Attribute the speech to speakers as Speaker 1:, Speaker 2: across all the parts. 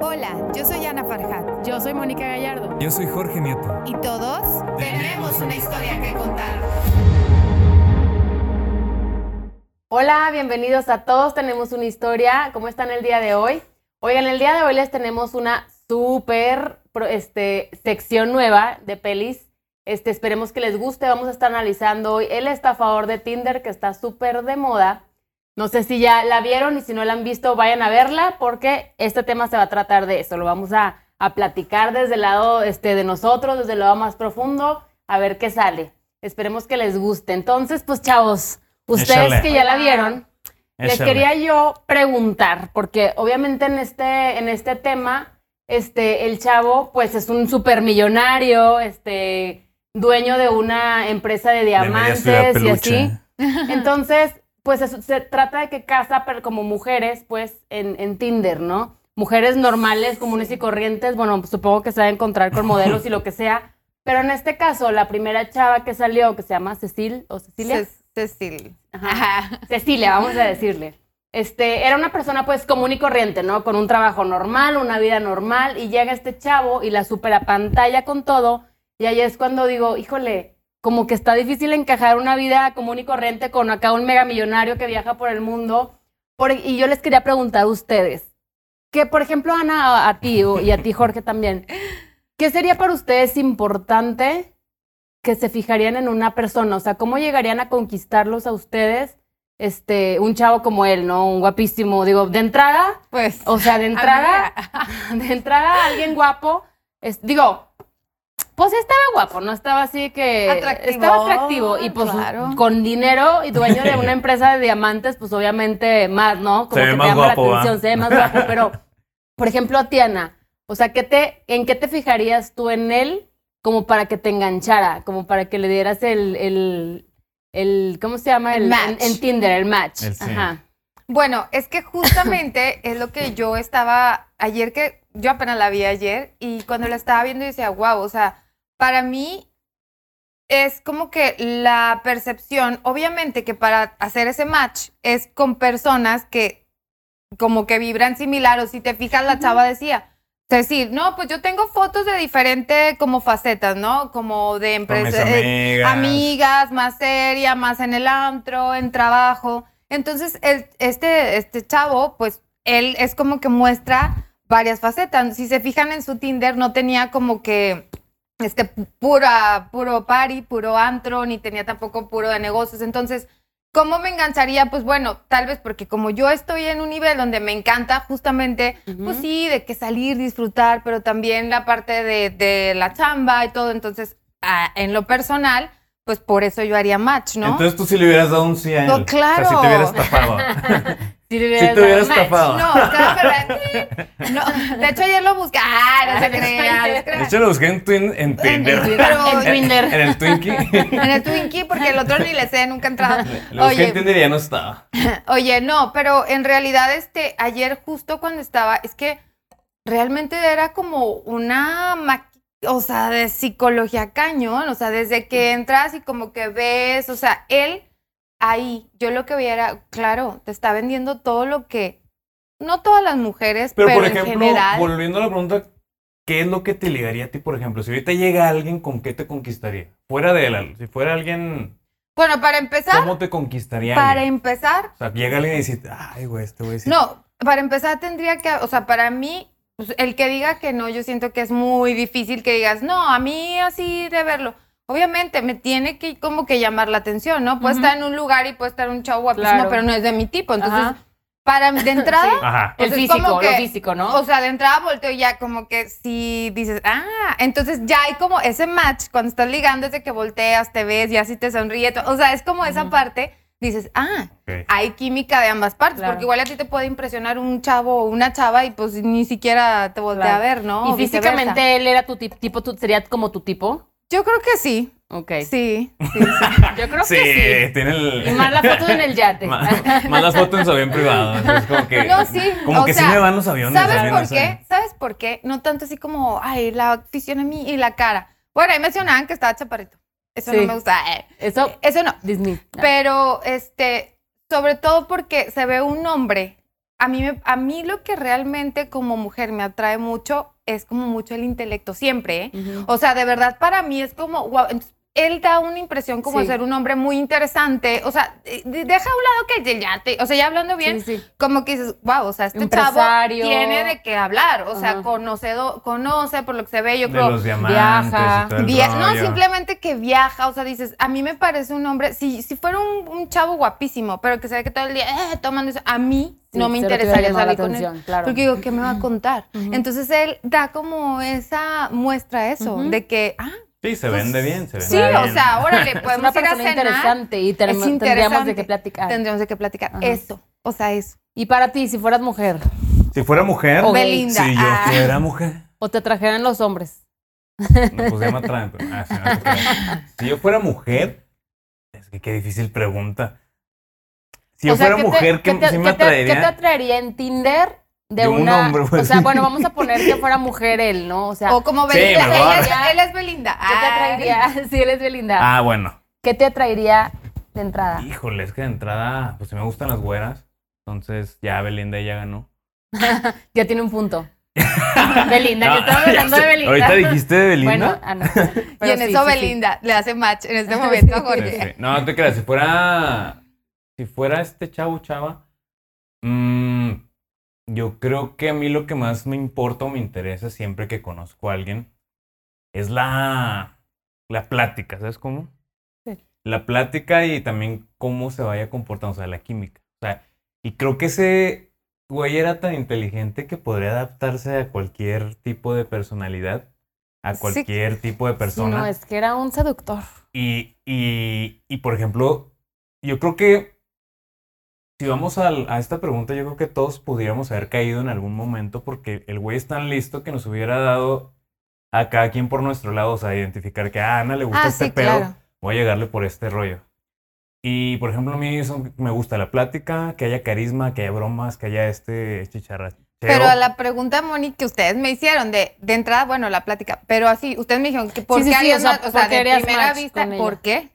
Speaker 1: Hola, yo soy Ana Farhat
Speaker 2: Yo soy Mónica Gallardo.
Speaker 3: Yo soy Jorge Nieto.
Speaker 1: y todos
Speaker 3: Tenemos una
Speaker 1: historia que contar.
Speaker 2: Hola, bienvenidos a todos. Tenemos una historia. ¿Cómo están el día de hoy? Oigan, el día de hoy les tenemos una súper pro- este, sección nueva de pelis. Este, esperemos que les guste. Vamos a estar analizando hoy El estafador de Tinder, que está súper de moda. No sé si ya la vieron y si no la han visto, vayan a verla porque este tema se va a tratar de eso. Lo vamos a, a platicar desde el lado este, de nosotros, desde el lado más profundo, a ver qué sale. Esperemos que les guste. Entonces, pues chavos, ustedes
Speaker 3: Échale.
Speaker 2: que ya la vieron,
Speaker 3: Ah,
Speaker 2: les
Speaker 3: Échale.
Speaker 2: quería yo preguntar, porque obviamente en este, en este tema, este, el chavo pues es un supermillonario, este, dueño de una empresa de
Speaker 3: De media
Speaker 2: diamantes
Speaker 3: ciudad
Speaker 2: y
Speaker 3: peluche.
Speaker 2: así. Entonces, pues eso, se trata de que casa, pero como mujeres, pues en, en Tinder, ¿no? Mujeres normales, comunes y corrientes, bueno, pues, supongo que se va a encontrar con modelos y lo que sea. Pero en este caso, la primera chava que salió, que se llama Cecil o Cecilia.
Speaker 1: Ce- Cecil.
Speaker 2: Ajá. Cecilia, vamos a decirle. Este, era una persona pues común y corriente, ¿no? Con un trabajo normal, una vida normal, y llega este chavo y la supera pantalla con todo, y ahí es cuando digo, híjole, como que está difícil encajar una vida común y corriente con acá un megamillonario que viaja por el mundo. Por- y yo les quería preguntar a ustedes, que por ejemplo, Ana, a, a ti o- y a ti, Jorge, también, ¿qué sería para ustedes importante que se fijarían en una persona? O sea, ¿cómo llegarían a conquistarlos a ustedes? Este, un chavo como él, ¿no? Un guapísimo, digo, de entrada,
Speaker 1: Pues.
Speaker 2: o sea, de entrada,
Speaker 1: amiga,
Speaker 2: de entrada alguien guapo, es- digo, pues estaba guapo, no estaba así que
Speaker 1: Atractivo,
Speaker 2: estaba atractivo y pues
Speaker 1: claro.
Speaker 2: con dinero y dueño de una empresa de diamantes, pues obviamente más, ¿no?
Speaker 3: Se ve
Speaker 2: que
Speaker 3: más
Speaker 2: llama
Speaker 3: guapo,
Speaker 2: la
Speaker 3: ¿va?
Speaker 2: atención, se ve más guapo, pero por ejemplo, a Tiana, o sea, ¿qué te en qué te fijarías tú en él como para que te enganchara, como para que le dieras el el, el- ¿cómo se llama?
Speaker 1: El
Speaker 2: en,
Speaker 1: match.
Speaker 2: en Tinder, el match.
Speaker 3: El sí.
Speaker 2: Ajá.
Speaker 1: Bueno, es que justamente es lo que yo estaba ayer que yo apenas la vi ayer y cuando la estaba viendo yo decía, wow, o sea, para mí es como que la percepción, obviamente que para hacer ese match es con personas que como que vibran similar o si te fijas la chava decía, es decir, no, pues yo tengo fotos de diferentes como facetas, ¿no? Como de
Speaker 3: Con mis
Speaker 1: empresa, eh,
Speaker 3: amigas.
Speaker 1: amigas, más seria, más en el antro, en trabajo. Entonces, el- este, este chavo, pues, él es como que muestra varias facetas. Si se fijan en su Tinder, no tenía como que este pura, puro party, puro antro, ni tenía tampoco puro de negocios. Entonces, ¿cómo me engancharía? Pues bueno, tal vez porque como yo estoy en un nivel donde me encanta justamente, pues
Speaker 2: Ujú.
Speaker 1: sí, de que salir, disfrutar, pero también la parte de, de la chamba y todo. Entonces, ah, en lo personal, pues por eso yo haría match, ¿no?
Speaker 3: Entonces tú sí le hubieras dado un sí a él.
Speaker 1: No,
Speaker 3: O sea, si te hubieras
Speaker 1: claro.
Speaker 3: tapado.
Speaker 2: Si
Speaker 3: si te hubieras tapado.
Speaker 1: No, claro, pero- no, de hecho ayer lo busqué. Ah, no se crea, no se
Speaker 3: De
Speaker 1: crea.
Speaker 3: hecho, lo busqué en, Twin- en Tinder.
Speaker 1: Pero-
Speaker 2: En Tinder.
Speaker 3: en el Twinkie. lo
Speaker 1: En el Twinkie, porque el otro ni le sé, nunca he entrado.
Speaker 3: busqué en
Speaker 1: Oye,
Speaker 3: Tinder y ya no estaba.
Speaker 1: oye, no, pero en realidad, este, ayer justo cuando estaba, es que realmente era como una ma- o sea, de psicología cañón, o sea, desde que entras y como que ves, o sea, él ahí, yo lo que veía era, claro, te está vendiendo todo lo que, no todas las mujeres,
Speaker 3: Pero,
Speaker 1: pero,
Speaker 3: por
Speaker 1: en
Speaker 3: ejemplo,
Speaker 1: general.
Speaker 3: volviendo a la pregunta, ¿qué es lo que te ligaría a ti, por ejemplo? Si ahorita llega alguien, ¿con qué te conquistaría? Fuera de él, si fuera alguien,
Speaker 1: Bueno, para empezar,
Speaker 3: ¿cómo te conquistaría?
Speaker 1: para
Speaker 3: alguien?
Speaker 1: empezar,
Speaker 3: O sea, llega alguien y dice, ay, güey, este güey sí.
Speaker 1: No, para empezar tendría que, o sea, para mí, pues, el que diga que no, yo siento que es muy difícil que digas, no, a mí así de verlo. Obviamente me tiene que como que llamar la atención, ¿no? Puede estar en un lugar y puede estar un chavo guapísimo,
Speaker 2: Claro.
Speaker 1: pero no es de mi tipo. Entonces,
Speaker 2: Ajá.
Speaker 1: para de entrada,
Speaker 3: Ajá.
Speaker 2: El
Speaker 1: Pues es como
Speaker 2: físico, lo
Speaker 1: que-
Speaker 2: físico, ¿no?
Speaker 1: o sea, de entrada volteo y ya como que si dices, ah, entonces ya hay como ese match cuando estás ligando desde que volteas, te ves, ya si te sonríe, to- o sea, es como esa parte, dices, ah,
Speaker 3: Ok.
Speaker 1: hay química de ambas partes,
Speaker 2: Claro.
Speaker 1: porque igual a ti te puede impresionar un chavo o una chava y pues ni siquiera te voltea
Speaker 2: Claro.
Speaker 1: a ver, ¿no?
Speaker 2: y
Speaker 1: O Oh, viceversa.
Speaker 2: físicamente él era tu ti- tipo, tu- sería como tu tipo.
Speaker 1: Yo creo que sí.
Speaker 2: Ok.
Speaker 1: Sí.
Speaker 2: Yo creo
Speaker 3: Sí,
Speaker 2: que
Speaker 3: tiene el.
Speaker 2: sí. Y más la foto en el yate.
Speaker 3: Ma- Más las fotos en su avión privado. entonces como que,
Speaker 1: No, sí,
Speaker 3: Como
Speaker 1: o
Speaker 3: que
Speaker 1: sea,
Speaker 3: sí me van los aviones.
Speaker 1: ¿Sabes
Speaker 3: así,
Speaker 1: por
Speaker 3: no sé.
Speaker 1: qué? ¿Sabes por qué? No tanto así como, ay, la afición a mí y la cara. Bueno, ahí mencionaban que estaba chaparrito. Eso
Speaker 2: Sí.
Speaker 1: no me gusta. eh.
Speaker 2: Eso,
Speaker 1: Eso no.
Speaker 2: Disney.
Speaker 1: Pero, este, sobre todo porque se ve un hombre a mí, me- a mí lo que realmente como mujer me atrae mucho es como mucho el intelecto, siempre. ¿eh? O sea, de verdad para mí es como, wow, entonces, él da una impresión como
Speaker 2: Sí.
Speaker 1: de ser un hombre muy interesante. O sea, de- de- deja a un lado que ya te, o sea, ya hablando bien,
Speaker 2: Sí, sí.
Speaker 1: como que dices, wow, o sea, este
Speaker 2: Empresario.
Speaker 1: chavo tiene de qué hablar. O sea,
Speaker 2: Ajá.
Speaker 1: conocedo, conoce por lo que se ve, yo
Speaker 3: de
Speaker 1: creo.
Speaker 3: los diamantes
Speaker 2: viaja,
Speaker 3: y todo el
Speaker 1: Via- no,
Speaker 3: rollo.
Speaker 1: simplemente que viaja, o sea, dices, a mí me parece un hombre, si, si fuera un, un chavo guapísimo, pero que se ve que todo el día eh, tomando eso, a mí
Speaker 2: Sí,
Speaker 1: no me
Speaker 2: cero te hubiera
Speaker 1: interesaría
Speaker 2: llamado la
Speaker 1: salir con él.
Speaker 2: atención, claro.
Speaker 1: Porque digo, ¿qué me va a contar? Entonces él da como esa muestra eso,
Speaker 2: Ujú.
Speaker 1: de que, ah,
Speaker 3: Sí, se vende bien, se vende
Speaker 1: sí,
Speaker 3: bien.
Speaker 1: o sea, órale,
Speaker 2: Es una
Speaker 1: podemos ir a
Speaker 2: persona
Speaker 1: cenar,
Speaker 2: interesante y termo-
Speaker 1: Es
Speaker 2: tendríamos de
Speaker 1: interesante.
Speaker 2: qué platicar.
Speaker 1: tendríamos de qué platicar.
Speaker 2: Ajá.
Speaker 1: Eso, o sea, eso.
Speaker 2: Y para ti, si fueras mujer
Speaker 3: Si fuera mujer,
Speaker 2: O
Speaker 1: Belinda.
Speaker 3: si yo
Speaker 1: ah.
Speaker 3: fuera mujer,
Speaker 2: o te trajeran los hombres,
Speaker 3: no, pues ya me atraen, pero- ah, sí, no, no te creas. si yo fuera mujer, es que qué difícil pregunta. Si yo
Speaker 2: O sea,
Speaker 3: fuera
Speaker 2: ¿qué te-
Speaker 3: mujer, ¿qué,
Speaker 2: qué te-
Speaker 3: sí me
Speaker 2: qué te-
Speaker 3: atraería?
Speaker 2: ¿Qué te atraería en Tinder de,
Speaker 3: De un
Speaker 2: una.
Speaker 3: hombre, pues.
Speaker 2: O sea, bueno, vamos a poner que fuera mujer él, ¿no? O sea,
Speaker 1: O como
Speaker 3: Sí,
Speaker 1: Belinda,
Speaker 3: mejor.
Speaker 1: él, es, él es Belinda. Ah,
Speaker 2: ¿qué te atraería? si él es Belinda,
Speaker 3: Ah, bueno.
Speaker 2: ¿qué te atraería de entrada?
Speaker 3: Híjole, es que de entrada, pues si me gustan las güeras, entonces ya Belinda ya ganó.
Speaker 2: Ya tiene un punto. Belinda,
Speaker 3: No,
Speaker 2: que estaba
Speaker 3: Ah, ya
Speaker 2: hablando de
Speaker 3: sé.
Speaker 2: Belinda.
Speaker 3: Ahorita dijiste de Belinda.
Speaker 2: Bueno, ah, no.
Speaker 1: Y
Speaker 2: Pero
Speaker 1: en
Speaker 2: sí,
Speaker 1: eso
Speaker 2: sí, sí.
Speaker 1: Belinda le hace match en este momento a Jorge.
Speaker 3: Sí, sí. No, no te creas, si fuera. Si fuera este chavo, chava. mm, yo creo que a mí lo que más me importa o me interesa siempre que conozco a alguien es la. La plática, ¿sabes cómo?
Speaker 2: Sí.
Speaker 3: La plática y también cómo se vaya comportando, o sea, la química. O sea, y creo que ese güey era tan inteligente que podría adaptarse a cualquier tipo de personalidad, a
Speaker 1: Sí.
Speaker 3: cualquier tipo de
Speaker 2: Sí,
Speaker 3: persona.
Speaker 2: no, es que era un seductor.
Speaker 3: Y, y, y, por ejemplo, yo creo que si vamos al- a, esta pregunta, yo creo que todos pudiéramos haber caído en algún momento porque el güey es tan listo que nos hubiera dado a cada quien por nuestro lado, o sea, identificar que a Ana le gusta
Speaker 1: Ah,
Speaker 3: este
Speaker 1: sí,
Speaker 3: pedo,
Speaker 1: claro.
Speaker 3: voy a llegarle por este rollo. Y por ejemplo, a mí eso me gusta la plática, que haya carisma, que haya bromas, que haya este chicharracheo.
Speaker 1: Pero a la pregunta, Moni, que ustedes me hicieron de, de entrada, bueno, la plática, pero así, ustedes me dijeron que por qué
Speaker 2: Sí, sí, sí,
Speaker 1: harías
Speaker 2: o sea,
Speaker 1: más, o
Speaker 2: ¿por
Speaker 1: sea,
Speaker 2: qué
Speaker 1: de
Speaker 2: harías
Speaker 1: primera
Speaker 2: match
Speaker 1: vista,
Speaker 2: con ella?
Speaker 1: ¿por qué?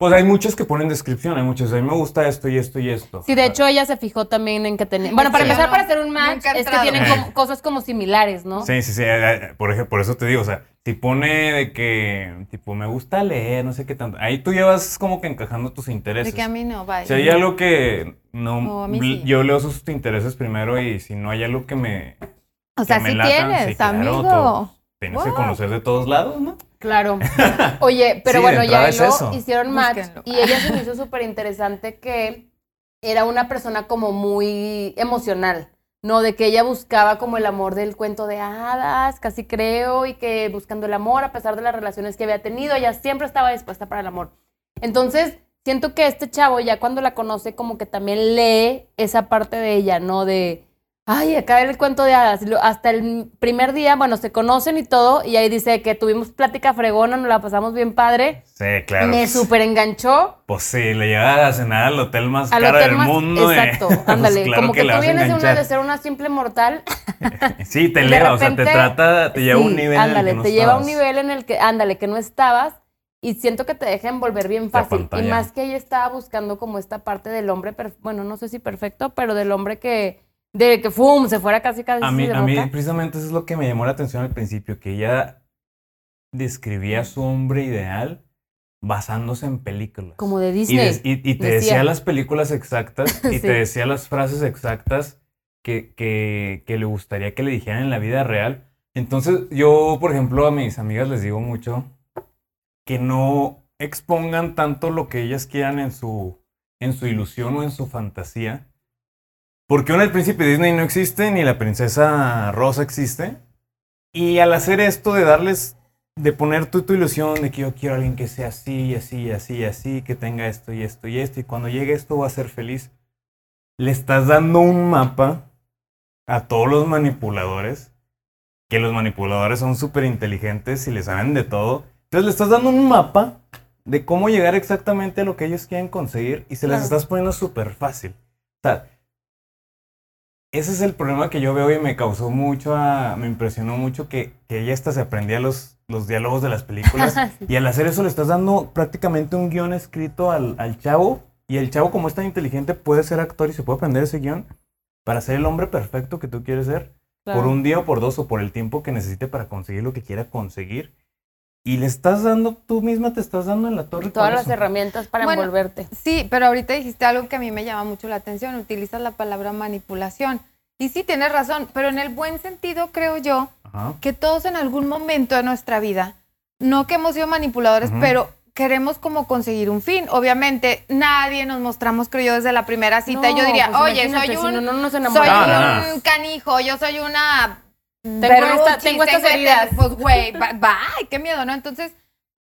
Speaker 3: Pues hay muchos que ponen descripción, hay muchos, a mí me gusta esto y esto y esto. Ah,
Speaker 2: Sí, de hecho ella se fijó también en que tenía. Bueno, para
Speaker 3: Sí.
Speaker 2: empezar,
Speaker 1: No,
Speaker 2: para hacer un match,
Speaker 1: nunca he
Speaker 2: es que
Speaker 1: entrado.
Speaker 2: tienen
Speaker 3: Eh.
Speaker 2: como- cosas como similares, ¿no?
Speaker 3: Sí, sí, sí. eh, eh, Por, ej- por eso te digo, o sea, si pone de que, tipo, me gusta leer, no sé qué tanto. Ahí tú ya vas como que encajando tus
Speaker 1: De
Speaker 3: intereses.
Speaker 1: que a mí no, vaya.
Speaker 3: Si hay algo que no.
Speaker 1: No, a mí
Speaker 3: bl-
Speaker 1: sí.
Speaker 3: Yo leo sus intereses primero y si no hay algo que me.
Speaker 1: o sea,
Speaker 3: que me
Speaker 1: sí
Speaker 3: latan,
Speaker 1: tienes,
Speaker 3: sí, claro,
Speaker 1: amigo.
Speaker 3: todo. Tienes que
Speaker 1: Wow.
Speaker 3: conocer de todos lados, ¿no?
Speaker 2: Claro. Oye, pero
Speaker 3: Sí, de
Speaker 2: bueno,
Speaker 3: entrada
Speaker 2: ya
Speaker 3: es
Speaker 2: lo
Speaker 3: eso.
Speaker 2: hicieron match
Speaker 1: Búsquenlo.
Speaker 2: y ella se me hizo súper interesante que era una persona como muy emocional, ¿no? De que ella buscaba como el amor del cuento de hadas, casi creo, y que buscando el amor, a pesar de las relaciones que había tenido, ella siempre estaba dispuesta para el amor. Entonces, siento que este chavo ya cuando la conoce, como que también lee esa parte de ella, ¿no? De, ay, acá el cuento de hadas. Y lo- Hasta el primer día, bueno, se conocen y todo, y ahí dice que tuvimos plática fregona, nos la pasamos bien padre.
Speaker 3: Sí, claro.
Speaker 2: Me súper enganchó.
Speaker 3: Pues sí, le llevas a cenar al hotel más
Speaker 2: Al
Speaker 3: caro
Speaker 2: hotel
Speaker 3: del
Speaker 2: más-
Speaker 3: mundo. eh.
Speaker 2: Exacto,
Speaker 3: Pues
Speaker 2: ándale.
Speaker 3: claro
Speaker 2: como que,
Speaker 3: la
Speaker 2: tú
Speaker 3: vas a
Speaker 2: vienes de una
Speaker 3: enganchar.
Speaker 2: de ser una simple mortal.
Speaker 3: Sí,
Speaker 2: y de
Speaker 3: te eleva, o sea, te
Speaker 2: repente-
Speaker 3: trata, te lleva a un
Speaker 2: sí,
Speaker 3: nivel. en el
Speaker 2: Ándale,
Speaker 3: que no
Speaker 2: te lleva a un
Speaker 3: estabas.
Speaker 2: nivel en el que, ándale, que no estabas. Y siento que te deja envolver bien fácil. Y
Speaker 3: pantalla.
Speaker 2: más que ella estaba buscando como esta parte del hombre, per- bueno, no sé si perfecto, pero del hombre que, de que ¡fum! se fuera casi casi
Speaker 3: A mí,
Speaker 2: de
Speaker 3: a mí
Speaker 2: boca.
Speaker 3: precisamente eso es lo que me llamó la atención al principio, que ella describía a su hombre ideal basándose en películas.
Speaker 2: Como de
Speaker 3: y,
Speaker 2: Disney.
Speaker 3: des- y- y te
Speaker 2: decía.
Speaker 3: decía las películas exactas y
Speaker 2: Sí.
Speaker 3: te decía las frases exactas que, que- que le gustaría que le dijeran en la vida real. Entonces yo, por ejemplo, a mis amigas les digo mucho que no expongan tanto lo que ellas quieran en su, en su ilusión o en su fantasía. Porque uno, el príncipe Disney no existe, ni la princesa Rosa existe. Y al hacer esto de darles, de poner tú tu ilusión de que yo quiero a alguien que sea así, y así, y así, y así, que tenga esto y esto y esto, y cuando llegue esto va a ser feliz, le estás dando un mapa a todos los manipuladores, que los manipuladores son súper inteligentes y le saben de todo. Entonces le estás dando un mapa de cómo llegar exactamente a lo que ellos quieren conseguir y se las
Speaker 2: Claro.
Speaker 3: estás poniendo súper fácil. O sea, ese es el problema que yo veo y me causó mucho, a- me impresionó mucho que, que ella hasta se aprendía los, los diálogos de las películas. Y al hacer eso le estás dando prácticamente un guión escrito al, al chavo. Y el chavo, como es tan inteligente, puede ser actor y se puede aprender ese guión. para ser el hombre perfecto que tú quieres ser, por un día o por dos o por el tiempo que necesite para conseguir lo que quiera conseguir. Y le estás dando, tú misma te estás dando en la torre. con
Speaker 2: Todas las
Speaker 3: eso.
Speaker 2: herramientas para
Speaker 1: Bueno,
Speaker 2: envolverte.
Speaker 1: Sí, pero ahorita dijiste algo que a mí me llama mucho la atención. Utilizas la palabra manipulación. Y sí, tienes razón, pero en el buen sentido creo yo
Speaker 3: Ajá.
Speaker 1: que todos en algún momento de nuestra vida, no que hemos sido manipuladores,
Speaker 3: Ujú.
Speaker 1: pero queremos como conseguir un fin. Obviamente nadie nos mostramos, creo yo, desde la primera cita.
Speaker 2: No,
Speaker 1: yo diría,
Speaker 2: pues
Speaker 1: oye,
Speaker 2: imagínate,
Speaker 1: soy
Speaker 2: si
Speaker 1: un,
Speaker 2: no, no nos
Speaker 1: soy
Speaker 2: enamoramos.
Speaker 3: No, no,
Speaker 1: un
Speaker 3: no.
Speaker 1: canijo, yo soy una...
Speaker 2: esta- tengo estas heridas.
Speaker 1: Pues, güey, ba- bye, qué miedo, ¿no? Entonces,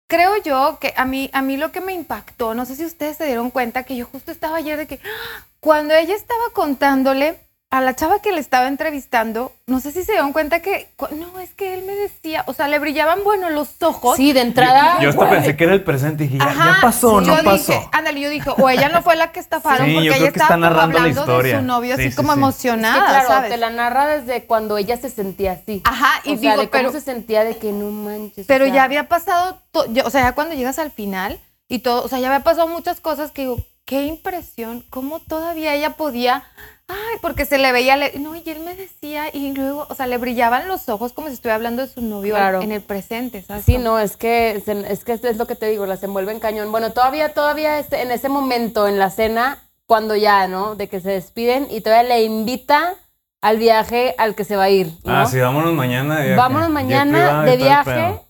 Speaker 1: creo yo que a mí, a mí lo que me impactó, no sé si ustedes se dieron cuenta, que yo justo estaba ayer de que ¡ah! cuando ella estaba contándole a la chava que le estaba entrevistando, no sé si se dieron cuenta que, cu- no, es que él me decía, o sea, le brillaban, bueno, los ojos.
Speaker 2: Sí, de entrada.
Speaker 3: Yo hasta
Speaker 2: güey.
Speaker 3: pensé que era el presente y dije, ya,
Speaker 1: Ajá,
Speaker 3: ya pasó,
Speaker 1: sí.
Speaker 3: no
Speaker 1: yo
Speaker 3: pasó.
Speaker 1: Dije, ah, ándale, yo dije, o ella no fue la que estafaron
Speaker 3: Sí, yo
Speaker 1: porque
Speaker 3: creo
Speaker 1: ella
Speaker 3: que
Speaker 1: estaba
Speaker 3: está
Speaker 1: como
Speaker 3: narrando la
Speaker 1: hablando de
Speaker 3: historia.
Speaker 1: su novio,
Speaker 3: Sí,
Speaker 1: así
Speaker 3: sí,
Speaker 1: como
Speaker 2: Es
Speaker 3: sí.
Speaker 2: que,
Speaker 1: emocionada,
Speaker 2: claro,
Speaker 1: ¿sabes?
Speaker 2: te la narra desde cuando ella se sentía así.
Speaker 1: Ajá, y
Speaker 2: o sea,
Speaker 1: digo,
Speaker 2: de cómo
Speaker 1: pero
Speaker 2: se sentía de que no manches. o
Speaker 1: Pero
Speaker 2: sea,
Speaker 1: ya había pasado, to- ya- o sea, ya cuando llegas al final y todo, o sea, ya había pasado muchas cosas que digo, qué impresión, cómo todavía ella podía, ay, porque se le veía, le- no, y él me decía, y luego, o sea, le brillaban los ojos como si estuviera hablando de su novio
Speaker 2: Claro.
Speaker 1: en el presente, ¿sabes?
Speaker 2: Sí,
Speaker 1: Como-
Speaker 2: no, es que, se- es que es lo que te digo, las envuelven cañón. Bueno, todavía, todavía este- en ese momento, en la cena, cuando ya, ¿no? De que se despiden y todavía le invita al viaje al que se va a ir. ¿no?
Speaker 3: Ah, sí, vámonos mañana de viaje.
Speaker 2: Vámonos
Speaker 3: Jet
Speaker 2: mañana
Speaker 3: privado y
Speaker 2: de
Speaker 3: todo el
Speaker 2: viaje,
Speaker 3: pedo.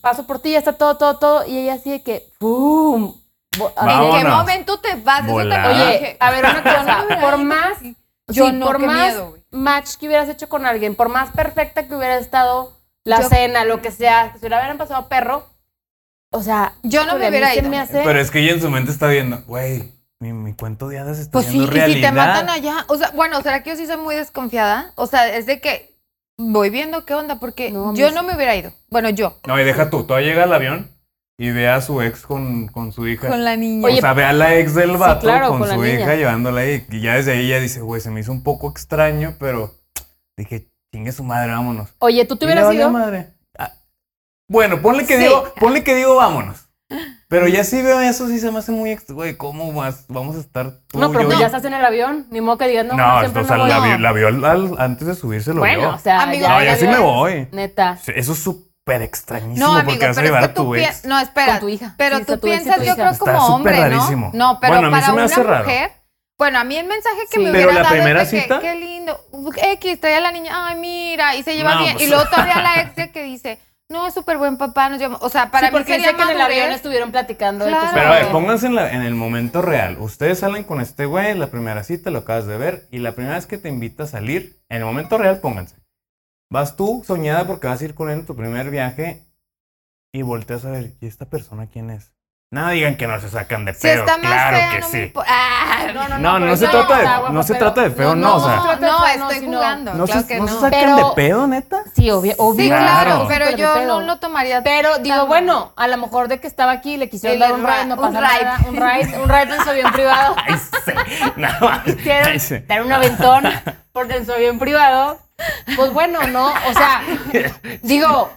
Speaker 2: paso por ti, ya está todo, todo, todo. Y ella así de que, ¡pum! Bo- a ver,
Speaker 1: ¿En qué
Speaker 3: Vámonos.
Speaker 1: momento te vas? Eso también
Speaker 3: Volar.
Speaker 1: dije,
Speaker 2: Oye, a ver, una cosa, por más,
Speaker 1: Yo
Speaker 2: sí,
Speaker 1: no,
Speaker 2: por
Speaker 1: qué
Speaker 2: más
Speaker 1: miedo, güey.
Speaker 2: match que hubieras hecho con alguien, por más perfecta que hubiera estado la
Speaker 1: Yo-
Speaker 2: cena, lo que sea, que se la hubieran pasado perro, o sea,
Speaker 1: Yo no me
Speaker 2: híjole, a mí
Speaker 1: hubiera
Speaker 2: se
Speaker 1: ido.
Speaker 2: me hace-
Speaker 3: Pero es que ella en su mente está viendo, güey, mi, mi cuento de hadas está
Speaker 1: Pues sí,
Speaker 3: siendo realidad.
Speaker 1: y si te matan allá, o sea, bueno, ¿será que yo sí soy muy desconfiada? O sea, es de que voy viendo qué onda, porque
Speaker 2: No,
Speaker 1: yo
Speaker 2: mis-
Speaker 1: no me hubiera ido. Bueno, yo,
Speaker 3: No, y deja tú, todavía llega al avión y ve a su ex con, con su hija.
Speaker 1: con la niña.
Speaker 2: Oye,
Speaker 3: o sea, ve a la ex del vato
Speaker 2: claro,
Speaker 3: con,
Speaker 2: con la
Speaker 3: su
Speaker 2: niña.
Speaker 3: hija llevándola ahí. Y ya desde ahí ya dice, güey, se me hizo un poco extraño, pero dije, chingue su madre, vámonos.
Speaker 2: Oye, ¿tú te
Speaker 3: Y le
Speaker 2: hubieras
Speaker 3: valió
Speaker 2: ido?
Speaker 3: madre. Ah, bueno, ponle que
Speaker 1: Sí.
Speaker 3: digo, ponle que digo, vámonos. Pero ya sí veo eso, sí se me hace muy ex- güey, ¿cómo vas? vamos a estar tú,
Speaker 2: No, pero
Speaker 3: yo
Speaker 2: pues
Speaker 3: y-
Speaker 2: ya estás en el avión, ni modo que digas, no,
Speaker 3: No,
Speaker 2: no,
Speaker 3: o
Speaker 2: siempre
Speaker 3: sea,
Speaker 2: no voy.
Speaker 3: la,
Speaker 1: voy.
Speaker 3: vi- la vio al- al- antes de subirse lo
Speaker 2: Bueno,
Speaker 3: vio.
Speaker 2: o sea,
Speaker 1: Amigo,
Speaker 2: ya,
Speaker 3: no,
Speaker 1: ya
Speaker 3: yo sí me
Speaker 1: vio.
Speaker 3: voy.
Speaker 2: Neta.
Speaker 3: Eso es súper extrañísimo
Speaker 1: no, amigo,
Speaker 3: porque vas a
Speaker 1: pero
Speaker 3: llevar
Speaker 1: es que
Speaker 3: a tu
Speaker 1: tú
Speaker 3: ex.
Speaker 1: piensas, no, espera,
Speaker 2: Con tu hija.
Speaker 1: pero
Speaker 2: Sí, está
Speaker 1: tú
Speaker 2: tu ex y
Speaker 1: piensas,
Speaker 2: tu
Speaker 1: yo
Speaker 2: hija.
Speaker 1: creo
Speaker 3: Está
Speaker 1: como
Speaker 3: súper
Speaker 1: hombre,
Speaker 3: rarísimo.
Speaker 1: ¿no? No, pero
Speaker 3: Bueno, a mí
Speaker 1: para
Speaker 3: se me
Speaker 1: una
Speaker 3: hace raro.
Speaker 1: mujer, bueno, a mí el mensaje que
Speaker 2: Sí.
Speaker 1: me
Speaker 3: Pero
Speaker 1: hubiera
Speaker 3: la
Speaker 1: dado
Speaker 3: primera
Speaker 1: es de que,
Speaker 3: cita-
Speaker 1: qué lindo, X, trae a la niña, ay, mira, y se lleva
Speaker 3: No,
Speaker 1: bien,
Speaker 3: pues-
Speaker 1: y luego todavía la ex de que dice, no, es súper buen papá, nos llevamos, o sea, para
Speaker 2: Sí,
Speaker 1: mí
Speaker 2: porque
Speaker 1: sería
Speaker 2: sé que en el avión
Speaker 1: madurez.
Speaker 2: estuvieron platicando.
Speaker 1: Claro.
Speaker 3: Pero a ver,
Speaker 1: No.
Speaker 3: pónganse en, la- en el momento real. Ustedes salen con este güey, la primera cita lo acabas de ver, y la primera vez que te invita a salir, en el momento real, pónganse. Vas tú soñada porque vas a ir con él en tu primer viaje y volteas a ver, ¿y esta persona quién es? No digan que no se sacan de
Speaker 1: Si
Speaker 3: pedo,
Speaker 1: está más
Speaker 3: claro
Speaker 1: fea,
Speaker 3: que
Speaker 1: no me
Speaker 3: sí.
Speaker 1: impo- Ah,
Speaker 2: No, no,
Speaker 3: No,
Speaker 2: no,
Speaker 3: no
Speaker 2: pero
Speaker 3: se
Speaker 2: no,
Speaker 3: trata
Speaker 2: o sea, guapo,
Speaker 3: de, no se
Speaker 2: pero-
Speaker 3: trata de
Speaker 2: no,
Speaker 3: feo, no, o
Speaker 2: no,
Speaker 3: sea,
Speaker 2: trata de
Speaker 1: no,
Speaker 2: feo, no,
Speaker 1: estoy
Speaker 2: sino-
Speaker 1: jugando,
Speaker 3: no
Speaker 1: claro
Speaker 3: se,
Speaker 1: que
Speaker 3: no
Speaker 1: no.
Speaker 3: se sacan
Speaker 2: Pero-
Speaker 3: de pedo, neta.
Speaker 2: Sí, obvio, obvio.
Speaker 1: sí, claro,
Speaker 3: Claro.
Speaker 1: pero
Speaker 2: Súper de
Speaker 1: yo
Speaker 2: pedo.
Speaker 1: no lo tomaría.
Speaker 2: Pero digo,
Speaker 1: tan-
Speaker 2: bueno, a lo mejor de que estaba aquí le quisieron
Speaker 1: El
Speaker 2: dar un
Speaker 1: ra-
Speaker 2: ride, no
Speaker 1: un
Speaker 2: pasa
Speaker 1: ride.
Speaker 2: nada. Un ride, un ride en su avión privado.
Speaker 3: Ay, sí, nada más. Ay, sí.
Speaker 2: Quisieron dar un aventón por en su avión privado. Pues bueno, ¿no? O sea, digo,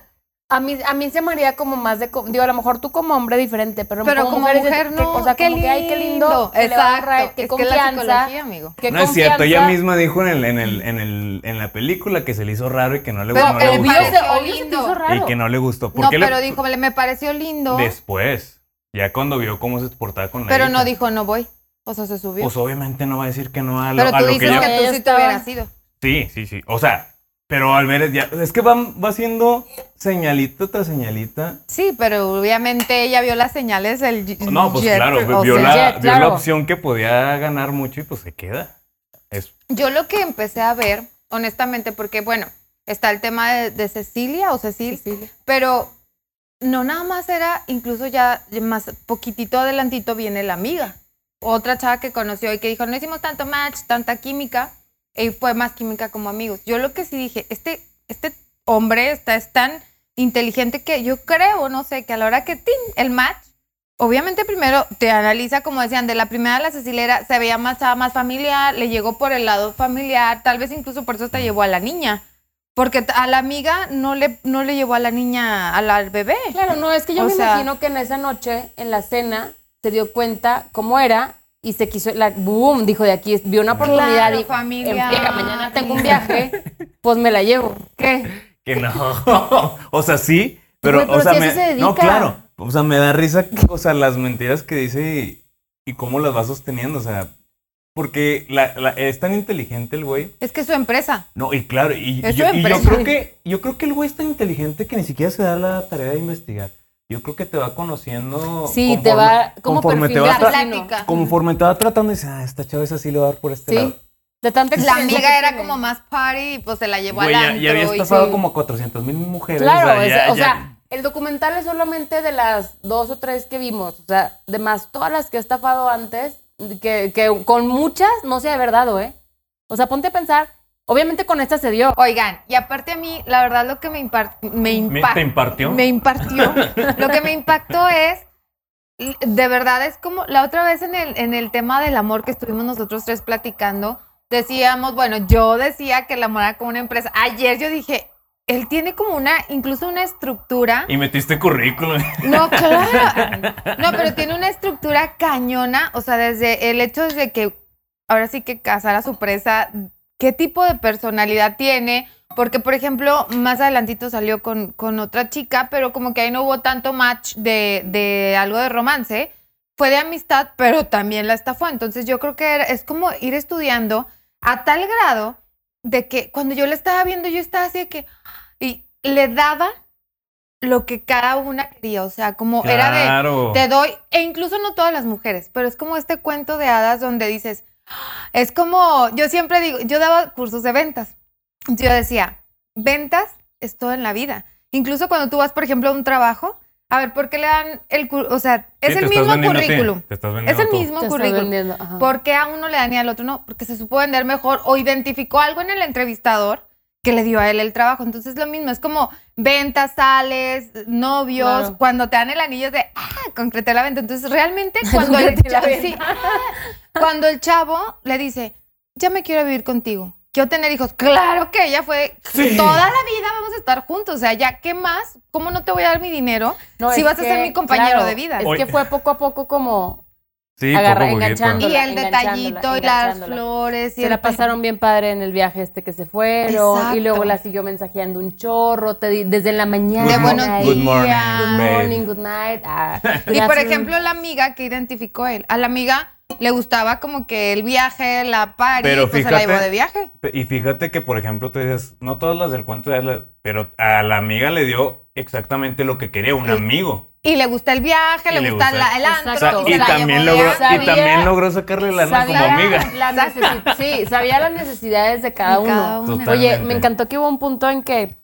Speaker 2: a mí, a mí se me haría como más de. co- Digo, a lo mejor tú como hombre diferente, pero,
Speaker 1: Pero como
Speaker 2: mujer, yo-
Speaker 1: mujer,
Speaker 2: que-
Speaker 1: no.
Speaker 2: O sea, como que, ay, qué lindo. que le va a dar un
Speaker 1: Exacto.
Speaker 2: ride, qué
Speaker 1: es que es la
Speaker 2: confianza.
Speaker 1: psicología, amigo.
Speaker 2: qué
Speaker 3: No es cierto, ella
Speaker 2: confianza.
Speaker 3: misma dijo en, el, en, el, en, el, en la película que se le hizo raro y que no le,
Speaker 1: Pero
Speaker 3: no le
Speaker 1: el
Speaker 2: Obvio,
Speaker 3: gustó.
Speaker 1: pareció
Speaker 2: se- obvio se te
Speaker 1: lindo.
Speaker 2: hizo raro.
Speaker 3: Y que no le gustó. ¿Por
Speaker 1: No,
Speaker 3: qué le-
Speaker 1: pero dijo, me pareció lindo,
Speaker 3: Después, ya cuando vio cómo se portaba con la
Speaker 1: pero
Speaker 3: hija,
Speaker 1: no dijo, no voy. O sea, se subió.
Speaker 3: Pues obviamente no va a decir que no a lo,
Speaker 1: pero
Speaker 3: a
Speaker 1: tú
Speaker 3: lo que
Speaker 1: dices
Speaker 3: yo...
Speaker 1: que,
Speaker 2: ella-
Speaker 1: tú
Speaker 2: Ella
Speaker 1: sí te
Speaker 2: estaba-
Speaker 1: hubieras ido.
Speaker 3: Sí, sí, sí. O sea, pero al ver, ya, es que va, va haciendo señalita tras señalita.
Speaker 1: Sí, pero obviamente ella vio las señales del y-
Speaker 3: No, pues
Speaker 1: Mm, jet,
Speaker 3: claro,
Speaker 1: o
Speaker 3: vio,
Speaker 1: sea,
Speaker 3: la,
Speaker 2: jet,
Speaker 3: vio
Speaker 2: claro.
Speaker 3: la opción que podía ganar mucho y pues se queda. Es,
Speaker 1: Yo lo que empecé a ver, honestamente, porque bueno, está el tema de, de Cecilia o Cecil, pero no nada más era, incluso ya más poquitito adelantito viene la amiga. Otra chava que conoció y que dijo, no hicimos tanto match, tanta química, y fue más química como amigos. Yo lo que sí dije, este, este hombre está, es tan inteligente que yo creo, no sé, que a la hora que tin, el match, obviamente primero te analiza, como decían, de la primera a la cecilera se veía más, estaba más familiar, le llegó por el lado familiar, tal vez incluso por eso hasta llevó a la niña. Porque t- a la amiga no le, no le llevó a la niña, a la- al bebé.
Speaker 2: Claro, no, es que yo
Speaker 1: O
Speaker 2: me
Speaker 1: sea-
Speaker 2: imagino que en esa noche, en la cena, se dio cuenta cómo era y se quiso, la, boom, dijo de aquí, vio una oportunidad
Speaker 1: Claro,
Speaker 2: y
Speaker 1: familia.
Speaker 2: "Empiega, mañana tengo un viaje, pues me la llevo. ¿Qué?
Speaker 3: Que no. o sea, sí, pero,
Speaker 2: Güey, pero
Speaker 3: o sea,
Speaker 2: si a
Speaker 3: me-
Speaker 2: eso se
Speaker 3: no,
Speaker 2: dedica.
Speaker 3: claro. O sea, me da risa, o sea, las mentiras que dice y, y cómo las va sosteniendo, o sea, porque la- la- es tan inteligente el güey.
Speaker 1: Es que es su empresa.
Speaker 3: No, y claro, y,
Speaker 1: Es
Speaker 3: yo,
Speaker 1: su
Speaker 3: y yo
Speaker 1: empresa.
Speaker 3: creo que yo creo que el güey es tan inteligente que ni siquiera se da la tarea de investigar. Yo creo que te va conociendo.
Speaker 2: Sí, te va como
Speaker 3: conforme te
Speaker 2: perfil,
Speaker 3: va
Speaker 1: La
Speaker 2: Otra-
Speaker 1: plática.
Speaker 3: conforme te va tratando dice, ah, esta chava es así le va a dar por este
Speaker 2: Sí.
Speaker 3: lado.
Speaker 2: De tanta
Speaker 1: La
Speaker 2: experiencia
Speaker 1: amiga
Speaker 2: que
Speaker 1: era
Speaker 2: tiene.
Speaker 1: como más party y pues se la llevó al
Speaker 3: Güey, ya,
Speaker 1: antro.
Speaker 3: ya había
Speaker 1: y-
Speaker 3: estafado como 400 mil mujeres.
Speaker 2: Claro,
Speaker 3: o sea,
Speaker 2: es-
Speaker 3: ya-
Speaker 2: o
Speaker 3: ya-
Speaker 2: sea, el documental es solamente de las dos o tres que vimos. O sea, de más todas las que he estafado antes, que, que con muchas no se ha de verdad, ¿eh? O sea, ponte a pensar, obviamente con esta se dio.
Speaker 1: Oigan, y aparte a mí, la verdad lo que me, impar- me
Speaker 3: Me-
Speaker 1: impactó.
Speaker 3: ¿Te impartió?
Speaker 1: Me impartió. Lo que me impactó es, de verdad, es como la otra vez en el, en el tema del amor que estuvimos nosotros tres platicando, decíamos, bueno, yo decía que el amor era como una empresa. Ayer yo dije, él tiene como una, incluso una estructura.
Speaker 3: Y metiste currículum.
Speaker 1: No, claro. No, pero tiene una estructura cañona, o sea, desde el hecho de que ahora sí que cazar a su presa, qué tipo de personalidad tiene, porque por ejemplo, más adelantito salió con, con otra chica, pero como que ahí no hubo tanto match de, de algo de romance, fue de amistad, pero también la estafó. Entonces yo creo que era- es como ir estudiando a tal grado de que cuando yo la estaba viendo, yo estaba así de que, y le daba lo que cada una quería, o sea, como era de...
Speaker 3: Claro.
Speaker 1: Te doy, e incluso no todas las mujeres, pero es como este cuento de hadas donde dices, "Ah", es como, yo siempre digo, yo daba cursos de ventas. Yo decía, ventas es todo en la vida. Incluso cuando tú vas, por ejemplo, a un trabajo, a ver, ¿por qué le dan el currículum? O sea, es
Speaker 3: Sí, te
Speaker 1: el
Speaker 3: estás
Speaker 1: mismo
Speaker 3: vendiendo a ti,
Speaker 1: currículum.
Speaker 3: te estás
Speaker 1: Es
Speaker 3: vendiendo
Speaker 1: el
Speaker 3: tú.
Speaker 1: mismo
Speaker 2: Te está
Speaker 1: currículum.
Speaker 2: vendiendo, ajá.
Speaker 1: ¿Por qué a uno le dan y al otro no? Porque se supo vender mejor o identificó algo en el entrevistador que le dio a él el trabajo. Entonces lo mismo, es como ventas, sales, novios,
Speaker 2: Claro.
Speaker 1: cuando te dan el anillo es de, ah, concreté la venta. Entonces realmente cuando, el,
Speaker 2: Concreté la
Speaker 1: chavo,
Speaker 2: venta.
Speaker 1: sí, "Ah", cuando el chavo le dice, ya me quiero vivir contigo, quiero tener hijos, claro que ella fue,
Speaker 3: Sí.
Speaker 1: toda la vida vamos a estar juntos, o sea, ya, ¿qué más? ¿Cómo no te voy a dar mi dinero
Speaker 2: No,
Speaker 1: si
Speaker 2: es
Speaker 1: vas a
Speaker 2: que,
Speaker 1: ser mi compañero
Speaker 2: claro,
Speaker 1: de vida?
Speaker 2: Es
Speaker 3: Oye.
Speaker 2: que fue poco a poco como
Speaker 3: Sí,
Speaker 2: Agarra-
Speaker 3: poco a poquito.
Speaker 2: enganchando.
Speaker 1: Y el
Speaker 2: enganchándola,
Speaker 1: detallito y las
Speaker 2: enganchándola.
Speaker 1: flores y
Speaker 2: se
Speaker 1: el
Speaker 2: la
Speaker 1: pe-
Speaker 2: pasaron bien padre en el viaje este que se fueron y luego
Speaker 1: Exacto.
Speaker 2: la siguió mensajeando un chorro te di- desde la mañana.
Speaker 1: De
Speaker 3: mo-
Speaker 1: buenos
Speaker 2: Ay,
Speaker 3: good morning,
Speaker 1: días.
Speaker 2: Good
Speaker 3: babe.
Speaker 2: morning, good night. ah,
Speaker 1: Y por
Speaker 2: hace un-
Speaker 1: ejemplo, la amiga que identificó él. A la amiga le gustaba como que el viaje, la party,
Speaker 3: Pero
Speaker 1: pues se la llevó
Speaker 3: fíjate-
Speaker 1: de viaje.
Speaker 3: Pe- Y fíjate que, por ejemplo, tú dices, no todas las del cuento de Adler, pero a la amiga le dio exactamente lo que quería, un
Speaker 1: Sí.
Speaker 3: amigo.
Speaker 1: Y le gusta el viaje,
Speaker 3: Y
Speaker 1: le,
Speaker 3: le
Speaker 1: gusta,
Speaker 3: gusta.
Speaker 1: la- el antro,
Speaker 3: O sea,
Speaker 2: Exacto.
Speaker 1: y,
Speaker 3: y,
Speaker 1: se la
Speaker 3: también
Speaker 1: llevó de
Speaker 3: logró,
Speaker 1: viaje.
Speaker 3: y también logró sacarle lana como
Speaker 2: Sabía
Speaker 3: amiga.
Speaker 2: la necesi- sí, sabía las necesidades de cada
Speaker 1: Y
Speaker 2: uno.
Speaker 1: cada una.
Speaker 3: Total.
Speaker 2: Oye,
Speaker 3: Totalmente.
Speaker 2: me encantó que hubo un punto en que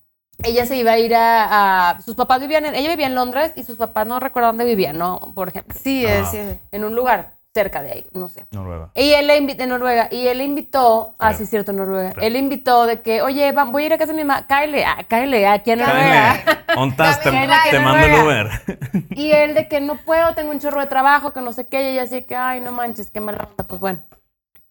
Speaker 2: ella se iba a ir a, a- sus papás vivían en, ella vivía en Londres y sus papás no recuerdo dónde vivían, ¿no? Por ejemplo,
Speaker 1: Sí,
Speaker 3: Ah.
Speaker 1: es, sí, es.
Speaker 2: en un lugar cerca de ahí, no sé.
Speaker 3: Noruega.
Speaker 2: Y él le invitó, en Noruega, y él le invitó, ah,
Speaker 3: Claro.
Speaker 2: sí, cierto, Noruega,
Speaker 3: Claro.
Speaker 2: él le invitó de que, oye, va- voy a ir a casa de mi mamá, cáele, ah, cáele, aquí a Noruega.
Speaker 3: Cállate. Ontas, te,
Speaker 1: Cállate,
Speaker 3: te
Speaker 1: Noruega.
Speaker 3: mando el Uber.
Speaker 2: Y él de que no puedo, tengo un chorro de trabajo, que no sé qué, y ella así que, ay, no manches, qué mala onda, pues bueno.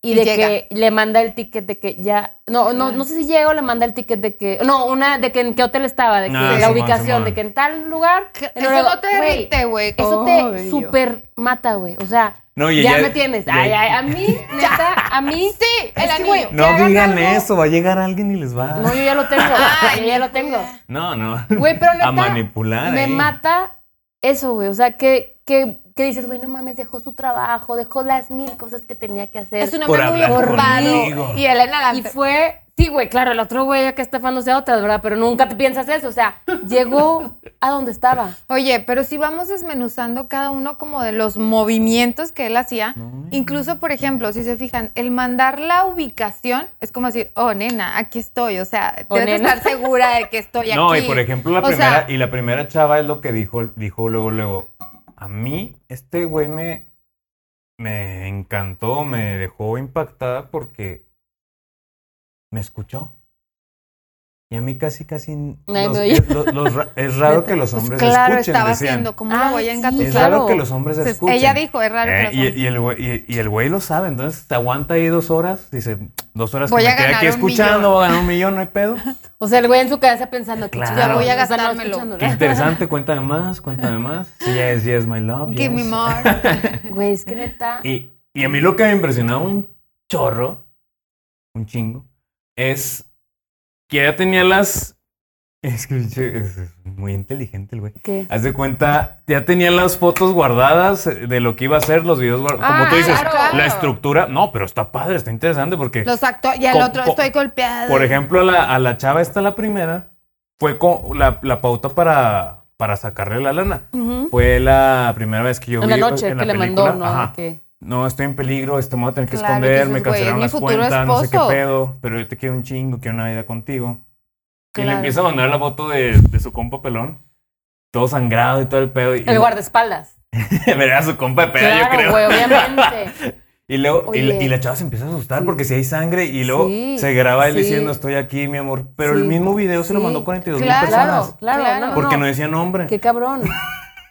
Speaker 2: Y,
Speaker 1: Y
Speaker 2: de
Speaker 1: llega.
Speaker 2: que le manda el ticket de que ya, no, no, no sé si llega o le manda el ticket de que, no, una, de que en qué hotel estaba, de que
Speaker 3: Ah,
Speaker 2: la
Speaker 3: Simón,
Speaker 2: ubicación,
Speaker 3: Simón.
Speaker 2: de que en tal lugar. en
Speaker 1: Eso
Speaker 2: Noruega.
Speaker 1: no te
Speaker 2: Güey,
Speaker 1: rite, güey.
Speaker 2: Eso
Speaker 1: Obvio.
Speaker 2: te super mata, güey. O sea,
Speaker 3: No, y
Speaker 2: ya
Speaker 3: ella-
Speaker 2: me tienes.
Speaker 3: ya-
Speaker 2: Ay, ay, a mí, neta, a mí. Sí,
Speaker 1: el anillo.
Speaker 3: No
Speaker 1: hagan
Speaker 3: digan
Speaker 1: algo.
Speaker 3: eso, va a llegar alguien y les va.
Speaker 2: No, yo ya lo tengo.
Speaker 1: Ay,
Speaker 2: yo ya lo tengo.
Speaker 3: No, no.
Speaker 2: Güey, pero neta,
Speaker 3: A manipular.
Speaker 2: Me
Speaker 3: eh.
Speaker 2: mata eso, güey. O sea, que, que, que dices, güey, no mames, dejó su trabajo, dejó las mil cosas que tenía que hacer.
Speaker 1: Es un
Speaker 3: Por
Speaker 1: hombre muy
Speaker 3: hablar
Speaker 1: ocupado.
Speaker 3: conmigo.
Speaker 1: Y Elena la
Speaker 2: Y fue, sí, güey, claro, el otro güey acá estafándose a otras, ¿verdad? Pero nunca te piensas eso. O sea, llegó a donde estaba.
Speaker 1: Oye, pero si vamos desmenuzando cada uno como de los movimientos que él hacía,
Speaker 3: No.
Speaker 1: incluso por ejemplo, si se fijan, el mandar la ubicación es como decir, oh nena, aquí estoy, o sea,
Speaker 2: Oh,
Speaker 1: debes de
Speaker 2: nena.
Speaker 1: estar segura de que estoy
Speaker 3: No,
Speaker 1: aquí.
Speaker 3: y por ejemplo, la
Speaker 1: O sea-
Speaker 3: primera, y la primera chava es lo que dijo, dijo luego, luego, a mí este güey me, me encantó, me dejó impactada porque me escuchó. Y a mí casi, casi, los-
Speaker 2: no,
Speaker 3: es, los- los ra- es raro que los
Speaker 1: Pues
Speaker 3: hombres
Speaker 1: claro,
Speaker 3: escuchen,
Speaker 1: estaba
Speaker 3: decían.
Speaker 1: haciendo, ¿cómo lo
Speaker 2: Ah,
Speaker 1: voy a
Speaker 2: sí,
Speaker 1: engatusar?
Speaker 3: Es
Speaker 2: claro.
Speaker 3: raro que los hombres
Speaker 1: Entonces,
Speaker 3: escuchen.
Speaker 1: Ella dijo, es raro
Speaker 3: Eh,
Speaker 1: que los
Speaker 3: y,
Speaker 1: hombres-
Speaker 3: y el güey, y, y el güey lo sabe, entonces se aguanta ahí dos horas, dice, dos horas
Speaker 1: Voy
Speaker 3: que
Speaker 1: a
Speaker 3: me quedé aquí
Speaker 1: ganar un
Speaker 3: escuchando,
Speaker 1: millón".
Speaker 3: voy a ganar un millón, no hay pedo.
Speaker 2: O sea, el güey en su cabeza pensando, que
Speaker 3: Claro.
Speaker 1: Voy a gastármelo.
Speaker 2: gastármelo.
Speaker 3: Qué interesante, cuéntame más, cuéntame más. Yes, yes, my love.
Speaker 1: Give me
Speaker 3: yes.
Speaker 1: more.
Speaker 2: Güey, es que neta.
Speaker 3: Y Y a mí lo que me impresionaba un chorro, un chingo, es que ya tenía las... Es que pinche, es es muy inteligente el güey.
Speaker 2: ¿Qué?
Speaker 3: Haz de cuenta, ya tenía las fotos guardadas de lo que iba a ser, los videos guardados. Como
Speaker 1: Ah,
Speaker 3: tú dices,
Speaker 1: claro.
Speaker 3: la estructura. No, pero está padre, está interesante porque...
Speaker 1: Los actores. Y al
Speaker 3: Co-
Speaker 1: otro,
Speaker 3: co-
Speaker 1: estoy golpeada.
Speaker 3: Por ejemplo, a la, a la chava esta, la primera, fue con la, la pauta para, para sacarle la lana.
Speaker 2: Ujú.
Speaker 3: Fue la primera vez que yo
Speaker 2: En
Speaker 3: vi
Speaker 2: la noche
Speaker 3: en
Speaker 2: que
Speaker 3: la
Speaker 2: le mandó,
Speaker 3: película,
Speaker 2: ¿no?
Speaker 3: ajá,
Speaker 2: Que-
Speaker 3: No, estoy en peligro, este me voy a tener que
Speaker 1: Claro,
Speaker 3: esconder, me
Speaker 1: dices, güey, es
Speaker 3: cancelaron
Speaker 1: mi
Speaker 3: las
Speaker 1: futuro
Speaker 3: cuentas, no sé qué
Speaker 1: esposo.
Speaker 3: pedo, pero yo te quiero un chingo, quiero una vida contigo. Y le
Speaker 2: Claro.
Speaker 3: empieza a mandar la foto de, de su compa pelón, todo sangrado y todo el pedo. Y
Speaker 2: El guardaespaldas.
Speaker 3: Verá a su compa de pedo, yo
Speaker 2: claro,
Speaker 3: creo.
Speaker 2: güey, obviamente.
Speaker 3: Y luego, y la,
Speaker 2: Oye.
Speaker 3: y la chava se empieza a asustar
Speaker 2: Sí.
Speaker 3: porque si hay sangre, y luego
Speaker 2: Sí,
Speaker 3: se graba él
Speaker 2: sí.
Speaker 3: diciendo, estoy aquí, mi amor. Pero el
Speaker 2: Sí,
Speaker 3: mismo video se lo
Speaker 2: sí.
Speaker 3: mandó 42 mil
Speaker 1: Claro,
Speaker 3: personas.
Speaker 2: Claro, claro.
Speaker 1: Claro.
Speaker 2: no,
Speaker 3: Porque
Speaker 2: no.
Speaker 3: no decía nombre.
Speaker 2: Qué cabrón.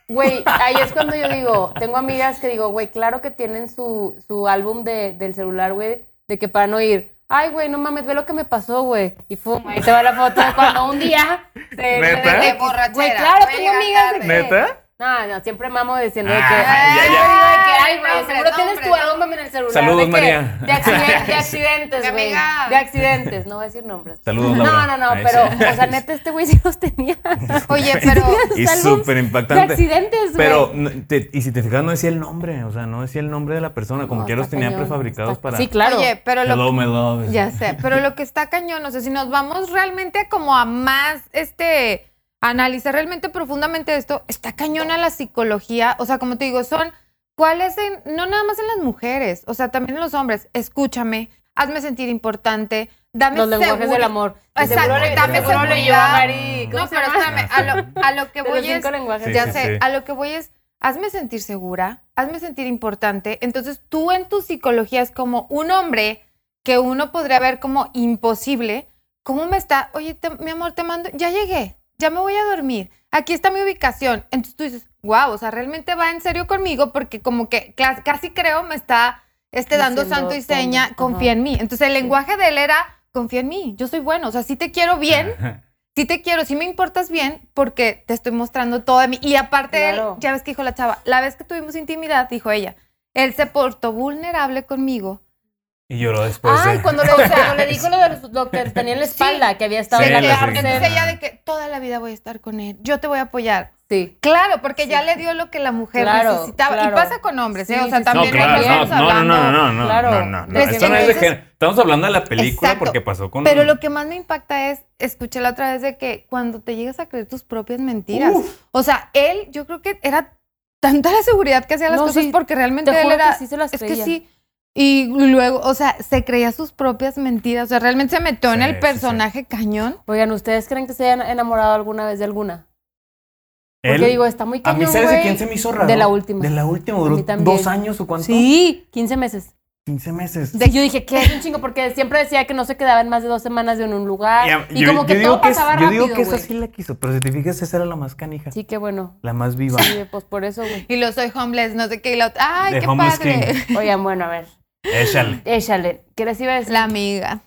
Speaker 2: Güey, ahí es cuando yo digo, tengo amigas que digo, güey, claro que tienen su, su álbum de, del celular, güey, de que para no ir, ay, güey, no mames, ve lo que me pasó, güey. Y fuma, ahí te va la foto de cuando un día se- se...
Speaker 3: ¿Neta?
Speaker 1: De
Speaker 2: Güey,
Speaker 1: borrachera.
Speaker 2: claro,
Speaker 1: voy a
Speaker 2: tengo
Speaker 1: llegar
Speaker 2: amigas de
Speaker 1: tarde.
Speaker 2: que-
Speaker 3: ¿Neta?
Speaker 2: No, no, siempre mamo diciendo de que...
Speaker 3: Ah, ya,
Speaker 2: "Ay,
Speaker 3: ya.
Speaker 2: güey, que, ay, güey,
Speaker 1: Nombres,
Speaker 2: seguro tienes tu
Speaker 1: nombres,
Speaker 2: álbum en el celular.
Speaker 3: Saludos,
Speaker 2: de que-
Speaker 3: María.
Speaker 2: De, accidentes, de accidentes,
Speaker 1: Mi
Speaker 2: güey.
Speaker 1: amiga.
Speaker 2: De accidentes, no voy a decir nombres.
Speaker 3: Saludos,
Speaker 2: No,
Speaker 3: Laura.
Speaker 2: no, no,
Speaker 3: Ahí
Speaker 2: pero,
Speaker 3: sí.
Speaker 2: o sea, neta, este güey sí los tenía.
Speaker 1: Oye, pero.
Speaker 3: Y
Speaker 2: Los álbums
Speaker 3: súper
Speaker 2: De
Speaker 3: impactante.
Speaker 2: accidentes, Pues, güey.
Speaker 3: Pero, no- te- y si te fijas, no decía el nombre, o sea, no decía el nombre de la persona, como
Speaker 2: No,
Speaker 3: que ya los
Speaker 2: está
Speaker 3: tenía
Speaker 2: cañón,
Speaker 3: prefabricados
Speaker 2: está-
Speaker 3: para...
Speaker 2: Sí, claro.
Speaker 1: Oye, pero lo
Speaker 3: Hello, my love.
Speaker 1: Ya sé, pero lo que está cañón, o sea, si nos vamos realmente como a más, este, a analizar realmente profundamente esto, está cañona la psicología, o sea, como te digo, son cuáles, en- no nada más en las mujeres, o sea, también en los hombres, escúchame, hazme sentir importante, dame
Speaker 2: los lenguajes
Speaker 1: seguri-
Speaker 2: del amor.
Speaker 1: Exacto,
Speaker 2: Seguro le-
Speaker 3: dame
Speaker 2: seguro le
Speaker 1: seguridad.
Speaker 2: llevó a Mari. ¿cómo
Speaker 1: No,
Speaker 2: se
Speaker 1: pero
Speaker 2: llama?
Speaker 1: espérame, a lo, a lo que
Speaker 2: De los
Speaker 1: voy es,
Speaker 2: cinco lenguajes.
Speaker 3: Sí,
Speaker 2: del
Speaker 1: ya
Speaker 3: sí,
Speaker 2: amor.
Speaker 1: sé,
Speaker 3: sí.
Speaker 1: a lo que voy es, hazme sentir segura, hazme sentir importante. Entonces tú en tu psicología es como un hombre que uno podría ver como imposible. ¿Cómo me está? Oye, te- mi amor, te mando, ya llegué, ya me voy a dormir, aquí está mi ubicación. Entonces tú dices, wow, o sea, realmente va en serio conmigo porque como que clas- casi creo me está este, dando
Speaker 2: Diciendo
Speaker 1: santo y
Speaker 2: todo.
Speaker 1: seña,
Speaker 2: Ajá.
Speaker 1: confía en mí. Entonces el lenguaje de él era, confía en mí, yo soy bueno, o sea, sí te quiero bien, sí te quiero, sí me importas bien porque te estoy mostrando todo de mí. Y aparte,
Speaker 2: Claro.
Speaker 1: él, ya ves que dijo la chava, la vez que tuvimos intimidad, dijo ella, él se portó vulnerable conmigo.
Speaker 3: Y lloró después.
Speaker 2: Ay,
Speaker 3: eh.
Speaker 2: cuando le, o sea, cuando le dijo lo, de los- lo que tenía en la espalda, que había estado
Speaker 3: Sí,
Speaker 2: en la
Speaker 3: sí, sí.
Speaker 1: Entonces
Speaker 2: cárcel.
Speaker 1: ella de que toda la vida voy a estar con él, yo te voy a apoyar.
Speaker 2: Sí.
Speaker 1: Claro, porque ya le dio lo que la mujer
Speaker 2: Claro,
Speaker 1: necesitaba.
Speaker 2: claro.
Speaker 1: Y pasa con hombres, ¿eh?
Speaker 2: Sí,
Speaker 1: O sea,
Speaker 2: sí, sí.
Speaker 3: No,
Speaker 1: también
Speaker 3: claro,
Speaker 1: estamos
Speaker 3: no, no, no,
Speaker 1: hablando-
Speaker 3: no, no, no,
Speaker 2: Claro.
Speaker 3: no, no, no,
Speaker 2: Pero es
Speaker 3: esto
Speaker 2: que
Speaker 3: no es de
Speaker 1: entonces-
Speaker 3: género. Estamos hablando de la película
Speaker 1: Exacto.
Speaker 3: porque pasó con...
Speaker 1: Pero lo que más me impacta es, escuché la otra vez de que cuando te llegas a creer tus propias mentiras, o sea, él, yo creo que era tanta la seguridad que hacía las
Speaker 2: No,
Speaker 1: cosas
Speaker 2: sí,
Speaker 1: porque realmente
Speaker 2: Te
Speaker 1: él
Speaker 2: juro
Speaker 1: era...
Speaker 2: que sí se las
Speaker 1: es que
Speaker 2: creía.
Speaker 1: sí. Y luego, o sea, se creía sus propias mentiras, o sea, realmente se metió en
Speaker 3: Sí,
Speaker 1: el
Speaker 3: sí,
Speaker 1: personaje cañón.
Speaker 2: Oigan, ¿ustedes creen que se hayan enamorado alguna vez de alguna? Porque
Speaker 3: Él-
Speaker 2: digo, está muy
Speaker 3: A
Speaker 2: cañón,
Speaker 3: mí, ¿sabes de
Speaker 2: güey.
Speaker 3: quién se me hizo raro?
Speaker 2: De la última.
Speaker 3: De la última,
Speaker 2: A
Speaker 3: duró
Speaker 2: mí también.
Speaker 3: dos años o cuánto?
Speaker 2: Sí, 15 meses.
Speaker 3: 15 meses.
Speaker 2: Sí, yo dije, ¿qué es un chingo? Porque siempre decía que no se quedaban más de dos semanas en un lugar.
Speaker 3: Y a-
Speaker 2: Y, como que todo
Speaker 3: digo es-
Speaker 2: pasaba
Speaker 3: yo
Speaker 2: rápido,
Speaker 3: digo que esa
Speaker 2: güey.
Speaker 3: sí la quiso, pero si te fijas, esa era la más canija,
Speaker 2: Sí, qué bueno.
Speaker 3: la más viva.
Speaker 2: Sí, pues por eso, güey.
Speaker 1: Y lo soy homeless, no sé qué, y la otra, ay,
Speaker 3: The
Speaker 1: qué
Speaker 3: homeless
Speaker 1: padre.
Speaker 2: Oigan, bueno, a ver.
Speaker 3: Échale.
Speaker 2: Échale. ¿Qué les iba a decir?
Speaker 1: La amiga.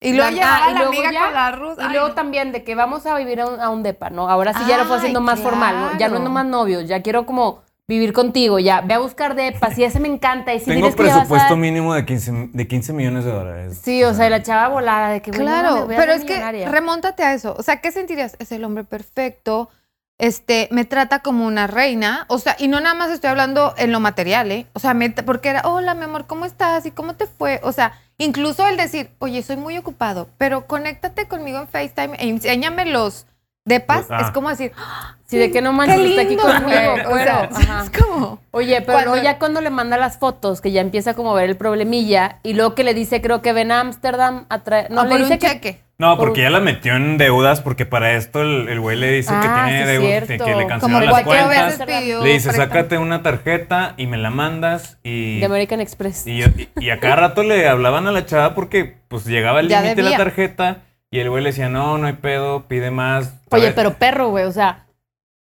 Speaker 1: Y
Speaker 2: La-
Speaker 1: luego llevaba
Speaker 2: ah, y
Speaker 1: la
Speaker 2: luego
Speaker 1: amiga
Speaker 2: ya-
Speaker 1: con la rusa.
Speaker 2: Y
Speaker 1: Ay,
Speaker 2: luego
Speaker 1: no.
Speaker 2: también de que vamos a vivir a un, a un depa, ¿no? Ahora sí ya lo fue
Speaker 1: Ay,
Speaker 2: haciendo más formal, ¿no? Ya no es
Speaker 1: claro.
Speaker 2: nomás novio, ya quiero como vivir contigo, ya. Ve a buscar depa, si ese me encanta. Y si
Speaker 3: Tengo
Speaker 2: diles que ya vas a-
Speaker 3: presupuesto mínimo de 15, de 15 millones de dólares.
Speaker 2: Sí, o sea, y la chava volada de que güey, no mames,
Speaker 1: Claro,
Speaker 2: voy a
Speaker 1: pero
Speaker 2: ser
Speaker 1: es que
Speaker 2: millonaria.
Speaker 1: remóntate a eso. O sea, ¿qué sentirías? Es el hombre perfecto, este, me trata como una reina. O sea, y no nada más estoy hablando en lo material, ¿eh? O sea, me- porque era, hola, mi amor, ¿cómo estás? ¿Y cómo te fue? O sea, incluso el decir, oye, soy muy ocupado, pero conéctate conmigo en FaceTime e enséñame los de paz.
Speaker 3: Ah.
Speaker 1: Es como decir, ¡ah,
Speaker 2: Sí, de que no manches,
Speaker 1: qué
Speaker 2: está
Speaker 1: lindo,
Speaker 2: aquí conmigo,
Speaker 1: güey! O
Speaker 2: cuero.
Speaker 1: sea,
Speaker 2: Ajá.
Speaker 1: es como...
Speaker 2: Oye, pero
Speaker 1: Cuando-
Speaker 2: luego ya cuando le manda las fotos, que ya empieza como a ver el problemilla, y luego que le dice, creo que ven a Ámsterdam a traer. No,
Speaker 1: o
Speaker 2: le
Speaker 1: Ah, por
Speaker 2: dice
Speaker 1: un
Speaker 2: que.
Speaker 1: cheque.
Speaker 3: No, porque ya la metió en deudas, porque para esto el el güey le dice que
Speaker 2: Ah,
Speaker 3: tiene
Speaker 2: sí,
Speaker 3: deudas, que,
Speaker 2: cierto.
Speaker 3: que le
Speaker 1: Como
Speaker 3: cancelaron las
Speaker 1: cuatro veces
Speaker 3: cuentas.
Speaker 2: cuentas.
Speaker 1: pidió...
Speaker 3: Le dice,
Speaker 1: préstamo.
Speaker 3: sácate una tarjeta y me la mandas y...
Speaker 2: De American Express.
Speaker 3: Y, y- y a cada rato le hablaban a la chava porque pues llegaba el
Speaker 1: Ya
Speaker 3: límite la
Speaker 1: debía.
Speaker 3: tarjeta y el güey le decía, no, no hay pedo, pide más.
Speaker 2: Oye,
Speaker 3: ¿sabes?
Speaker 2: pero perro, güey, o sea,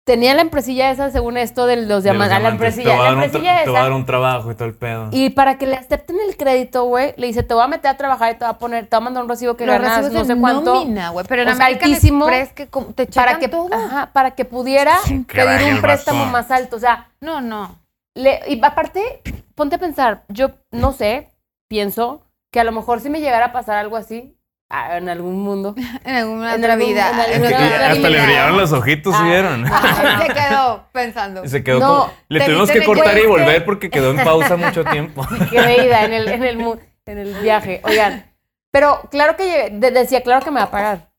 Speaker 2: tenía la empresilla esa según esto de los
Speaker 3: De los
Speaker 2: diamantes, pues, la
Speaker 3: diamantes,
Speaker 2: empresilla,
Speaker 3: te va a
Speaker 2: la
Speaker 3: dar un tra-
Speaker 2: empresilla
Speaker 3: Te va a dar
Speaker 2: esa.
Speaker 3: un trabajo y todo el pedo.
Speaker 2: Y para que le acepten el crédito, güey, le dice, te voy a meter a trabajar y te voy a poner, te voy a mandar un recibo que
Speaker 1: Los
Speaker 2: ganas,
Speaker 1: recibos
Speaker 2: no
Speaker 1: en
Speaker 2: sé cuánto.
Speaker 1: nómina, güey, pero en
Speaker 2: O sea,
Speaker 1: American
Speaker 2: altísimo,
Speaker 1: Express que como te
Speaker 2: para
Speaker 1: checan
Speaker 2: que,
Speaker 1: todo.
Speaker 2: ajá, para que pudiera
Speaker 3: Sí,
Speaker 2: pedir
Speaker 3: caray, el
Speaker 2: un préstamo
Speaker 3: vato.
Speaker 2: más alto. O sea,
Speaker 1: No, no.
Speaker 2: le- y aparte, ponte a pensar, yo no sé, pienso que a lo mejor si me llegara a pasar algo así ah, en algún mundo,
Speaker 1: En alguna
Speaker 2: En
Speaker 1: otra
Speaker 2: algún-
Speaker 1: vida.
Speaker 2: en
Speaker 3: Es
Speaker 2: alguna
Speaker 3: que
Speaker 2: Pero
Speaker 3: ya
Speaker 2: otra
Speaker 3: hasta le
Speaker 2: vida.
Speaker 3: brillaron los ojitos,
Speaker 2: Ah.
Speaker 3: ¿vieron?
Speaker 1: Ajá, Se quedó pensando.
Speaker 3: Se quedó
Speaker 2: No,
Speaker 3: como- Le
Speaker 1: te
Speaker 3: tuvimos
Speaker 1: viste
Speaker 3: que
Speaker 1: de
Speaker 3: cortar y
Speaker 1: cuello.
Speaker 3: volver porque quedó en pausa mucho tiempo.
Speaker 2: creída en el, en el, mu- en el viaje. Oigan, pero claro que llegué- de- decía, claro que me va a pagar.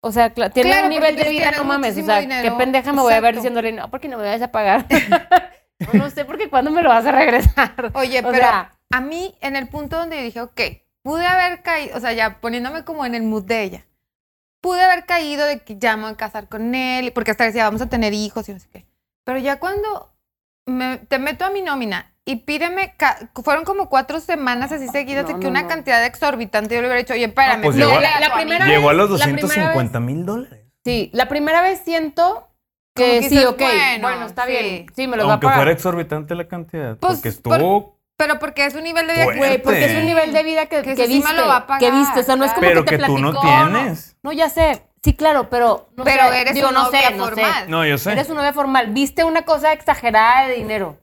Speaker 2: O sea, cla- tiene
Speaker 1: Claro,
Speaker 2: un nivel
Speaker 1: porque
Speaker 2: de
Speaker 1: ellos
Speaker 2: vida, no
Speaker 1: ganan
Speaker 2: mames. O
Speaker 1: muchísimo
Speaker 2: sea, qué
Speaker 1: dinero.
Speaker 2: pendeja me voy a ver
Speaker 1: Exacto.
Speaker 2: diciéndole, no, porque no me vayas a pagar. No, no sé, porque cuándo me lo vas a regresar.
Speaker 1: Oye,
Speaker 2: O
Speaker 1: pero
Speaker 2: sea,
Speaker 1: a mí, en el punto donde yo dije, ok, pude haber caído, o sea, ya poniéndome como en el mood de ella, pude haber caído de que ya me voy a casar con él, porque hasta decía, vamos a tener hijos y no sé qué. Pero ya cuando me- te meto a mi nómina y pídeme, ca- fueron como cuatro semanas así seguidas
Speaker 2: No,
Speaker 1: de que
Speaker 2: no,
Speaker 1: una
Speaker 2: no.
Speaker 1: cantidad de exorbitante, yo le hubiera dicho, oye, espérame.
Speaker 3: Ah, pues
Speaker 1: no,
Speaker 3: llegó-
Speaker 1: le hago a mí.
Speaker 2: primera
Speaker 3: Llegó a los
Speaker 2: vez- la primera
Speaker 3: 250 mil dólares.
Speaker 2: sí, la primera vez siento
Speaker 1: Como
Speaker 2: que
Speaker 1: que
Speaker 2: sí,
Speaker 1: dices,
Speaker 2: ok. Bueno,
Speaker 1: bueno,
Speaker 2: está
Speaker 1: sí.
Speaker 2: bien. Sí, me lo va a
Speaker 3: Aunque
Speaker 2: pagar.
Speaker 3: fuera exorbitante la cantidad.
Speaker 1: Pues,
Speaker 3: porque
Speaker 1: por-
Speaker 3: estuvo.
Speaker 1: Pero porque es un nivel de vida
Speaker 3: Pues,
Speaker 1: que-
Speaker 2: Güey, porque es un
Speaker 3: fuerte.
Speaker 2: nivel de vida que,
Speaker 1: Que eso
Speaker 2: que,
Speaker 1: sí me
Speaker 2: viste.
Speaker 1: lo va a pagar,
Speaker 2: que viste. O sea, no es como
Speaker 1: claro.
Speaker 3: Pero
Speaker 2: que te
Speaker 3: que tú no
Speaker 2: platicó,
Speaker 3: tienes.
Speaker 2: No, ya sé. Sí, claro, pero. no
Speaker 1: Pero
Speaker 2: sé,
Speaker 1: eres
Speaker 2: digo,
Speaker 1: un
Speaker 2: no sé,
Speaker 1: novia
Speaker 2: no sé.
Speaker 1: formal.
Speaker 3: No, yo sé.
Speaker 2: Eres una novia formal. Viste una cosa exagerada de dinero.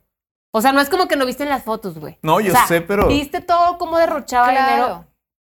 Speaker 2: O sea, no es como que no viste en las fotos, güey.
Speaker 3: No,
Speaker 2: O
Speaker 3: yo
Speaker 2: sea,
Speaker 3: sé, pero.
Speaker 2: Viste todo cómo derrochaba dinero.
Speaker 1: Claro.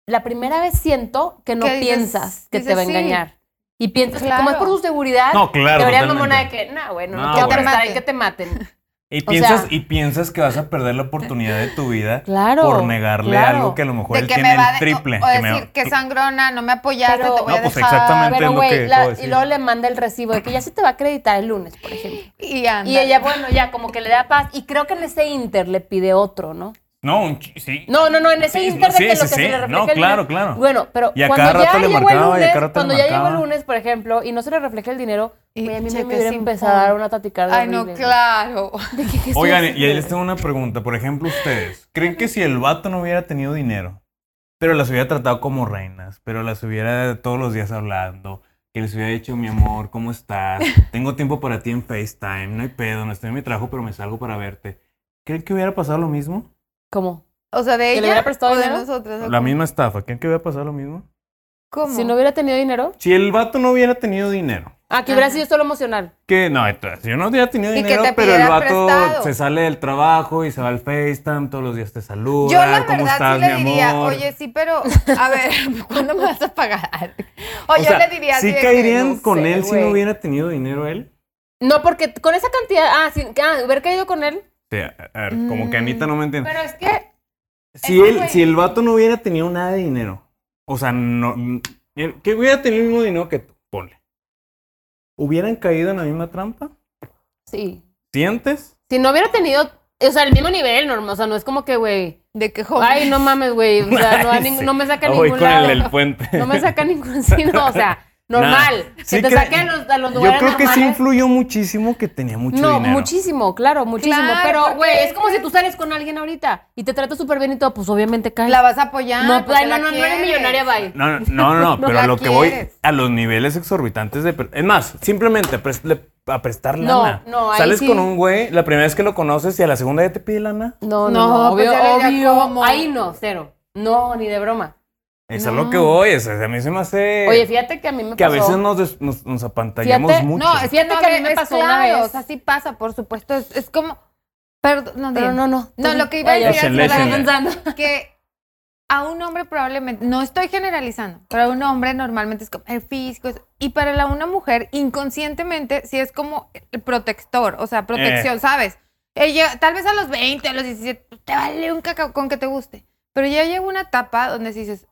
Speaker 2: La primera vez siento que no
Speaker 1: Que dices-
Speaker 2: piensas que te
Speaker 1: dices,
Speaker 2: va a
Speaker 1: sí.
Speaker 2: engañar. Y piensas que como es
Speaker 1: Claro.
Speaker 2: por su seguridad,
Speaker 3: No, claro,
Speaker 2: debería
Speaker 3: totalmente.
Speaker 2: mamona de que, no, bueno, no,
Speaker 3: No,
Speaker 2: te voy a
Speaker 3: güey.
Speaker 2: prestar
Speaker 1: Que
Speaker 2: y que te maten.
Speaker 3: Y piensas,
Speaker 2: sea-
Speaker 3: y piensas que vas a perder la oportunidad de tu vida
Speaker 2: Claro,
Speaker 3: por negarle
Speaker 2: claro.
Speaker 3: algo que a lo mejor
Speaker 1: De
Speaker 3: él
Speaker 1: que
Speaker 3: tiene
Speaker 1: me va a
Speaker 3: el
Speaker 1: de- o,
Speaker 3: triple.
Speaker 1: o
Speaker 3: me-
Speaker 1: decir que sangrona, no me apoyaste,
Speaker 2: Pero-
Speaker 1: te voy
Speaker 3: No,
Speaker 1: a
Speaker 3: pues,
Speaker 1: dejar.
Speaker 3: exactamente. es
Speaker 2: Ah, Pero,
Speaker 3: lo que
Speaker 2: güey, la-
Speaker 3: acabo de
Speaker 2: y
Speaker 3: decir.
Speaker 2: luego le manda el recibo de que ya se te va a acreditar el lunes, por ejemplo.
Speaker 1: Y, anda.
Speaker 2: Y ella, bueno, ya como que le da paz. Y creo que en ese inter le pide otro, ¿no?
Speaker 3: No, un chi- sí.
Speaker 2: No, no, no, en ese
Speaker 3: Sí,
Speaker 2: inter de
Speaker 3: sí,
Speaker 2: que
Speaker 3: sí,
Speaker 2: lo que
Speaker 3: sí.
Speaker 2: se le
Speaker 3: No,
Speaker 2: refleja el
Speaker 3: claro,
Speaker 2: dinero-
Speaker 3: claro.
Speaker 2: Bueno, pero
Speaker 3: Y a
Speaker 2: cuando
Speaker 3: cada
Speaker 2: ya
Speaker 3: rato le
Speaker 2: llegó el
Speaker 3: marcaba, y a
Speaker 2: lunes,
Speaker 3: cada rato le
Speaker 2: cuando ya llegó el
Speaker 3: marcaba.
Speaker 2: lunes, por ejemplo, y no se le refleja el dinero,
Speaker 1: Y
Speaker 2: güey, a mí me
Speaker 1: cheque
Speaker 2: hubiera
Speaker 1: sin
Speaker 2: empezado a
Speaker 1: fondo.
Speaker 2: dar una taticardia
Speaker 1: Ay, no,
Speaker 2: horrible, güey.
Speaker 1: claro.
Speaker 2: ¿De qué- qué estoy
Speaker 3: Oigan, y
Speaker 2: haciendo?
Speaker 3: ahí les tengo una pregunta. Por ejemplo, ustedes, ¿creen que si el vato no hubiera tenido dinero, pero las hubiera tratado como reinas, pero las hubiera todos los días hablando, que les hubiera dicho, mi amor, ¿cómo estás? Tengo tiempo para ti en FaceTime, no hay pedo, no estoy en mi trabajo, pero me salgo para verte. ¿Creen que hubiera pasado lo mismo?
Speaker 2: ¿Cómo?
Speaker 1: O sea, de
Speaker 2: ¿Que le
Speaker 1: ella
Speaker 2: hubiera prestado
Speaker 1: o de
Speaker 2: dinero?
Speaker 1: nosotros. ¿o
Speaker 3: La
Speaker 1: cómo?
Speaker 3: misma estafa, ¿creen que hubiera pasado lo mismo?
Speaker 1: ¿Cómo?
Speaker 2: Si no hubiera tenido dinero.
Speaker 3: Si el vato no hubiera tenido dinero,
Speaker 2: Ah, que hubiera
Speaker 1: Ajá.
Speaker 2: sido solo emocional.
Speaker 3: que no, entonces, yo no hubiera tenido
Speaker 1: Y que
Speaker 3: dinero,
Speaker 1: te
Speaker 3: pero el
Speaker 1: pidiera
Speaker 3: vato
Speaker 1: prestado.
Speaker 3: se sale del trabajo y se va al FaceTime, todos los días te saluda,
Speaker 1: Yo la
Speaker 3: ¿cómo
Speaker 1: verdad
Speaker 3: estás,
Speaker 1: sí le
Speaker 3: mi
Speaker 1: diría,
Speaker 3: amor?
Speaker 1: oye, sí, pero a ver, ¿cuándo me vas a pagar? O, yo
Speaker 3: sea,
Speaker 1: le diría así
Speaker 3: Sí
Speaker 1: de que,
Speaker 3: caerían
Speaker 1: no
Speaker 3: con
Speaker 1: sé,
Speaker 3: él si
Speaker 1: güey.
Speaker 3: no hubiera tenido dinero él.
Speaker 2: No, porque con esa cantidad. Ah, sin, ah, hubiera caído con él.
Speaker 3: O sea, a ver, como que
Speaker 1: Mm.
Speaker 3: Anita no me entiende.
Speaker 2: Pero es que.
Speaker 3: Si
Speaker 2: ese
Speaker 3: él,
Speaker 2: güey-
Speaker 3: si el vato no hubiera tenido nada de dinero, o sea, no él- que hubiera tenido el mismo dinero que tú, ponle. ¿Hubieran caído en la misma trampa?
Speaker 2: Sí.
Speaker 3: ¿Sientes?
Speaker 2: Si no hubiera tenido. O sea, el mismo nivel, normal. O sea, no es como que, güey.
Speaker 1: De que joven.
Speaker 2: Ay, no mames, güey. O sea, no, a
Speaker 3: Ay,
Speaker 2: ning-
Speaker 3: sí.
Speaker 2: no me saca a
Speaker 3: Ah, voy
Speaker 2: ningún
Speaker 3: con
Speaker 2: lado.
Speaker 3: el del puente.
Speaker 2: No me saca ningún sino, o sea, normal.
Speaker 3: Nah,
Speaker 2: Que
Speaker 3: sí
Speaker 2: te
Speaker 3: cre-
Speaker 2: saque a los, a los
Speaker 3: Yo
Speaker 2: lugares
Speaker 3: creo que sí
Speaker 2: normales.
Speaker 3: influyó muchísimo que tenía mucho
Speaker 2: No,
Speaker 3: dinero.
Speaker 2: muchísimo, claro, muchísimo.
Speaker 1: Claro,
Speaker 2: pero,
Speaker 1: porque
Speaker 2: güey, es
Speaker 1: es
Speaker 2: como
Speaker 1: que-
Speaker 2: si tú sales con alguien ahorita y te trata súper bien y todo, pues obviamente caes.
Speaker 1: La vas a apoyar.
Speaker 2: no, pues,
Speaker 1: porque
Speaker 2: ay, no,
Speaker 1: la
Speaker 2: no, no eres
Speaker 1: quieres.
Speaker 2: millonaria, bye.
Speaker 3: No, no, no, no, pero a
Speaker 1: la
Speaker 3: lo que voy
Speaker 1: quieres.
Speaker 3: a los niveles exorbitantes de. per- Es más, simplemente a pres- le- a prestar
Speaker 2: No,
Speaker 3: lana.
Speaker 2: no, ahí
Speaker 3: Sales
Speaker 2: sí.
Speaker 3: con un güey, la primera vez que lo conoces y a la segunda ya te pide lana.
Speaker 2: No, no,
Speaker 1: No,
Speaker 2: no,
Speaker 1: pues
Speaker 2: obvio,
Speaker 1: ya le diría
Speaker 2: obvio.
Speaker 1: cómo.
Speaker 2: Ahí no, cero. No, ni de broma.
Speaker 3: Es a
Speaker 1: No.
Speaker 3: lo que voy, o sea, a mí se me hace
Speaker 2: Oye, fíjate que a mí me
Speaker 3: que a
Speaker 2: pasó.
Speaker 3: veces nos, des- nos, nos apantallamos
Speaker 2: Fíjate,
Speaker 3: mucho.
Speaker 1: No, es que
Speaker 2: Fíjate
Speaker 1: no,
Speaker 2: que a mí
Speaker 1: ve-
Speaker 2: me
Speaker 1: es
Speaker 2: pasó una
Speaker 1: claro,
Speaker 2: vez.
Speaker 1: O sea, sí pasa, por supuesto. Es, es como. Perdón, no,
Speaker 2: Pero
Speaker 1: Diana.
Speaker 2: no, no.
Speaker 1: No, lo que iba a
Speaker 2: Ay,
Speaker 1: decir
Speaker 2: ya
Speaker 1: es
Speaker 3: Échenle,
Speaker 2: estaba
Speaker 3: échenle.
Speaker 2: pensando.
Speaker 1: que a un hombre probablemente, no estoy generalizando, pero a un hombre normalmente es como el físico, es- y para la, una mujer inconscientemente sí es como el protector, o sea, protección,
Speaker 3: Eh.
Speaker 1: ¿sabes? Ella, tal vez a los 20, a los 17, te vale un cacao con que te guste, pero ya llega una etapa donde sí dices,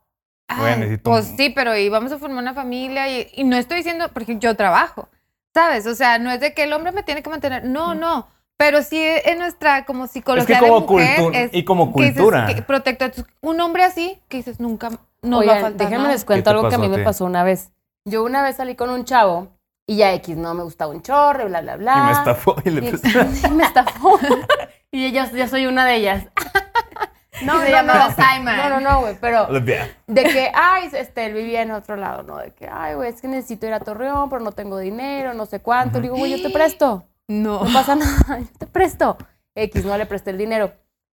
Speaker 3: Voy a
Speaker 1: "Ay,
Speaker 3: necesito
Speaker 1: pues
Speaker 3: un-
Speaker 1: sí, pero y vamos a formar una familia, y, y no estoy diciendo, porque yo trabajo, ¿sabes? O sea, no es de que el hombre me tiene que mantener, no, no. Pero sí eh, en nuestra como
Speaker 3: Mm. es
Speaker 1: psicología
Speaker 3: que como
Speaker 1: de mujer
Speaker 3: cultura
Speaker 1: es
Speaker 3: y como
Speaker 1: que dices
Speaker 3: cultura.
Speaker 1: que protector. Entonces, Un hombre así que dices nunca nos va a
Speaker 2: Oigan,
Speaker 1: faltar.
Speaker 2: déjenme
Speaker 1: nada.
Speaker 2: les cuento
Speaker 3: ¿Qué te
Speaker 2: algo que a
Speaker 3: pasó
Speaker 2: mí
Speaker 3: a
Speaker 2: me
Speaker 3: ti?
Speaker 2: pasó una vez. Yo una vez salí con un chavo y ya X, no, me gustaba un chorro, y bla, bla, bla.
Speaker 3: y me estafó y le presté.
Speaker 2: Y, me estafó. y ella, ya soy una de ellas.
Speaker 1: No,
Speaker 2: Y se
Speaker 1: no, no,
Speaker 2: llama-
Speaker 1: Simon.
Speaker 2: No, no, no, güey, pero
Speaker 3: Lesbia.
Speaker 2: de que, ay, este, él vivía en otro lado, ¿no? De que, ay, güey, es que necesito ir a Torreón, pero no tengo dinero, no sé cuánto. Le digo, güey, yo te presto.
Speaker 1: No.
Speaker 2: No pasa nada, yo te presto. X, no le presté el dinero.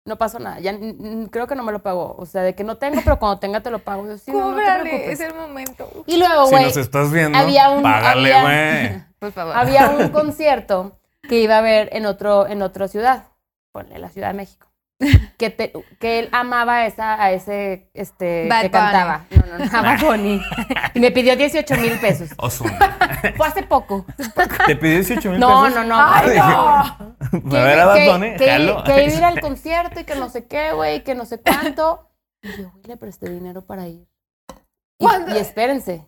Speaker 2: No pasó nada, ya n- n- creo que no me lo pagó. O sea, de que no tengo, pero cuando tenga te lo pago. Yo, sí, no, no te
Speaker 1: Cúbrale,
Speaker 2: preocupes.
Speaker 1: es el momento.
Speaker 2: Y luego,
Speaker 3: Si
Speaker 2: güey,
Speaker 3: nos estás viendo,
Speaker 2: había un-
Speaker 3: págale,
Speaker 2: había-
Speaker 3: güey.
Speaker 1: Por favor.
Speaker 2: había un concierto que iba a haber en otro en otra ciudad. ponle la Ciudad de México. Que, te- que él amaba esa, a ese este,
Speaker 1: Bad
Speaker 2: que
Speaker 1: Bunny.
Speaker 2: cantaba. No, no, no, a Bad Bunny. Y me pidió 18 mil pesos.
Speaker 3: Ozuna.
Speaker 2: Fue hace poco.
Speaker 3: ¿Te pidió 18 mil
Speaker 2: No, no,
Speaker 3: pesos?
Speaker 2: no.
Speaker 3: Ay,
Speaker 2: no.
Speaker 3: no. A ver a Bad Bunny,
Speaker 2: que-
Speaker 3: jalo.
Speaker 2: que ir al concierto y que no sé qué, güey, que no sé cuánto. Y yo, güey, le presté dinero para ir. Y,
Speaker 1: ¿Cuándo?
Speaker 2: y espérense.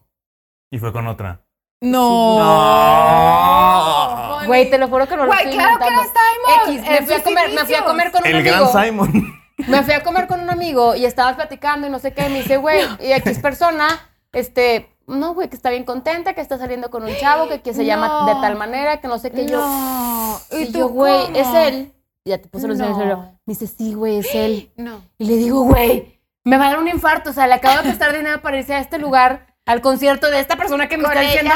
Speaker 3: Y fue con otra.
Speaker 2: Oh.
Speaker 1: No.
Speaker 3: No.
Speaker 2: Güey, te lo juro que no lo
Speaker 1: Güey,
Speaker 2: estoy
Speaker 1: claro que no está
Speaker 2: inventando.
Speaker 1: Simon.
Speaker 2: X, me
Speaker 1: en
Speaker 2: fui, a
Speaker 1: sus
Speaker 2: comer, me fui a
Speaker 1: inicios.
Speaker 2: comer con un
Speaker 3: El gran
Speaker 2: amigo.
Speaker 3: Simon.
Speaker 2: Me fui a comer con un amigo y estabas platicando y no sé qué. Y me dice, güey, y X persona, este, no, güey, que está bien contenta, que está saliendo con un chavo, que, que se llama
Speaker 1: No.
Speaker 2: de tal manera, que no sé qué. Yo,
Speaker 1: No.
Speaker 2: Y
Speaker 1: tú
Speaker 2: yo, güey,
Speaker 1: cómo?
Speaker 2: es él. Y Ya te puse los dedos en el
Speaker 1: No.
Speaker 2: cerebro. Me dice, sí, güey, es él.
Speaker 1: No.
Speaker 2: Y le digo, güey, me va a dar un infarto. O sea, le acabo de prestar dinero para irse a este lugar, al concierto de esta persona que me
Speaker 1: Con
Speaker 2: está
Speaker 1: ella.
Speaker 2: diciendo.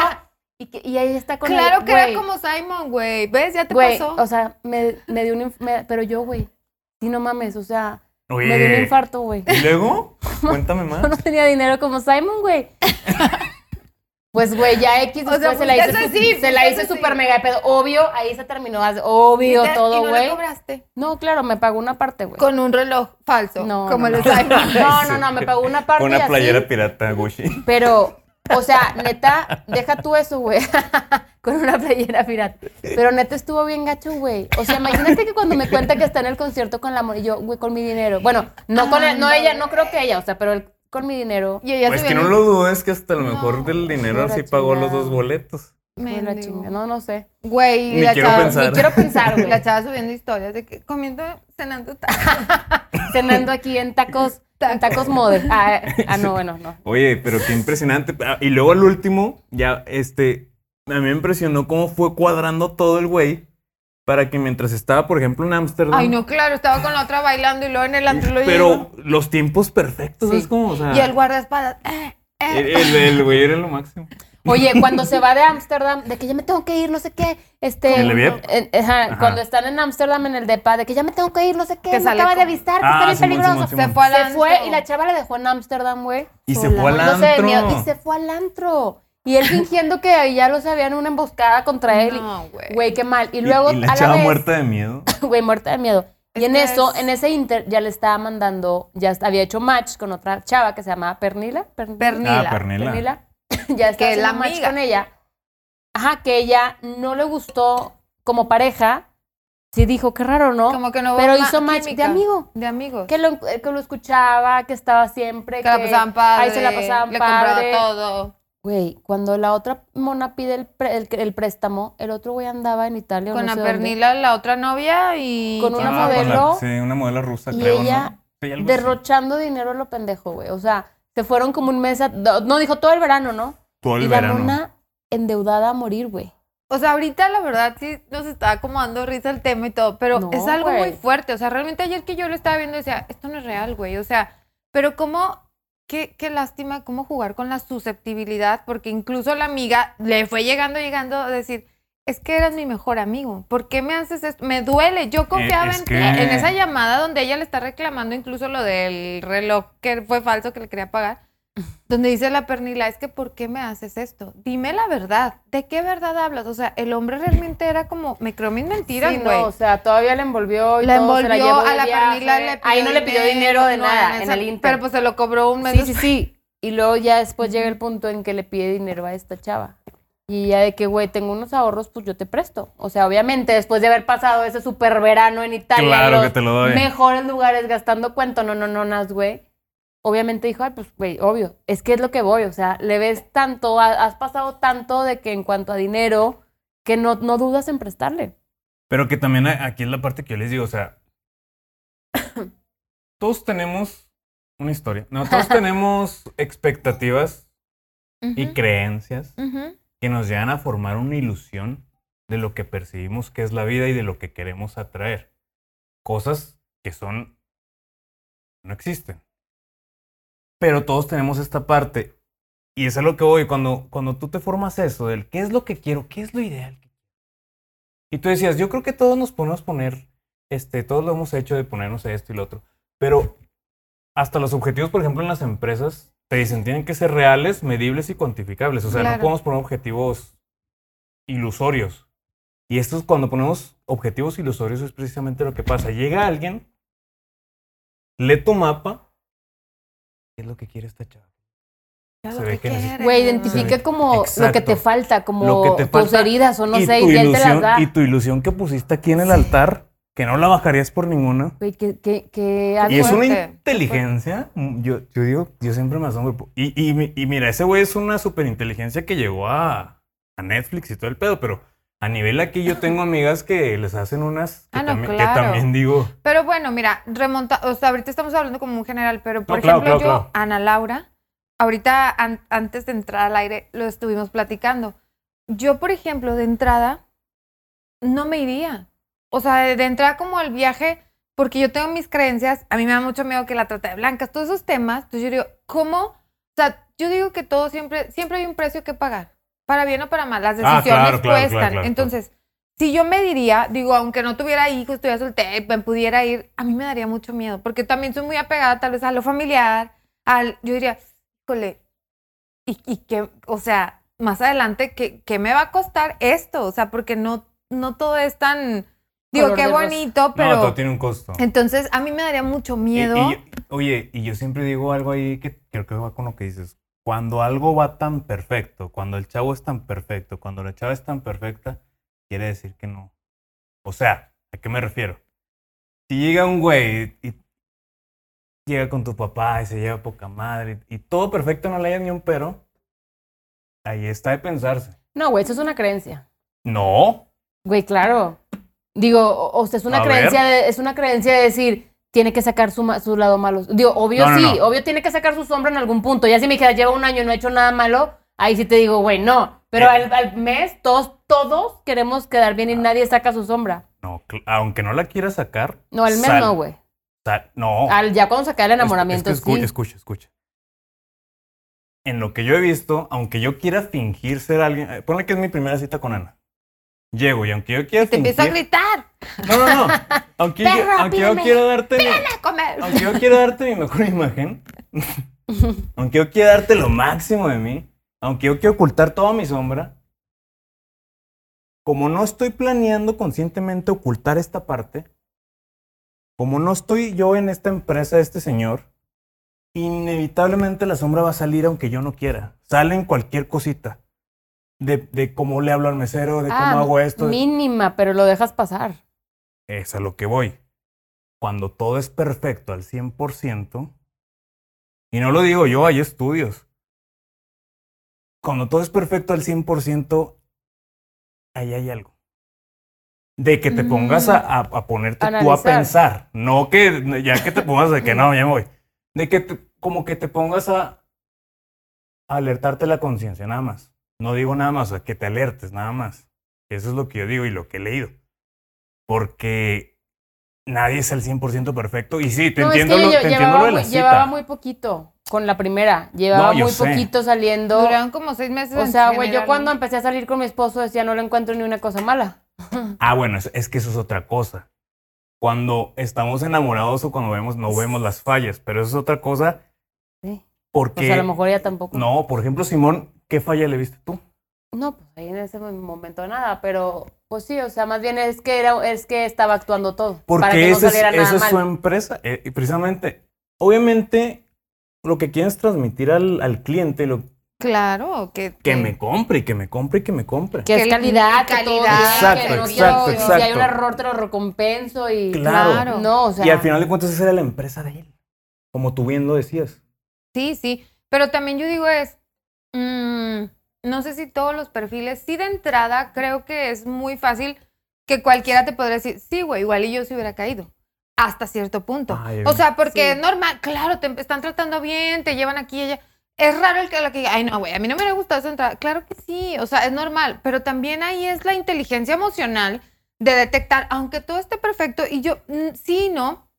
Speaker 2: Y, que, y ahí está con él,
Speaker 1: Claro que
Speaker 2: güey.
Speaker 1: era como Simon, güey. ¿Ves? Ya te
Speaker 2: Güey,
Speaker 1: pasó.
Speaker 2: o sea, me, me dio un inf- me- Pero yo, güey, sí, no mames, o sea, me dio un
Speaker 3: Oye.
Speaker 2: infarto, güey.
Speaker 3: ¿Y luego? Cuéntame más.
Speaker 2: Yo no tenía dinero como Simon, güey. Pues, güey, ya X
Speaker 1: O sea, pues,
Speaker 2: después se la hice,
Speaker 1: buscaste
Speaker 2: su-
Speaker 1: así,
Speaker 2: se la hice
Speaker 1: buscaste
Speaker 2: super
Speaker 1: así.
Speaker 2: mega de pedo. Obvio, ahí se terminó, obvio,
Speaker 1: Y te- y
Speaker 2: todo,
Speaker 1: no
Speaker 2: güey.
Speaker 1: le cobraste.
Speaker 2: No, claro, me pagó una parte, güey.
Speaker 1: Con un reloj falso.
Speaker 2: No,
Speaker 1: Como
Speaker 2: no,
Speaker 1: el
Speaker 2: no.
Speaker 1: de Simon.
Speaker 2: No,
Speaker 3: Sí.
Speaker 2: no, no, me pagó una parte y
Speaker 3: Una
Speaker 2: así,
Speaker 3: playera pirata, Gucci.
Speaker 2: pero, o sea, neta, deja tú eso, güey, con una playera pirata. Pero neta estuvo bien gacho, güey. O sea, imagínate que cuando me cuenta que está en el concierto con la amor y yo, güey, con mi dinero. Bueno, no con el- no ella, no creo que ella, o sea, pero el- con mi dinero.
Speaker 1: Y ella
Speaker 3: Pues
Speaker 1: se
Speaker 3: que no
Speaker 1: viene-
Speaker 3: lo dudes que hasta a lo mejor
Speaker 1: No,
Speaker 3: del dinero
Speaker 2: la
Speaker 3: sí pagó los
Speaker 2: chingada.
Speaker 3: dos boletos.
Speaker 2: Fue la
Speaker 1: Mendigo.
Speaker 2: chinga, No, no sé.
Speaker 1: Güey,
Speaker 3: Ni
Speaker 1: la
Speaker 3: quiero
Speaker 1: chava,
Speaker 3: pensar.
Speaker 2: Ni quiero pensar, güey.
Speaker 1: La chava subiendo historias de que comiendo, cenando tacos.
Speaker 2: Cenando aquí en tacos, en tacos mode. Ah, ah, no, bueno, no.
Speaker 3: Oye, pero qué impresionante. Ah, Y luego al último, ya, este, a mí me impresionó cómo fue cuadrando todo el güey para que mientras estaba, por ejemplo, en Ámsterdam.
Speaker 1: Ay, no, claro, estaba con la otra bailando y luego en el antro lo
Speaker 3: Pero los tiempos perfectos,
Speaker 2: Sí.
Speaker 3: es como, o sea,
Speaker 1: Y el guardaespaldas. eh, eh.
Speaker 3: el- el- el güey era lo máximo.
Speaker 2: Oye, cuando se va de Ámsterdam, de que ya me tengo que ir, no sé qué. Este,
Speaker 3: ¿En el Eviep?
Speaker 2: en- ajá,
Speaker 3: Ajá.
Speaker 2: cuando están en Ámsterdam en el depa, de que ya me tengo que ir, no sé qué.
Speaker 1: Que
Speaker 2: me
Speaker 1: sale
Speaker 2: acaba de
Speaker 1: con-
Speaker 2: avisar que
Speaker 3: Ah,
Speaker 2: está bien
Speaker 3: Simón,
Speaker 2: peligroso.
Speaker 3: Simón,
Speaker 1: Se fue al
Speaker 2: Se fue
Speaker 1: antro.
Speaker 2: y la chava la dejó en Ámsterdam, güey.
Speaker 3: Y se
Speaker 2: sola.
Speaker 3: fue al
Speaker 2: Muriéndose de miedo,
Speaker 3: antro.
Speaker 2: Y se fue al antro. Y él fingiendo que ahí ya lo sabían una emboscada contra él. y-
Speaker 1: No, eh. güey.
Speaker 2: Güey, qué mal. Y luego
Speaker 3: y
Speaker 2: a
Speaker 3: la
Speaker 2: la
Speaker 3: chava
Speaker 2: vez-
Speaker 3: muerta de miedo.
Speaker 2: güey, muerta de miedo. Y en
Speaker 1: Es que
Speaker 2: eso,
Speaker 1: es-
Speaker 2: en ese inter, ya le estaba mandando, ya est- había hecho match con otra chava que se llamaba Pernila. Pernila.
Speaker 1: Pernila.
Speaker 3: Ah, Pernila.
Speaker 2: ya estaba
Speaker 1: Que
Speaker 2: haciendo
Speaker 1: la
Speaker 2: match
Speaker 1: amiga.
Speaker 2: con ella. Ajá, que ella no le gustó como pareja. Sí dijo, qué raro, ¿no?
Speaker 1: Como que no hubo
Speaker 2: Pero
Speaker 1: ma-
Speaker 2: hizo match
Speaker 1: química.
Speaker 2: de amigo.
Speaker 1: De amigos.
Speaker 2: Que lo, que lo escuchaba, que estaba siempre.
Speaker 1: Que la pasaban padre.
Speaker 2: Ahí se la pasaban
Speaker 1: Le
Speaker 2: padre.
Speaker 1: compraba todo.
Speaker 2: Güey, cuando la otra mona pide el, pre- el- el préstamo, el otro güey andaba en Italia. o
Speaker 1: Con
Speaker 2: no
Speaker 1: la
Speaker 2: sé dónde.
Speaker 1: pernila, la otra novia y.
Speaker 2: Con una
Speaker 3: Ah, con la-
Speaker 2: modelo.
Speaker 3: sí, una modelo rusa,
Speaker 2: Y
Speaker 3: creo, ¿no?
Speaker 2: ella
Speaker 3: Sí, algo así.
Speaker 2: derrochando dinero a lo pendejo, güey. O sea, se fueron como un mes, a- do- no, dijo todo el verano, ¿no?
Speaker 3: Todo el
Speaker 2: y
Speaker 3: verano.
Speaker 2: la mona endeudada a morir, güey.
Speaker 1: O sea, ahorita la verdad sí nos está acomodando risa el tema y todo, pero
Speaker 2: No,
Speaker 1: es algo
Speaker 2: güey.
Speaker 1: muy fuerte. O sea, realmente ayer que yo lo estaba viendo decía, esto no es real, güey. O sea, pero cómo, qué, qué lástima cómo jugar con la susceptibilidad, porque incluso la amiga le fue llegando, llegando a decir, es que eras mi mejor amigo. ¿Por qué me haces esto? Me duele. Yo confiaba
Speaker 3: Eh, es
Speaker 1: en
Speaker 3: que-
Speaker 1: ti. En esa llamada donde ella le está reclamando incluso lo del reloj que fue falso que le quería pagar donde dice la pernila, es que ¿por qué me haces esto? Dime la verdad, ¿de qué verdad hablas? O sea, el hombre realmente era como, me creo mis mentiras,
Speaker 2: Sí,
Speaker 1: güey.
Speaker 2: no, o sea, todavía la envolvió y
Speaker 1: la
Speaker 2: todo,
Speaker 1: envolvió
Speaker 2: se la llevó de
Speaker 1: a la
Speaker 2: viaje.
Speaker 1: pernila, le
Speaker 2: Ahí no le pidió dinero de
Speaker 1: no,
Speaker 2: nada, en,
Speaker 1: esa-
Speaker 2: el Inter.
Speaker 1: Pero pues se lo cobró un mes.
Speaker 2: sí, sí, sí. Y luego ya después llega el punto en que le pide dinero a esta chava. Y ya de que, güey, tengo unos ahorros, pues yo te presto. O sea, obviamente, después de haber pasado ese super verano en Italia,
Speaker 3: Claro
Speaker 2: en
Speaker 3: que te lo doy.
Speaker 2: mejores lugares gastando cuento, no, no, no, nas, güey. Obviamente dijo, ay, pues, güey, obvio, es que es lo que voy. O sea, le ves tanto, ha- has pasado tanto de que en cuanto a dinero, que no, no dudas en prestarle.
Speaker 3: Pero que también a- aquí es la parte que yo les digo, o sea, todos tenemos una historia, no, todos tenemos expectativas
Speaker 1: Ujú,
Speaker 3: y creencias
Speaker 1: ujú.
Speaker 3: que nos llegan a formar una ilusión de lo que percibimos que es la vida y de lo que queremos atraer. Cosas que son, no existen. Pero todos tenemos esta parte y es a lo que voy, cuando, cuando tú te formas eso, del qué es lo que quiero, qué es lo ideal. Y tú decías, yo creo que todos nos podemos poner, este, todos lo hemos hecho de ponernos esto y lo otro, pero hasta los objetivos, por ejemplo, en las empresas, te dicen, tienen que ser reales, medibles y cuantificables. O sea, no
Speaker 1: Claro.
Speaker 3: podemos poner objetivos ilusorios. Y esto es cuando ponemos objetivos ilusorios, es precisamente lo que pasa. Llega alguien, lee tu mapa, ¿qué es lo que quiere esta chava? Se ve que necesita-
Speaker 2: Güey, identifica
Speaker 3: Sí.
Speaker 2: como lo que te
Speaker 3: Exacto.
Speaker 2: falta,
Speaker 3: Lo
Speaker 2: como
Speaker 3: que te
Speaker 2: tus
Speaker 3: falta
Speaker 2: heridas o no
Speaker 3: y
Speaker 2: sé,
Speaker 3: tu
Speaker 2: y él te las
Speaker 3: ilusión,
Speaker 2: da.
Speaker 3: Y tu ilusión que pusiste aquí en el altar, que no la bajarías por ninguna.
Speaker 2: Güey, que, que, que
Speaker 3: Y es
Speaker 2: algo-
Speaker 3: una
Speaker 1: fuerte.
Speaker 3: inteligencia. mm, Yo, yo digo, yo siempre me asombro. Y, y, mi- y mira, ese güey es una superinteligencia que llegó a, a Netflix y todo el pedo, pero a nivel aquí yo tengo amigas que les hacen unas que,
Speaker 1: Ah, no,
Speaker 3: también, que
Speaker 1: claro.
Speaker 3: también digo.
Speaker 1: Pero bueno, mira, remonta, o sea, ahorita estamos hablando como un general, pero por
Speaker 3: No, claro,
Speaker 1: ejemplo,
Speaker 3: claro,
Speaker 1: yo,
Speaker 3: claro.
Speaker 1: Ana Laura, ahorita an- antes de entrar al aire lo estuvimos platicando. Yo, por ejemplo, de entrada no me iría. O sea, de, de entrada como al viaje, porque yo tengo mis creencias, a mí me da mucho miedo que la trata de blancas, todos esos temas. Entonces yo digo, ¿cómo? O sea, yo digo que todo siempre, siempre hay un precio que pagar, para bien o para mal. Las
Speaker 3: Ah,
Speaker 1: decisiones
Speaker 3: claro, claro, claro,
Speaker 1: cuestan.
Speaker 3: claro.
Speaker 1: Entonces, si yo me diría, digo, aunque no tuviera hijos, estuviera soltera, y me pudiera ir, a mí me daría mucho miedo, porque también soy muy apegada tal vez a lo familiar, al, yo diría, híjole, y, y que, o sea, más adelante, ¿qué, qué me va a costar esto? O sea, porque no, no todo es tan, digo,
Speaker 2: Color
Speaker 1: qué
Speaker 2: de rosa.
Speaker 1: bonito,
Speaker 3: no,
Speaker 1: pero...
Speaker 3: todo tiene un costo.
Speaker 1: entonces, a mí me daría mucho
Speaker 3: Y- y
Speaker 1: miedo.
Speaker 3: yo- oye, y yo siempre digo algo ahí que creo que va con lo que dices. Cuando algo va tan perfecto, cuando el chavo es tan perfecto, cuando la chava es tan perfecta, quiere decir que no. O sea, ¿a qué me refiero? Si llega un güey y llega con tu papá y se lleva poca madre y todo perfecto, no le haya ni un pero, ahí está de pensarse.
Speaker 2: No, güey, eso es una creencia.
Speaker 3: No,
Speaker 2: Güey, claro. Digo, o, o sea, es una
Speaker 3: A
Speaker 2: creencia de, es una creencia de decir, tiene que sacar su, ma- su lado malo. Digo, obvio
Speaker 3: No, no,
Speaker 2: sí,
Speaker 3: no.
Speaker 2: obvio tiene que sacar su sombra en algún punto. Ya si me dijera, lleva un año y no he hecho nada malo, ahí sí te digo, güey, no. Pero
Speaker 3: Eh. Ah.
Speaker 2: al, al mes todos, todos queremos quedar bien y nadie saca su sombra.
Speaker 3: no, cl- aunque no la quiera sacar.
Speaker 2: No, al mes
Speaker 3: sal-
Speaker 2: no, güey.
Speaker 3: sal- no.
Speaker 2: Al, ya cuando saca el
Speaker 3: Es- es que
Speaker 2: enamoramiento,
Speaker 3: escu-
Speaker 2: sí.
Speaker 3: Escucha, escucha. En lo que yo he visto, aunque yo quiera fingir ser alguien, eh, ponle que es mi primera cita con Ana. Llego y aunque yo quiera
Speaker 1: te empiezo a
Speaker 3: fingir,
Speaker 1: gritar,
Speaker 3: no, no, no. Aunque, yo,
Speaker 1: Perra,
Speaker 3: aunque yo
Speaker 1: pídeme.
Speaker 3: quiera darte, mi-
Speaker 1: a comer.
Speaker 3: aunque yo quiera darte mi mejor imagen, aunque yo quiera darte lo máximo de mí, aunque yo quiera ocultar toda mi sombra, como no estoy planeando conscientemente ocultar esta parte, como no estoy yo en esta empresa de este señor, inevitablemente la sombra va a salir aunque yo no quiera. Sale en cualquier cosita. De, de cómo le hablo al mesero, de cómo
Speaker 2: Ah,
Speaker 3: hago esto. de-
Speaker 2: Mínima, pero lo dejas pasar.
Speaker 3: es a lo que voy. Cuando todo es perfecto al 100%, y no lo digo yo, hay estudios. Cuando todo es perfecto al 100%, ahí hay algo. De que te pongas a, a- a ponerte tú a
Speaker 2: Analizar.
Speaker 3: pensar. No que ya que te pongas de que no, ya me voy. De que te- como que te pongas a, a alertarte la conciencia, nada más. No digo nada más, o sea, que te alertes, nada más. Eso es lo que yo digo y lo que he leído. Porque nadie es el 100% perfecto. Y sí, te
Speaker 2: no,
Speaker 3: entiendo,
Speaker 2: es que
Speaker 3: lo,
Speaker 2: yo
Speaker 3: te
Speaker 2: lle-
Speaker 3: entiendo lo
Speaker 2: llevaba,
Speaker 3: de la
Speaker 2: muy,
Speaker 3: cita.
Speaker 2: llevaba muy poquito con la primera. Llevaba
Speaker 3: yo
Speaker 2: muy
Speaker 3: sé.
Speaker 2: poquito saliendo.
Speaker 1: Duraron como seis meses.
Speaker 2: O
Speaker 1: en
Speaker 2: sea, güey, yo
Speaker 1: general,
Speaker 2: cuando
Speaker 1: ¿no?
Speaker 2: empecé a salir con mi esposo decía, no le encuentro ni una cosa mala.
Speaker 3: Ah, bueno, es, es que eso es otra cosa. Cuando estamos enamorados o cuando vemos, no vemos las fallas, pero eso es otra cosa
Speaker 2: Sí. O
Speaker 3: porque...
Speaker 2: sea, Pues a lo mejor ella tampoco.
Speaker 3: No, por ejemplo, Simón, ¿qué falla le viste tú?
Speaker 2: No, pues ahí en ese momento nada, pero pues sí, o sea, más bien es que era, es que estaba actuando todo. para que
Speaker 3: Porque
Speaker 2: no
Speaker 3: esa es,
Speaker 2: saliera nada
Speaker 3: esa es
Speaker 2: mal.
Speaker 3: su empresa, eh, y precisamente. Obviamente, lo que quieres transmitir al, al cliente, lo,
Speaker 1: Claro, que...
Speaker 3: que me compre, y que me compre, y que me compre.
Speaker 2: Que es
Speaker 1: que-
Speaker 2: calidad,
Speaker 1: que
Speaker 2: que todo
Speaker 1: calidad,
Speaker 2: bien, que
Speaker 3: Exacto,
Speaker 2: no
Speaker 3: exacto,
Speaker 2: quiero- si hay un
Speaker 3: exacto.
Speaker 2: error te lo recompenso y
Speaker 3: Claro.
Speaker 1: Claro.
Speaker 2: no, o sea,
Speaker 3: y al final de cuentas, esa era la empresa de él. Como tú bien lo decías.
Speaker 1: Sí, sí. Pero también yo digo es, mm, no sé si todos los perfiles, sí de entrada creo que es muy fácil que cualquiera te podría decir, sí, güey, igual y yo se hubiera caído. Hasta cierto punto.
Speaker 3: Ay,
Speaker 1: o sea, porque es
Speaker 2: sí.
Speaker 1: normal, claro, te están tratando bien, te llevan aquí y allá. Es raro el que, la que diga, ay, no, güey, a mí no me hubiera gustado esa entrada. Claro que sí, o sea, es normal. Pero también ahí es la inteligencia emocional de detectar, aunque todo esté perfecto, y yo, mm, sí, no.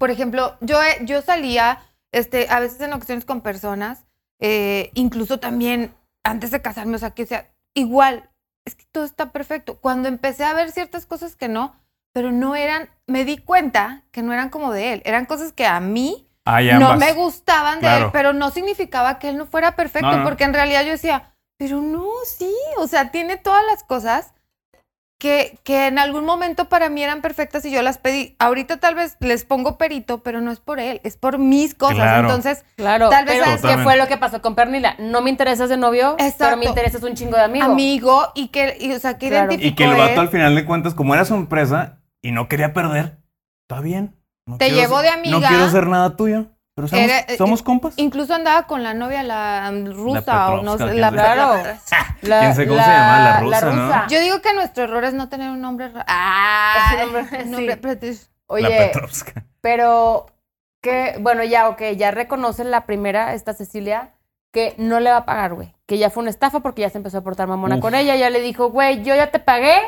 Speaker 1: Por ejemplo, yo, he- yo salía este, a veces en ocasiones con personas, eh, incluso también antes de casarme, o sea, que o sea, igual, es que todo está perfecto. Cuando empecé a ver ciertas cosas que no, pero no eran, me di cuenta que no eran como de él, eran cosas que a mí no me gustaban de él,
Speaker 3: Claro.
Speaker 1: pero no significaba que él no fuera perfecto,
Speaker 3: No, no.
Speaker 1: porque en realidad yo decía, pero no, sí, o sea, tiene todas las cosas que, que en algún momento para mí eran perfectas y yo las pedí. Ahorita tal vez les pongo perito, pero no es por él, es por mis cosas.
Speaker 3: Claro.
Speaker 1: Entonces,
Speaker 2: Claro,
Speaker 1: Tal vez
Speaker 2: pero
Speaker 1: sabes
Speaker 3: qué
Speaker 2: que
Speaker 3: Totalmente.
Speaker 2: fue lo que pasó con Pernila. No me interesas de novio, pero
Speaker 1: Exacto.
Speaker 2: me interesas un chingo de amigo.
Speaker 1: amigo, y que, y, o sea, que
Speaker 2: Claro.
Speaker 1: identificó
Speaker 3: Y que el
Speaker 1: él.
Speaker 3: vato al final de cuentas, como era su empresa y no quería perder, está bien. No
Speaker 1: Te
Speaker 3: quiero
Speaker 1: llevó
Speaker 3: hacer-
Speaker 1: de
Speaker 3: No
Speaker 1: amiga.
Speaker 3: quiero hacer nada tuyo, pero somos,
Speaker 1: Era- eh,
Speaker 3: somos compas.
Speaker 1: Incluso andaba con la novia, la um, rusa o no
Speaker 3: Petrovska,
Speaker 1: sé,
Speaker 3: ¿quién
Speaker 1: la
Speaker 3: sabe?
Speaker 2: Claro. La-
Speaker 3: ¿Quién sabe cómo se llama? La rusa, ¿no?
Speaker 2: Ah.
Speaker 1: Yo digo que nuestro error es no tener un nombre. ra-
Speaker 2: Ese
Speaker 1: Ah,
Speaker 2: nombre,
Speaker 1: un
Speaker 2: sí.
Speaker 1: nombre prete-
Speaker 3: La
Speaker 2: Oye,
Speaker 3: Petrovska.
Speaker 2: pero que, bueno, ya, ok, ya reconoce la primera, esta Cecilia, que no le va a pagar, güey. Que ya fue una estafa porque ya se empezó a portar mamona
Speaker 3: Uf.
Speaker 2: con ella. Ya le dijo, güey, yo ya te pagué,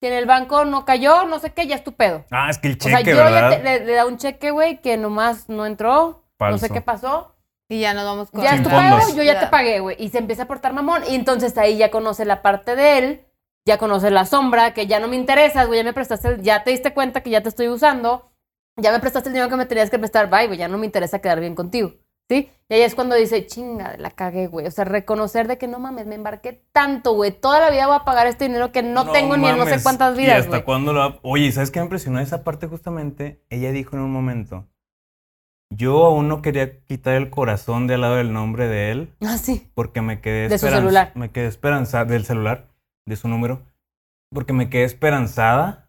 Speaker 2: si en el banco no cayó, no sé qué, ya es tu pedo.
Speaker 3: Ah, es que el
Speaker 2: O sea,
Speaker 3: cheque,
Speaker 2: yo
Speaker 3: ¿verdad?
Speaker 2: ya te- le, le da un cheque, güey, que nomás no entró, no sé
Speaker 3: Falso.
Speaker 2: qué pasó.
Speaker 1: Y ya nos vamos con
Speaker 2: Ya
Speaker 3: Sin
Speaker 2: es tu
Speaker 3: fondos.
Speaker 2: pago, yo ya te pagué, güey. Y se empieza a portar mamón. Y entonces ahí ya conoce la parte de él, ya conoce la sombra, que ya no me interesas, güey, ya me prestaste, el- ya te diste cuenta que ya te estoy usando, ya me prestaste el dinero que me tenías que prestar, bye, güey, ya no me interesa quedar bien contigo. ¿Sí? Y ahí es cuando dice, chinga, la cagué, güey. O sea, reconocer de que no mames, me embarqué tanto, güey. Toda la vida voy a pagar este dinero que no, tengo ni en no sé
Speaker 3: mames.
Speaker 2: cuántas
Speaker 3: ¿Y
Speaker 2: vidas,
Speaker 3: hasta
Speaker 2: güey.
Speaker 3: cuándo lo va- Oye, ¿sabes qué me impresionó esa parte justamente? Ella dijo en un momento, yo aún no quería quitar el corazón de al lado del nombre de él
Speaker 2: Así.
Speaker 3: porque me quedé
Speaker 2: De su
Speaker 3: esperanz-
Speaker 2: celular.
Speaker 3: Me quedé esperanzada del celular, de su número, porque me quedé esperanzada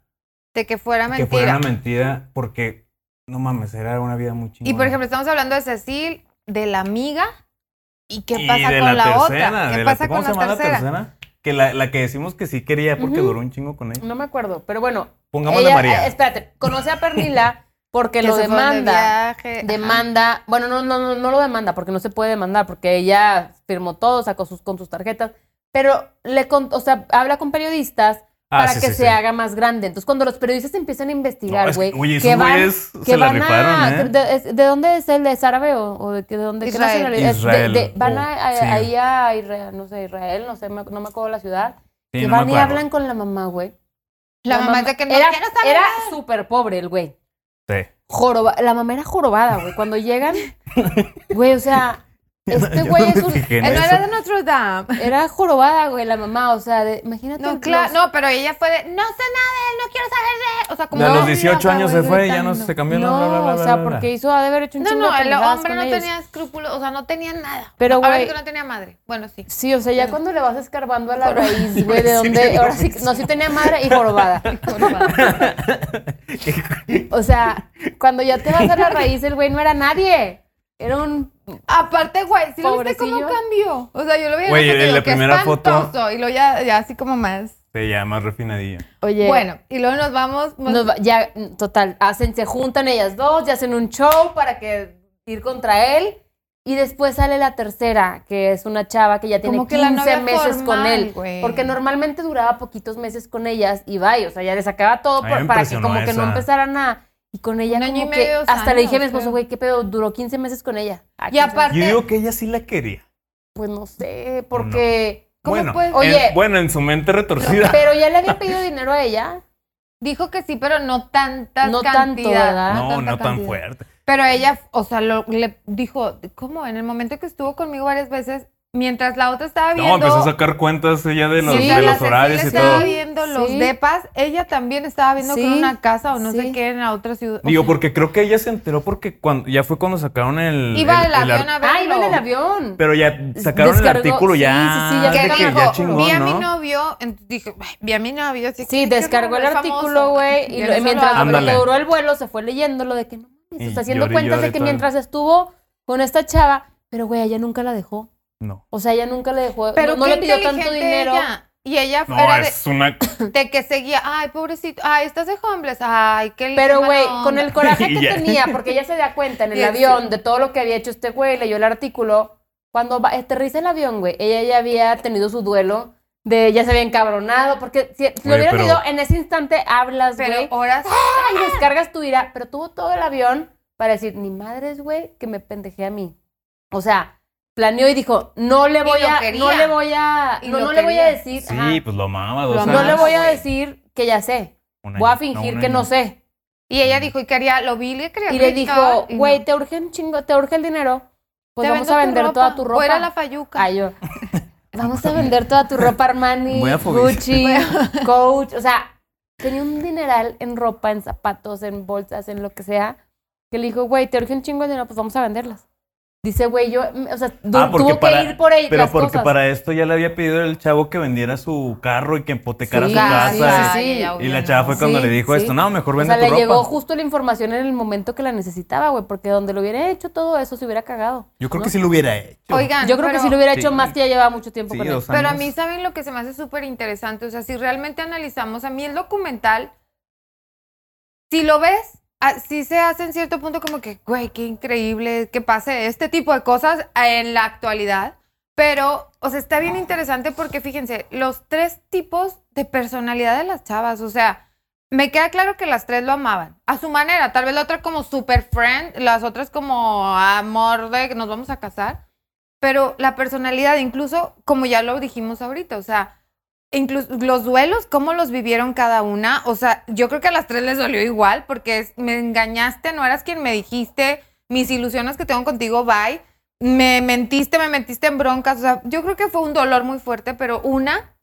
Speaker 1: De que fuera
Speaker 3: que
Speaker 1: mentira.
Speaker 3: fuera una mentira porque, no mames, era una vida muy chingona.
Speaker 1: y por ejemplo, estamos hablando de Cecil, de la amiga. ¿Y qué
Speaker 3: Y
Speaker 1: pasa
Speaker 3: de
Speaker 1: con la,
Speaker 3: tercera,
Speaker 1: otra? ¿Qué
Speaker 3: de
Speaker 1: pasa
Speaker 3: ¿cómo
Speaker 1: con la
Speaker 3: se llama
Speaker 1: tercera?
Speaker 3: tercera? Que la, la que decimos que sí quería porque
Speaker 2: Ujú.
Speaker 3: duró un chingo con ella.
Speaker 2: No me acuerdo, pero bueno.
Speaker 3: Pongámosle
Speaker 2: ella-
Speaker 3: María.
Speaker 2: eh, Espérate, conoce a Pernila porque
Speaker 1: Que
Speaker 2: lo
Speaker 1: se fueron de
Speaker 2: demanda.
Speaker 1: viaje,
Speaker 3: Eh,
Speaker 1: ajá.
Speaker 2: demanda, bueno, no, no, no, no lo demanda porque no se puede demandar porque ella firmó todo, sacó sus con sus tarjetas, pero le con- o sea, habla con periodistas
Speaker 3: Ah,
Speaker 2: para
Speaker 3: sí,
Speaker 2: que
Speaker 3: sí,
Speaker 2: se
Speaker 3: sí.
Speaker 2: haga más grande. Entonces, cuando los periodistas empiezan a
Speaker 3: No,
Speaker 2: investigar,
Speaker 3: es que-
Speaker 2: güey,
Speaker 3: oye,
Speaker 2: que
Speaker 3: esos
Speaker 2: van-
Speaker 3: güeyes
Speaker 2: que
Speaker 3: se la
Speaker 2: van a-
Speaker 3: rifaron, ¿eh?
Speaker 2: de, es- ¿de dónde es él? ¿De es árabe o, o de, que- de dónde? qué
Speaker 1: Israel.
Speaker 2: nacionalidad es? De-
Speaker 3: Israel,
Speaker 2: de- van
Speaker 3: o-
Speaker 2: a, a-
Speaker 3: sí.
Speaker 2: ahí a Israel, no sé, Israel, no sé, me- no me acuerdo la ciudad,
Speaker 3: Sí,
Speaker 2: que
Speaker 3: no me
Speaker 2: van y
Speaker 3: acuerdo.
Speaker 2: hablan con la mamá, güey.
Speaker 1: La mamá es de que no
Speaker 2: era,
Speaker 1: quiero saber
Speaker 2: era
Speaker 1: nada.
Speaker 2: súper pobre el güey.
Speaker 3: Sí.
Speaker 2: Joroba, la mamá era jorobada, güey. Cuando llegan, güey, o sea, este
Speaker 3: Yo
Speaker 2: güey
Speaker 3: no
Speaker 2: es
Speaker 3: me
Speaker 2: un.
Speaker 3: fijé en
Speaker 1: Eh, no
Speaker 3: eso.
Speaker 1: era de Notre Dame.
Speaker 2: Era jorobada, güey, la mamá. O sea, de- imagínate.
Speaker 1: No,
Speaker 2: los-
Speaker 1: cla- no, pero ella fue de, no sé nada de él, no quiero saber de él. O sea, como...
Speaker 3: De
Speaker 1: no,
Speaker 3: los 18
Speaker 1: iba,
Speaker 3: años se
Speaker 1: güey,
Speaker 3: fue y ya no
Speaker 1: gritando.
Speaker 3: se cambió.
Speaker 2: no,
Speaker 3: bla, bla, bla,
Speaker 2: o
Speaker 3: bla,
Speaker 2: sea,
Speaker 3: bla, bla.
Speaker 2: porque hizo ha de haber hecho un
Speaker 1: No,
Speaker 2: chingo
Speaker 1: no,
Speaker 2: de
Speaker 1: el
Speaker 2: pendejadas
Speaker 1: hombre
Speaker 2: con
Speaker 1: no
Speaker 2: ellos.
Speaker 1: tenía escrúpulos, o sea, no tenía nada.
Speaker 2: Pero,
Speaker 1: Ahora
Speaker 2: güey-
Speaker 1: es que no tenía madre. Bueno, sí.
Speaker 2: Sí, o sea, ya cuando le vas escarbando a la raíz, güey,
Speaker 3: iba
Speaker 2: de
Speaker 3: a decir
Speaker 2: dónde.
Speaker 3: lo
Speaker 2: Ahora sí, que- no, sí tenía madre y jorobada. O sea, cuando ya te vas a la raíz, el güey no era nadie. Era un.
Speaker 1: Aparte, güey, ¿sí lo viste cómo
Speaker 2: Pobrecillo.
Speaker 1: cambió? O sea, yo lo vi en
Speaker 3: Güey,
Speaker 1: la foto y
Speaker 3: en
Speaker 1: digo,
Speaker 3: la
Speaker 1: "Qué
Speaker 3: primera foto-
Speaker 1: espantoso", Y luego ya, ya así como más.
Speaker 3: Sí, ya más refinadilla.
Speaker 2: Oye.
Speaker 1: Bueno, y luego nos vamos...
Speaker 2: Nos va- ya, mm, total, hacen, se juntan ellas dos, ya hacen un show para que ir contra él. Y después sale la tercera, que es una chava que ya tiene
Speaker 1: Como que la
Speaker 2: 15
Speaker 1: novia
Speaker 2: meses con
Speaker 1: formal,
Speaker 2: él.
Speaker 1: güey.
Speaker 2: Porque normalmente duraba poquitos meses con ellas y vaya, o sea, ya le sacaba todo
Speaker 3: A mí
Speaker 2: por-
Speaker 3: me
Speaker 2: para que
Speaker 3: impresionó
Speaker 2: como que no
Speaker 3: esa.
Speaker 2: empezaran a... Y con ella
Speaker 1: Un año
Speaker 2: como
Speaker 1: y
Speaker 2: que...
Speaker 1: medio, dos
Speaker 2: hasta le dije a mi
Speaker 1: años,
Speaker 2: esposo,
Speaker 1: creo.
Speaker 2: güey, qué pedo, duró 15 meses con ella. Ah,
Speaker 1: Y
Speaker 2: 15 meses.
Speaker 1: aparte...
Speaker 3: Yo digo que ella sí la quería.
Speaker 2: Pues no sé, porque...
Speaker 1: ¿Cómo
Speaker 3: bueno,
Speaker 1: puede-
Speaker 3: en-
Speaker 2: Oye.
Speaker 3: bueno, en su mente retorcida.
Speaker 2: Pero ya le había pedido dinero a ella.
Speaker 1: Dijo que sí, pero no tanta
Speaker 2: No tanto,
Speaker 1: cantidad.
Speaker 2: ¿verdad?
Speaker 3: No,
Speaker 1: Ah, tanta
Speaker 3: no tan
Speaker 1: cantidad.
Speaker 3: fuerte.
Speaker 1: Pero ella, o sea, lo- le dijo, ¿cómo? En el momento que estuvo conmigo varias veces, mientras la otra estaba viendo...
Speaker 3: No, empezó a sacar cuentas ella de los,
Speaker 2: Sí,
Speaker 3: de
Speaker 1: mientras la
Speaker 3: los
Speaker 1: Cecilia
Speaker 3: horarios y
Speaker 1: estaba
Speaker 3: todo.
Speaker 1: viendo los
Speaker 2: Sí.
Speaker 1: depas, ella también estaba viendo que
Speaker 2: Sí,
Speaker 1: era una casa o no
Speaker 2: sí.
Speaker 1: sé qué en la otra ciudad. O
Speaker 3: Digo,
Speaker 1: sea,
Speaker 3: porque creo que ella se enteró porque cuando ya fue cuando sacaron el.
Speaker 1: Iba
Speaker 3: pues, el-
Speaker 1: el
Speaker 3: el
Speaker 1: avión
Speaker 3: ar-
Speaker 1: a verlo.
Speaker 2: Ah, iba en el avión.
Speaker 3: Pero ya sacaron el
Speaker 2: Descargó-
Speaker 3: artículo
Speaker 2: sí,
Speaker 3: ya.
Speaker 2: sí, sí, ya
Speaker 3: de
Speaker 1: Que
Speaker 2: está.
Speaker 3: que
Speaker 1: dijo,
Speaker 3: ya
Speaker 1: vi a
Speaker 3: chingón,
Speaker 1: mi
Speaker 3: ¿no?
Speaker 1: novio, entonces dije, "Ay, vi a mi novio. Así que,
Speaker 2: Sí,
Speaker 1: "Ay, qué
Speaker 2: descargó el
Speaker 1: raro, es
Speaker 2: artículo,
Speaker 1: famoso".
Speaker 2: güey, y
Speaker 1: Ya
Speaker 2: lo-
Speaker 1: eso
Speaker 2: mientras
Speaker 1: lo
Speaker 2: lo
Speaker 3: Ándale.
Speaker 2: que duró el vuelo se fue leyendo lo de que no mames, o
Speaker 3: Y
Speaker 2: sea, haciendo
Speaker 3: llore y
Speaker 2: cuentas
Speaker 3: llore
Speaker 2: de que
Speaker 3: todo.
Speaker 2: mientras estuvo con esta chava, pero güey, ella nunca la dejó.
Speaker 3: No.
Speaker 2: O sea, ella nunca le dejó,
Speaker 1: Pero
Speaker 2: no, no
Speaker 1: qué
Speaker 2: le pidió tanto
Speaker 1: inteligente
Speaker 2: dinero.
Speaker 1: ella. Y ella
Speaker 3: No,
Speaker 1: era de,
Speaker 3: es una.
Speaker 1: de que seguía, ay, pobrecito, ay, estás de homeless, ay, qué lindo.
Speaker 2: Pero güey, con el coraje
Speaker 3: Y
Speaker 2: que
Speaker 3: ya.
Speaker 2: tenía, porque ella se da cuenta en el
Speaker 1: Sí, sí.
Speaker 2: avión de todo lo que había hecho este güey, leyó el artículo, cuando va- aterriza el avión, güey, ella ya había tenido su duelo. De ya se había encabronado, porque si lo
Speaker 3: Oye,
Speaker 2: hubieran
Speaker 3: pero-
Speaker 2: ido en ese instante, hablas, güey.
Speaker 1: Pero horas
Speaker 2: y descargas tu ira, pero tuvo todo el avión para decir, ni madres, güey, que me pendejé a mí. O sea, planeó y dijo, no le
Speaker 1: Y
Speaker 2: voy
Speaker 1: lo
Speaker 2: a,
Speaker 1: quería.
Speaker 2: no le voy a,
Speaker 1: Y
Speaker 2: no,
Speaker 1: lo
Speaker 2: no le voy a
Speaker 1: quería.
Speaker 2: decir, ajá,
Speaker 3: Sí, pues lo amaba. dos
Speaker 1: Lo
Speaker 2: no
Speaker 1: amaba,
Speaker 2: le
Speaker 3: años,
Speaker 2: voy a
Speaker 1: güey.
Speaker 2: decir que ya sé,
Speaker 3: un
Speaker 2: voy a
Speaker 3: año,
Speaker 2: fingir
Speaker 3: un
Speaker 2: que no
Speaker 3: año.
Speaker 2: sé.
Speaker 1: Y ella dijo, y quería, lo vi, le quería
Speaker 2: Y le
Speaker 1: gritar,
Speaker 2: dijo,
Speaker 1: y no.
Speaker 2: güey, te urge un chingo, te urge el dinero, pues
Speaker 1: Te
Speaker 2: vamos
Speaker 1: vendo
Speaker 2: a
Speaker 1: tu
Speaker 2: vender toda tu ropa.
Speaker 1: Fuera la fayuca.
Speaker 2: Ay, Ah, yo. Vamos a vender toda tu ropa Armani,
Speaker 3: Voy a Fobis.
Speaker 2: Gucci, Coach. O sea, tenía un dineral en ropa, en zapatos, en bolsas, en lo que sea. Que le dijo, güey, te urge un chingo de dinero, pues vamos a venderlas. Dice, güey, yo, mm, o sea, du-
Speaker 4: Ah, porque
Speaker 2: tuvo
Speaker 4: para-
Speaker 2: que ir por ahí
Speaker 4: Pero
Speaker 2: las
Speaker 4: porque
Speaker 2: cosas.
Speaker 4: para esto ya le había pedido el chavo que vendiera su carro y que hipotecara
Speaker 2: Sí,
Speaker 4: su
Speaker 2: ah,
Speaker 4: casa.
Speaker 2: sí,
Speaker 4: y-
Speaker 2: sí, sí.
Speaker 4: Y la chava fue
Speaker 2: Sí,
Speaker 4: cuando le dijo
Speaker 2: sí.
Speaker 4: esto, no, mejor
Speaker 2: O
Speaker 4: vende
Speaker 2: sea, le
Speaker 4: tu
Speaker 2: llegó
Speaker 4: ropa.
Speaker 2: justo la información en el momento que la necesitaba, güey, porque donde lo hubiera hecho todo eso se hubiera cagado.
Speaker 4: Yo creo
Speaker 2: ¿no?
Speaker 4: que sí lo hubiera hecho.
Speaker 1: Oigan,
Speaker 2: Yo creo que
Speaker 1: pero-
Speaker 2: sí lo hubiera
Speaker 4: Sí.
Speaker 2: hecho más que ya llevaba mucho tiempo
Speaker 4: Sí,
Speaker 2: con él.
Speaker 4: dos
Speaker 1: Pero a
Speaker 4: años.
Speaker 1: mí, ¿saben lo que se me hace súper interesante? O sea, si realmente analizamos, a mí el documental, si lo ves, a- sí se hace en cierto punto como que, güey, qué increíble que pase este tipo de cosas a- en la actualidad. Pero, o sea, está bien interesante porque fíjense, los tres tipos de personalidad de las chavas, o sea, me queda claro que las tres lo amaban, a su manera, tal vez la otra como super friend, las otras como amor de que nos vamos a casar, pero la personalidad, incluso como ya lo dijimos ahorita, o sea, incluso los duelos, cómo los vivieron cada una, o sea, yo creo que a las tres les dolió igual porque es, me engañaste, no eras quien me dijiste, mis ilusiones que tengo contigo, bye, me mentiste, me mentiste en broncas, o sea, yo creo que fue un dolor muy fuerte, pero una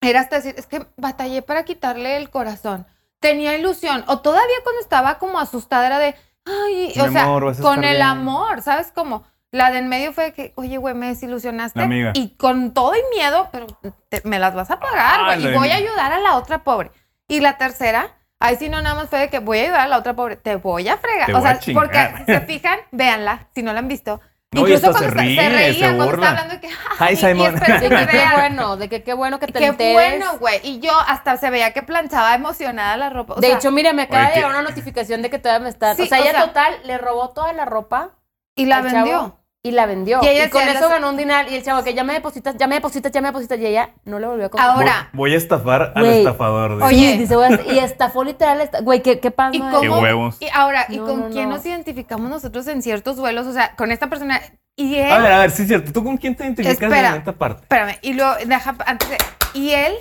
Speaker 1: era hasta decir, es que batallé para quitarle el corazón, tenía ilusión, o todavía cuando estaba como asustada era de, ay,
Speaker 4: Mi
Speaker 1: o sea,
Speaker 4: amor, vas a
Speaker 1: con
Speaker 4: estar
Speaker 1: el
Speaker 4: bien.
Speaker 1: amor, ¿sabes cómo? La de en medio fue que, oye, güey, me desilusionaste.
Speaker 3: La amiga.
Speaker 1: Y con todo y miedo, pero te- me las vas a pagar,
Speaker 3: Ah,
Speaker 1: güey.
Speaker 3: la
Speaker 1: Y
Speaker 3: de
Speaker 1: voy a
Speaker 3: miedo.
Speaker 1: ayudar a la otra pobre. Y la tercera, ahí sí no nada más fue de que voy a ayudar a la otra pobre. Te voy a fregar.
Speaker 4: Te
Speaker 1: o
Speaker 4: voy a
Speaker 1: sea, porque
Speaker 4: chingar.
Speaker 1: si se fijan, véanla, si no la han visto.
Speaker 4: No, y
Speaker 1: Incluso
Speaker 4: hasta
Speaker 1: cuando
Speaker 4: se
Speaker 1: está-
Speaker 4: ríe, se
Speaker 1: reía, cuando
Speaker 4: burla.
Speaker 1: está hablando de que,
Speaker 4: Hi,
Speaker 1: "Ay, y
Speaker 4: Simon".
Speaker 1: espero
Speaker 2: De
Speaker 1: que
Speaker 2: que qué
Speaker 1: vean.
Speaker 2: bueno, de que qué bueno que te
Speaker 1: Qué
Speaker 2: enteres.
Speaker 1: bueno, güey. Y yo hasta se veía que planchaba emocionada la ropa. O
Speaker 2: de
Speaker 1: sea,
Speaker 2: hecho, mira, me acaba
Speaker 4: Oye,
Speaker 2: de
Speaker 4: que-
Speaker 2: llegar una notificación de que todavía me están.
Speaker 1: Sí,
Speaker 2: o sea,
Speaker 1: o
Speaker 2: ella
Speaker 1: sea-
Speaker 2: total le robó toda la ropa.
Speaker 1: y la
Speaker 2: al chavo
Speaker 1: vendió.
Speaker 2: Y la vendió.
Speaker 1: Y
Speaker 2: Y,
Speaker 1: ella
Speaker 2: con
Speaker 1: decía,
Speaker 2: eso
Speaker 1: las-
Speaker 2: ganó un dineral. Y el chavo que ya me depositas, ya me depositas, ya me depositas. Y ella no le volvió a comprar.
Speaker 1: Ahora,
Speaker 4: Voy, voy a estafar al
Speaker 2: Güey.
Speaker 4: estafador. dice.
Speaker 1: Ah, Oye,
Speaker 2: Sí, dice, "Voy a- y estafó literal. esta- Güey, qué, qué paz,
Speaker 1: ¿Y
Speaker 2: ¿no?
Speaker 1: cómo?
Speaker 4: Qué huevos.
Speaker 1: Y ahora, ¿y
Speaker 2: No,
Speaker 1: con
Speaker 2: no,
Speaker 1: quién
Speaker 2: no.
Speaker 1: nos identificamos nosotros en ciertos duelos? O sea, con esta persona. Y él.
Speaker 4: A ver, a ver, sí es cierto. ¿Tú con quién te identificas
Speaker 1: Espera.
Speaker 4: en esta parte?
Speaker 1: Espérame. Y luego, deja pa- antes de- Y él,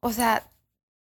Speaker 1: o sea,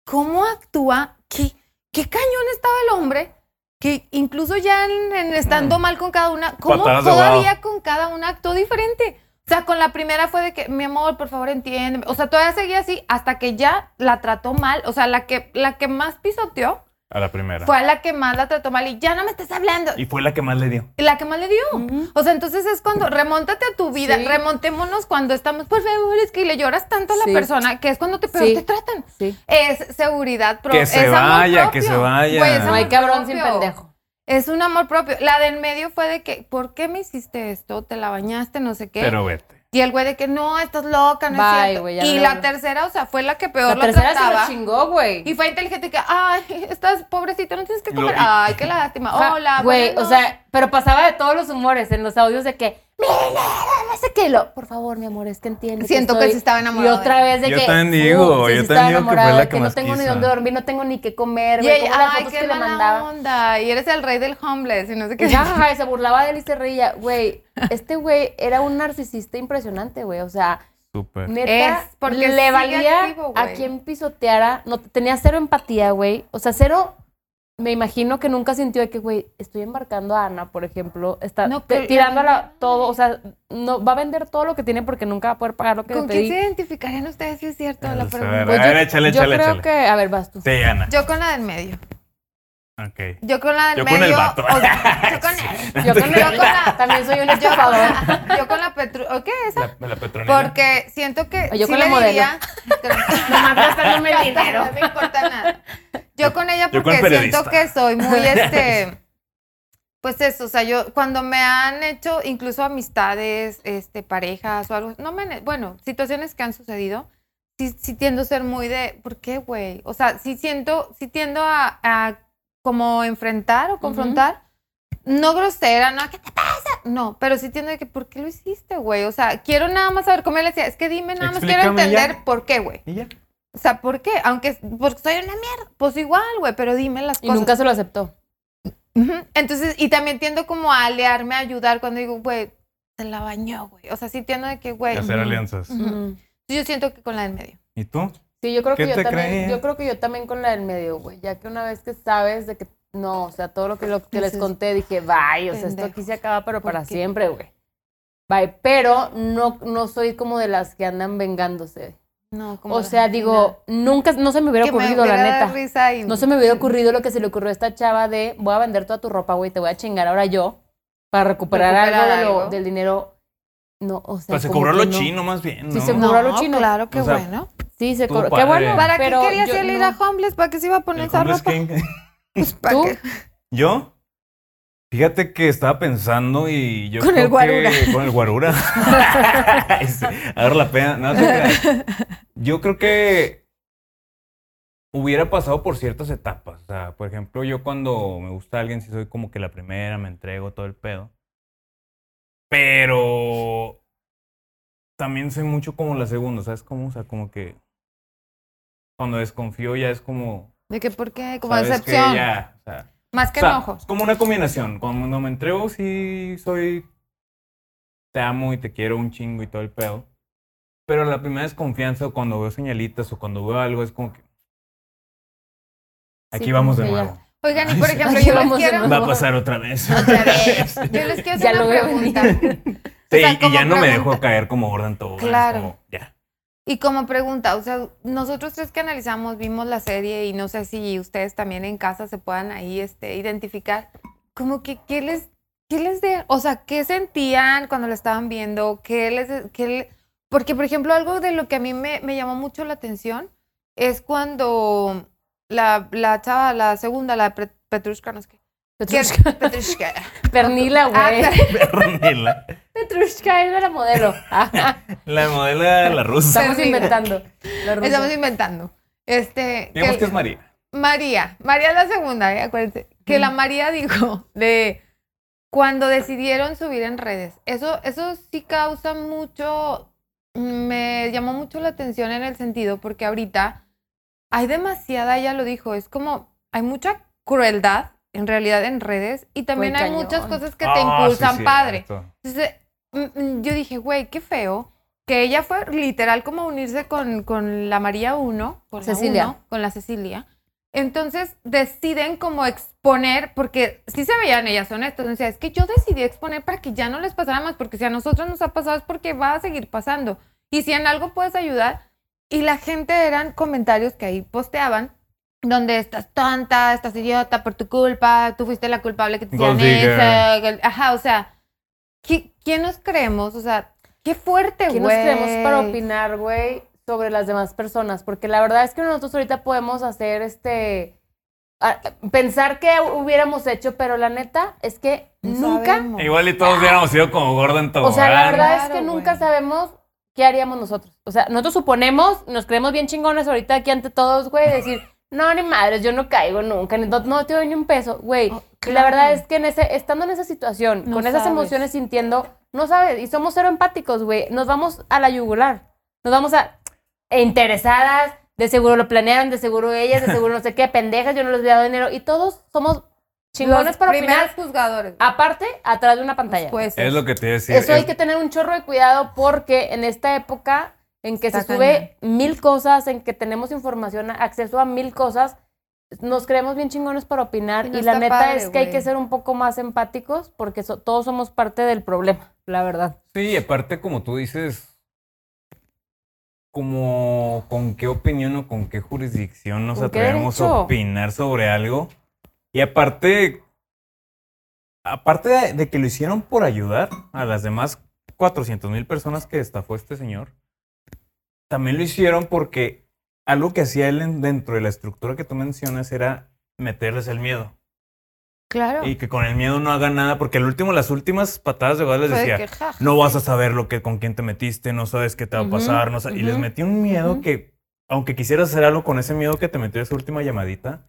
Speaker 1: ¿cómo actúa? ¿Qué, qué cañón estaba el hombre? Que incluso ya en, en
Speaker 4: Mm.
Speaker 1: estando mal con cada una, ¿cómo
Speaker 3: Patadas de
Speaker 1: todavía con cada una actuó diferente? O sea, con la primera fue de que, mi amor, por favor, entiéndeme. O sea, todavía seguía así hasta que ya la trató mal. O sea, la que, la que más pisoteó
Speaker 3: A la primera.
Speaker 1: fue a la que más la trató mal y ya no me estás hablando.
Speaker 4: Y fue la que más le dio.
Speaker 1: La que más le dio.
Speaker 2: Ujú.
Speaker 1: O sea, entonces es cuando remóntate a tu vida,
Speaker 2: Sí.
Speaker 1: remontémonos cuando estamos, por favor, es que le lloras tanto a la
Speaker 2: Sí.
Speaker 1: persona que es cuando te peor
Speaker 2: Sí.
Speaker 1: te tratan.
Speaker 2: Sí.
Speaker 1: Es Pues, seguridad propia.
Speaker 3: Que se vaya, que se vaya.
Speaker 2: No hay
Speaker 3: Amor
Speaker 2: cabrón sin pendejo.
Speaker 1: Es un amor propio. La del medio fue de que, ¿por qué me hiciste esto? ¿Te la bañaste? No sé qué.
Speaker 3: Pero vete.
Speaker 1: y el güey de que, no, estás loca, no
Speaker 2: Bye,
Speaker 1: es cierto.
Speaker 2: güey, ya
Speaker 1: y
Speaker 2: no
Speaker 1: la
Speaker 2: hablo.
Speaker 1: tercera, o sea, fue la que peor
Speaker 2: La
Speaker 1: lo
Speaker 2: tercera se
Speaker 1: trataba.
Speaker 2: lo chingó, güey.
Speaker 1: y fue inteligente que, ay, estás pobrecito, no tienes que
Speaker 4: Y lo-
Speaker 1: comer.
Speaker 4: y-
Speaker 1: Ay, qué lástima.
Speaker 2: Ajá,
Speaker 1: Hola,
Speaker 2: Güey,
Speaker 1: buenas
Speaker 2: o sea, pero pasaba de todos los humores en los audios de que, mira, no sé qué, lo, por favor, mi amor, es que entiendo.
Speaker 1: Siento que
Speaker 2: estoy-"
Speaker 1: sí estaba enamorada
Speaker 2: Y otra vez de
Speaker 4: Yo
Speaker 2: que.
Speaker 4: también digo,
Speaker 2: "Uy, sí,
Speaker 4: yo también
Speaker 2: sí estaba
Speaker 4: digo que fue
Speaker 2: enamorada,
Speaker 4: la que
Speaker 2: no
Speaker 4: más
Speaker 2: tengo ni
Speaker 4: quiso".
Speaker 2: dónde dormir, no tengo ni qué comer,
Speaker 1: Y
Speaker 2: güey,
Speaker 1: ella,
Speaker 2: como las
Speaker 1: ay,
Speaker 2: fotos
Speaker 1: qué
Speaker 2: que le
Speaker 1: mala
Speaker 2: mandaba.
Speaker 1: onda. Y eres el rey del homeless y no sé qué.
Speaker 2: Y ja, ja, ja, y se burlaba de él y se reía. Güey, este güey era un narcisista impresionante, güey. O sea,
Speaker 4: Súper.
Speaker 2: neta,
Speaker 1: Es, porque sigue
Speaker 2: le valía
Speaker 1: activo,
Speaker 2: a
Speaker 1: güey.
Speaker 2: quien pisoteara. No, tenía cero empatía, güey. O sea, cero. Me imagino que nunca sintió de que, güey, estoy embarcando a Ana, por ejemplo. Está
Speaker 1: No,
Speaker 2: te-
Speaker 1: que-
Speaker 2: tirándola todo. O sea, no va a vender todo lo que tiene porque nunca va a poder pagar lo que
Speaker 1: ¿Con
Speaker 2: le
Speaker 1: quién
Speaker 2: pedí.
Speaker 1: se identificarían ustedes si es cierto la
Speaker 4: Eso,
Speaker 1: pregunta?
Speaker 4: a ver.
Speaker 2: Pues
Speaker 4: Échale, échale,
Speaker 2: yo
Speaker 4: échale,
Speaker 2: creo
Speaker 4: échale.
Speaker 2: que, a ver, vas tú.
Speaker 4: Sí, Ana.
Speaker 1: Yo con la del medio.
Speaker 4: Ok.
Speaker 1: Yo con la del
Speaker 4: Yo con
Speaker 1: medio.
Speaker 4: el vato.
Speaker 1: o sea, yo con él.
Speaker 2: Yo con
Speaker 1: Yo con
Speaker 2: la,
Speaker 1: la-
Speaker 2: también soy un
Speaker 1: Yo con
Speaker 2: estafador.
Speaker 1: la, yo con la Petru. ¿O qué es?
Speaker 4: La, la Petronila.
Speaker 1: Porque siento que.
Speaker 2: O yo
Speaker 1: sí
Speaker 2: con la
Speaker 1: le
Speaker 2: modelo.
Speaker 1: diría.
Speaker 2: Nomás gastándome el dinero.
Speaker 1: No me importa nada. Yo con ella
Speaker 4: Yo con
Speaker 1: porque
Speaker 4: el periodista.
Speaker 1: siento que soy muy este. Pues eso, o sea, yo cuando me han hecho incluso amistades, este, parejas o algo, no me, han- bueno, situaciones que han sucedido, sí, sí tiendo a ser muy de, ¿por qué, güey? O sea, sí siento, sí tiendo a, a como enfrentar o confrontar, no grosera, no, ¿qué te pasa? No, pero sí tiendo de que, ¿por qué lo hiciste, güey? O sea, quiero nada más saber cómo él decía, es que dime nada más, quiero
Speaker 4: Explícame ya.
Speaker 1: entender por qué, güey.
Speaker 4: Y ya.
Speaker 1: O sea, ¿por qué? Aunque porque soy una mierda. Pues igual, güey, pero dime las
Speaker 2: Y
Speaker 1: cosas.
Speaker 2: nunca se lo aceptó.
Speaker 1: Ujú. Entonces, y también tiendo como a aliarme, a ayudar cuando digo, güey, se la bañó, güey. O sea, sí tiendo de que,
Speaker 4: Y
Speaker 1: güey.
Speaker 4: hacer
Speaker 1: ujú.
Speaker 4: alianzas.
Speaker 1: Ujú.
Speaker 2: Mm.
Speaker 1: Yo siento que con la del medio.
Speaker 4: ¿Y tú?
Speaker 2: Sí, yo creo
Speaker 4: ¿Qué
Speaker 2: que yo
Speaker 4: te
Speaker 2: también,
Speaker 4: crees?
Speaker 2: yo creo que yo también con la del medio, güey, ya que una vez que sabes de que no, o sea, todo lo que, lo que les
Speaker 1: Dices,
Speaker 2: conté, dije, vaya, o sea, esto
Speaker 1: Pues "Pendejo,
Speaker 2: aquí se acaba, pero
Speaker 1: ¿por
Speaker 2: para
Speaker 1: qué?"
Speaker 2: siempre, güey. Bye. Pero no, no soy como de las que andan vengándose.
Speaker 1: No, como
Speaker 2: O
Speaker 1: la
Speaker 2: sea,
Speaker 1: Argentina.
Speaker 2: digo, nunca, no se me hubiera
Speaker 1: Que me
Speaker 2: ocurrido, la
Speaker 1: hubiera dado
Speaker 2: neta.
Speaker 1: risa y-
Speaker 2: No se me hubiera ocurrido lo que se le ocurrió a esta chava de voy a vender toda tu ropa, güey, te voy a chingar ahora yo para recuperar,
Speaker 1: Recuperar
Speaker 2: algo, de lo-
Speaker 1: algo.
Speaker 2: del dinero. No, o sea,
Speaker 3: Pues se
Speaker 2: como
Speaker 3: cobró
Speaker 2: que
Speaker 3: lo
Speaker 2: no.
Speaker 3: chino más bien,
Speaker 2: Sí,
Speaker 3: ¿no?
Speaker 2: se
Speaker 1: No,
Speaker 2: cobró lo chino.
Speaker 1: claro que
Speaker 3: O sea,
Speaker 1: bueno.
Speaker 2: Sí, se
Speaker 3: Estuvo
Speaker 2: cobró. Qué bueno.
Speaker 3: padre.
Speaker 1: ¿Para qué
Speaker 2: pero
Speaker 1: quería
Speaker 2: yo
Speaker 1: hacerle ir
Speaker 2: no.
Speaker 1: a homeless? ¿Para qué se iba a
Speaker 3: El
Speaker 1: poner esa
Speaker 3: homeless
Speaker 1: ropa?
Speaker 3: king.
Speaker 1: Pues, ¿para
Speaker 2: ¿Tú?
Speaker 1: qué?
Speaker 3: ¿Yo? Fíjate que estaba pensando y yo
Speaker 1: Con
Speaker 3: creo
Speaker 1: el guarura.
Speaker 3: que- con el guarura. Este, Agarra la pena. No, te creas. yo creo que hubiera pasado por ciertas etapas. O sea, por ejemplo, yo cuando me gusta alguien, sí soy como que la primera, me entrego todo el pedo. Pero también soy mucho como la segunda, ¿sabes cómo? O sea, como que cuando desconfío ya es como...
Speaker 1: ¿De que por qué? Como
Speaker 3: sabes que
Speaker 1: decepción.
Speaker 3: ya, o sea,
Speaker 1: Más que
Speaker 3: o sea,
Speaker 1: enojo.
Speaker 3: Es como una combinación. Cuando me entrego, sí soy. Te amo y te quiero un chingo y todo el pedo. Pero la primera desconfianza, o cuando veo señalitas o cuando veo algo, es como que. Aquí
Speaker 2: Sí,
Speaker 3: vamos de
Speaker 2: como que ya.
Speaker 3: nuevo.
Speaker 1: Oigan, y por ejemplo,
Speaker 2: Ay,
Speaker 1: yo les
Speaker 2: vamos de
Speaker 1: quiero...
Speaker 2: nuevo.
Speaker 3: Va a pasar otra vez.
Speaker 1: Otra vez. Yo les quiero
Speaker 2: Ya
Speaker 1: hacer
Speaker 2: lo
Speaker 1: una
Speaker 2: veo
Speaker 1: pregunta.
Speaker 3: Sí,
Speaker 1: sea,
Speaker 3: y
Speaker 1: como
Speaker 3: ya no me dejo
Speaker 1: pregunta.
Speaker 3: caer como gorda en todo. es
Speaker 1: Claro.
Speaker 3: como, ya.
Speaker 1: Y como pregunta, o sea, nosotros tres que analizamos, vimos la serie y no sé si ustedes también en casa se puedan ahí este, identificar, como que qué les, qué les de, o sea, qué sentían cuando la estaban viendo, qué les, qué le- porque por ejemplo algo de lo que a mí me, me llamó mucho la atención es cuando la, la chava, la segunda, la Pre- Petrushka, no sé qué.
Speaker 2: Petrushka.
Speaker 1: Petrushka.
Speaker 2: Pernila, güey.
Speaker 1: Ah, per-
Speaker 3: Pernila.
Speaker 2: Petrushka era la modelo. Ajá,
Speaker 3: La modela de la rusa.
Speaker 2: Ah, Estamos
Speaker 1: Pernila.
Speaker 2: inventando. La rusa.
Speaker 1: estamos inventando. Este,
Speaker 3: Digamos
Speaker 1: que-
Speaker 3: que es María.
Speaker 1: María, María la segunda, ¿eh? acuérdense, que la María dijo de cuando decidieron subir en redes. Eso, eso sí causa mucho, me llamó mucho la atención en el sentido porque ahorita hay demasiada, ella lo dijo, es como, hay mucha crueldad en realidad en redes y también
Speaker 2: Güey,
Speaker 1: hay muchas
Speaker 2: cañón.
Speaker 1: cosas que
Speaker 3: Ah,
Speaker 1: te impulsan padre.
Speaker 3: padre.
Speaker 1: Entonces, mm, mm, yo dije, güey, qué feo. Que ella fue literal como unirse con, con la María 1, con
Speaker 2: Cecilia.
Speaker 1: la 1, con la Cecilia. Entonces deciden como exponer, porque sí se veían ellas honestas, o sea, es que yo decidí exponer para que ya no les pasara más, porque si a nosotros nos ha pasado es porque va a seguir pasando. Y si en algo puedes ayudar, y la gente eran comentarios que ahí posteaban, donde estás tonta, estás idiota por tu culpa, tú fuiste la culpable que te
Speaker 3: Gold
Speaker 1: hicieron
Speaker 3: digger.
Speaker 1: eso, gol- ajá, o sea, ¿qui- ¿quién nos creemos? O sea, qué fuerte, güey.
Speaker 2: ¿Qué nos creemos para opinar, güey, sobre las demás personas? Porque la verdad es que nosotros ahorita podemos hacer este. a- pensar que hubiéramos hecho, pero la neta es que
Speaker 1: No
Speaker 2: nunca.
Speaker 1: sabemos.
Speaker 3: Igual y
Speaker 1: Ah.
Speaker 3: todos hubiéramos sido como gorda en todo.
Speaker 2: O sea, la verdad es
Speaker 1: Claro,
Speaker 2: que nunca
Speaker 1: güey.
Speaker 2: sabemos qué haríamos nosotros. O sea, nosotros suponemos, nos creemos bien chingones ahorita aquí ante todos, güey, decir, no, ni madres, yo no caigo nunca, ni- no, no te doy ni un peso, güey.
Speaker 1: Oh,
Speaker 2: Y la verdad
Speaker 1: claro.
Speaker 2: es que en ese, estando en esa situación,
Speaker 1: No
Speaker 2: con esas
Speaker 1: sabes.
Speaker 2: emociones sintiendo, no sabes, y somos cero empáticos, güey. Nos vamos a la yugular. Nos vamos a e interesadas, de seguro lo planearon, de seguro ellas, de seguro no sé qué, pendejas, yo no les voy a dar dinero. Y todos somos chingones
Speaker 1: Los
Speaker 2: para
Speaker 1: primeros
Speaker 2: opinar, Ah,
Speaker 1: juzgadores. Ah,
Speaker 2: aparte, atrás de una pantalla.
Speaker 1: Pues,
Speaker 3: Es lo que te decía.
Speaker 2: Eso hay que tener un chorro de cuidado porque en esta época en que
Speaker 1: Está
Speaker 2: se sube mil cosas, en que tenemos información, acceso a mil cosas, nos creemos bien chingones para opinar
Speaker 1: Y
Speaker 2: y,
Speaker 1: no
Speaker 2: la
Speaker 1: está
Speaker 2: neta
Speaker 1: padre,
Speaker 2: es que hay
Speaker 1: güey.
Speaker 2: que ser un poco más empáticos porque so- todos somos parte del problema, la verdad.
Speaker 3: Sí, y aparte, como tú dices, como con qué opinión o con qué jurisdicción nos
Speaker 2: ¿Con qué
Speaker 3: atrevemos a
Speaker 2: derecho?
Speaker 3: opinar sobre algo. Y aparte, aparte de, de que lo hicieron por ayudar a las demás 400 mil personas que estafó este señor, también lo hicieron porque algo que hacía él en- dentro de la estructura que tú mencionas era meterles el miedo.
Speaker 1: claro.
Speaker 3: Y que con el miedo no hagan nada, porque al último, las últimas patadas de verdad les
Speaker 1: Fue de
Speaker 3: decía,
Speaker 1: que, ja, ja.
Speaker 3: no vas a saber lo que con quién te metiste, no sabes qué te va a
Speaker 2: Ujú,
Speaker 3: pasar, no sa- y les
Speaker 2: ujú,
Speaker 3: metí un miedo
Speaker 2: ujú.
Speaker 3: que aunque quisieras hacer algo con ese miedo que te metió esa última llamadita,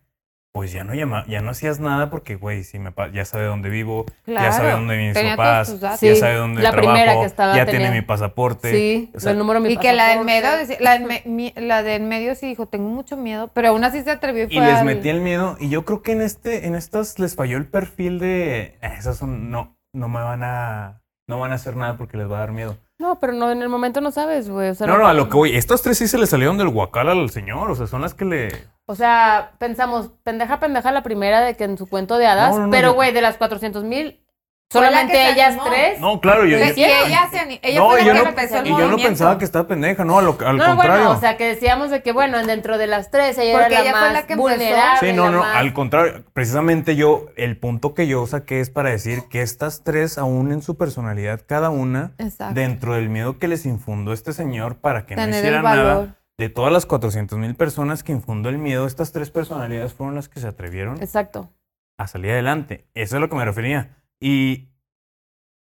Speaker 3: pues ya no llama, ya no hacías nada porque güey, si me pa- ya sabe dónde vivo, ya sabe
Speaker 1: Claro.
Speaker 3: dónde viven mis
Speaker 1: Tenía
Speaker 3: papás,
Speaker 1: todos tus datos.
Speaker 3: ya
Speaker 2: Sí,
Speaker 3: sabe dónde
Speaker 2: la
Speaker 3: trabajo,
Speaker 2: primera que estaba
Speaker 3: ya
Speaker 2: tenía.
Speaker 3: tiene mi pasaporte.
Speaker 2: Sí,
Speaker 3: o sea,
Speaker 2: el número de mi
Speaker 1: Y que la del
Speaker 2: pasaporte.
Speaker 1: medio, decía- la del, me- mi- la del medio sí dijo, tengo mucho miedo, pero aún así se atrevió y fue
Speaker 3: Y les
Speaker 1: al-
Speaker 3: metí el miedo y yo creo que en este en estas les falló el perfil de "Ah, esas son no no me van a no van a hacer nada porque les va a dar miedo.
Speaker 2: No, pero no, en el momento no sabes, güey. O sea,
Speaker 3: No,
Speaker 2: no-
Speaker 3: no, a lo que voy, estas tres sí se le salieron del guacal al señor, o sea, son las que le
Speaker 2: O sea, pensamos, pendeja, pendeja la primera de que en su cuento de hadas,
Speaker 3: No, no, no,
Speaker 2: pero
Speaker 3: yo-
Speaker 2: güey, de las 400 mil,
Speaker 1: Fue la que
Speaker 2: Solamente
Speaker 1: se
Speaker 2: ellas
Speaker 1: animó.
Speaker 2: tres.
Speaker 3: No, claro, yo,
Speaker 1: Pero
Speaker 3: yo-
Speaker 1: es que ella, se, ani- ella
Speaker 3: No,
Speaker 1: fue la
Speaker 3: yo
Speaker 1: que
Speaker 3: no-
Speaker 1: empezó el
Speaker 3: y yo no
Speaker 1: movimiento.
Speaker 3: pensaba que estaba pendeja, no, a lo- al
Speaker 2: No,
Speaker 3: contrario.
Speaker 2: bueno, o sea, que decíamos de que, bueno, dentro de las tres, ella
Speaker 1: Porque
Speaker 2: era la
Speaker 1: ella fue
Speaker 2: más
Speaker 1: la que empezó.
Speaker 2: vulnerable.
Speaker 3: Sí, no,
Speaker 2: la
Speaker 3: no,
Speaker 2: más-
Speaker 3: al contrario. Precisamente yo, el punto que yo saqué es para decir que estas tres, aún en su personalidad, cada una,
Speaker 1: Exacto.
Speaker 3: dentro del miedo que les infundó este señor para que no
Speaker 1: Tener
Speaker 3: hiciera
Speaker 1: el valor.
Speaker 3: nada, de todas las 400 mil personas que infundó el miedo, estas tres personalidades fueron las que se atrevieron
Speaker 2: Exacto.
Speaker 3: a salir adelante. Eso es a lo que me refería. Y,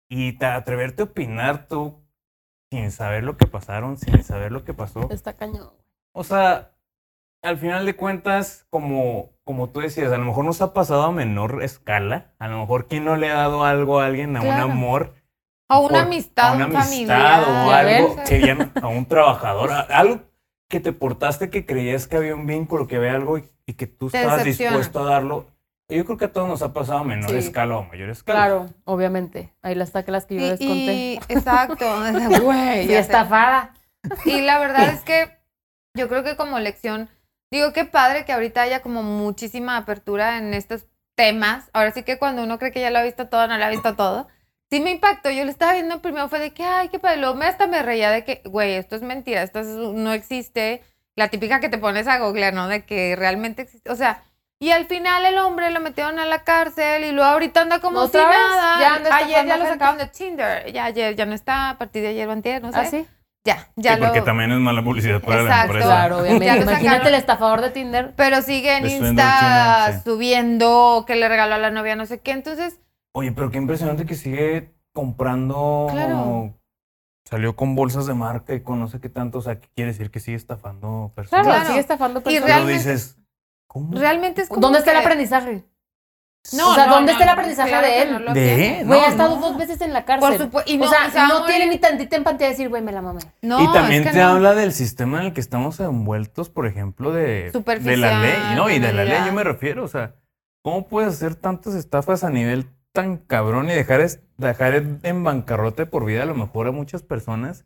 Speaker 3: y te- atreverte a opinar tú sin saber lo que pasaron, sin saber lo que pasó.
Speaker 2: Está cañón.
Speaker 3: O sea, al final de cuentas, como, como tú decías, a lo mejor nos ha pasado a menor escala. A lo mejor quien no le ha dado algo a alguien, a
Speaker 1: Claro.
Speaker 3: un amor.
Speaker 1: O una
Speaker 3: por-
Speaker 1: amistad,
Speaker 3: a
Speaker 1: un
Speaker 3: una
Speaker 1: familiar.
Speaker 3: amistad o
Speaker 2: Ya
Speaker 3: algo,
Speaker 1: ves.
Speaker 3: que ya no- a un trabajador, a- algo que te portaste que creías que había un vínculo, que había algo y, y que tú
Speaker 1: Te
Speaker 3: estabas
Speaker 1: decepciona.
Speaker 3: dispuesto a darlo. Yo creo que a todos nos ha pasado a menor
Speaker 2: Sí.
Speaker 3: escala o a mayor escala.
Speaker 2: Claro, obviamente. Ahí las taclas que yo les conté.
Speaker 1: Y, y- exacto. Güey,
Speaker 2: Y
Speaker 1: ya sé.
Speaker 2: estafada.
Speaker 1: Y la verdad es que yo creo que como lección, digo que padre que ahorita haya como muchísima apertura en estos temas. Ahora sí que cuando uno cree que ya lo ha visto todo, no lo ha visto todo. Sí me impactó. Yo lo estaba viendo primero, fue de que, ay, qué padre. Luego me hasta me reía de que, güey, esto es mentira, esto es- no existe. La típica que te pones a googlear, ¿no? De que realmente existe. O sea, y al final el hombre lo metieron a la cárcel y luego ahorita anda como si
Speaker 2: ¿Otra vez?
Speaker 1: nada.
Speaker 2: Ya anda
Speaker 1: ayer
Speaker 2: estafando
Speaker 1: ya lo
Speaker 2: gente.
Speaker 1: sacaron de Tinder. Ya ayer ya no está a partir de ayer o antier, no sé.
Speaker 2: ¿Ah, sí?
Speaker 1: Ya,
Speaker 3: Sí,
Speaker 1: ya lo...
Speaker 3: porque también es mala publicidad para
Speaker 1: Exacto.
Speaker 3: la empresa.
Speaker 2: Claro,
Speaker 1: Ya
Speaker 2: obviamente.
Speaker 1: lo
Speaker 2: Imagínate
Speaker 1: sacaron.
Speaker 2: el estafador de Tinder.
Speaker 1: Pero sigue en
Speaker 3: De Swindle
Speaker 1: Insta
Speaker 3: Channel, sí.
Speaker 1: subiendo que le regaló a la novia no sé qué. Entonces,
Speaker 3: Oye, pero qué impresionante que sigue comprando.
Speaker 1: Claro.
Speaker 3: Salió con bolsas de marca y con no sé qué tanto. O sea, ¿qué quiere decir que sigue estafando personas?
Speaker 2: Claro,
Speaker 1: Claro.
Speaker 2: sigue estafando
Speaker 1: Y
Speaker 2: personas.
Speaker 3: Pero
Speaker 1: realmente-
Speaker 3: dices, ¿cómo?
Speaker 1: realmente es como
Speaker 2: ¿Dónde está el
Speaker 1: que-
Speaker 2: aprendizaje?
Speaker 1: No,
Speaker 2: o sea,
Speaker 1: no,
Speaker 2: ¿dónde
Speaker 1: no,
Speaker 2: está el
Speaker 1: no,
Speaker 2: aprendizaje
Speaker 1: claro
Speaker 2: de
Speaker 1: que
Speaker 2: él?
Speaker 1: no lo
Speaker 3: ¿De
Speaker 1: tiene.
Speaker 3: él?
Speaker 2: Güey,
Speaker 3: No,
Speaker 2: ha estado
Speaker 1: no.
Speaker 2: dos veces en la
Speaker 1: Por
Speaker 2: cárcel.
Speaker 1: supuesto. Y
Speaker 2: o sea,
Speaker 1: se va a
Speaker 2: no
Speaker 1: morir.
Speaker 2: tiene ni tantita empatía de decir, güey, me la mamé.
Speaker 1: No,
Speaker 3: y también
Speaker 1: es que
Speaker 3: te
Speaker 1: no.
Speaker 3: habla del sistema en el que estamos envueltos, por ejemplo, de, de la
Speaker 1: Superficial,
Speaker 3: ley. No, y de la ley
Speaker 1: banalidad.
Speaker 3: yo me refiero. O sea, ¿cómo puedes hacer tantas estafas a nivel tan cabrón y dejar, es- dejar en bancarrota de por vida a lo mejor a muchas personas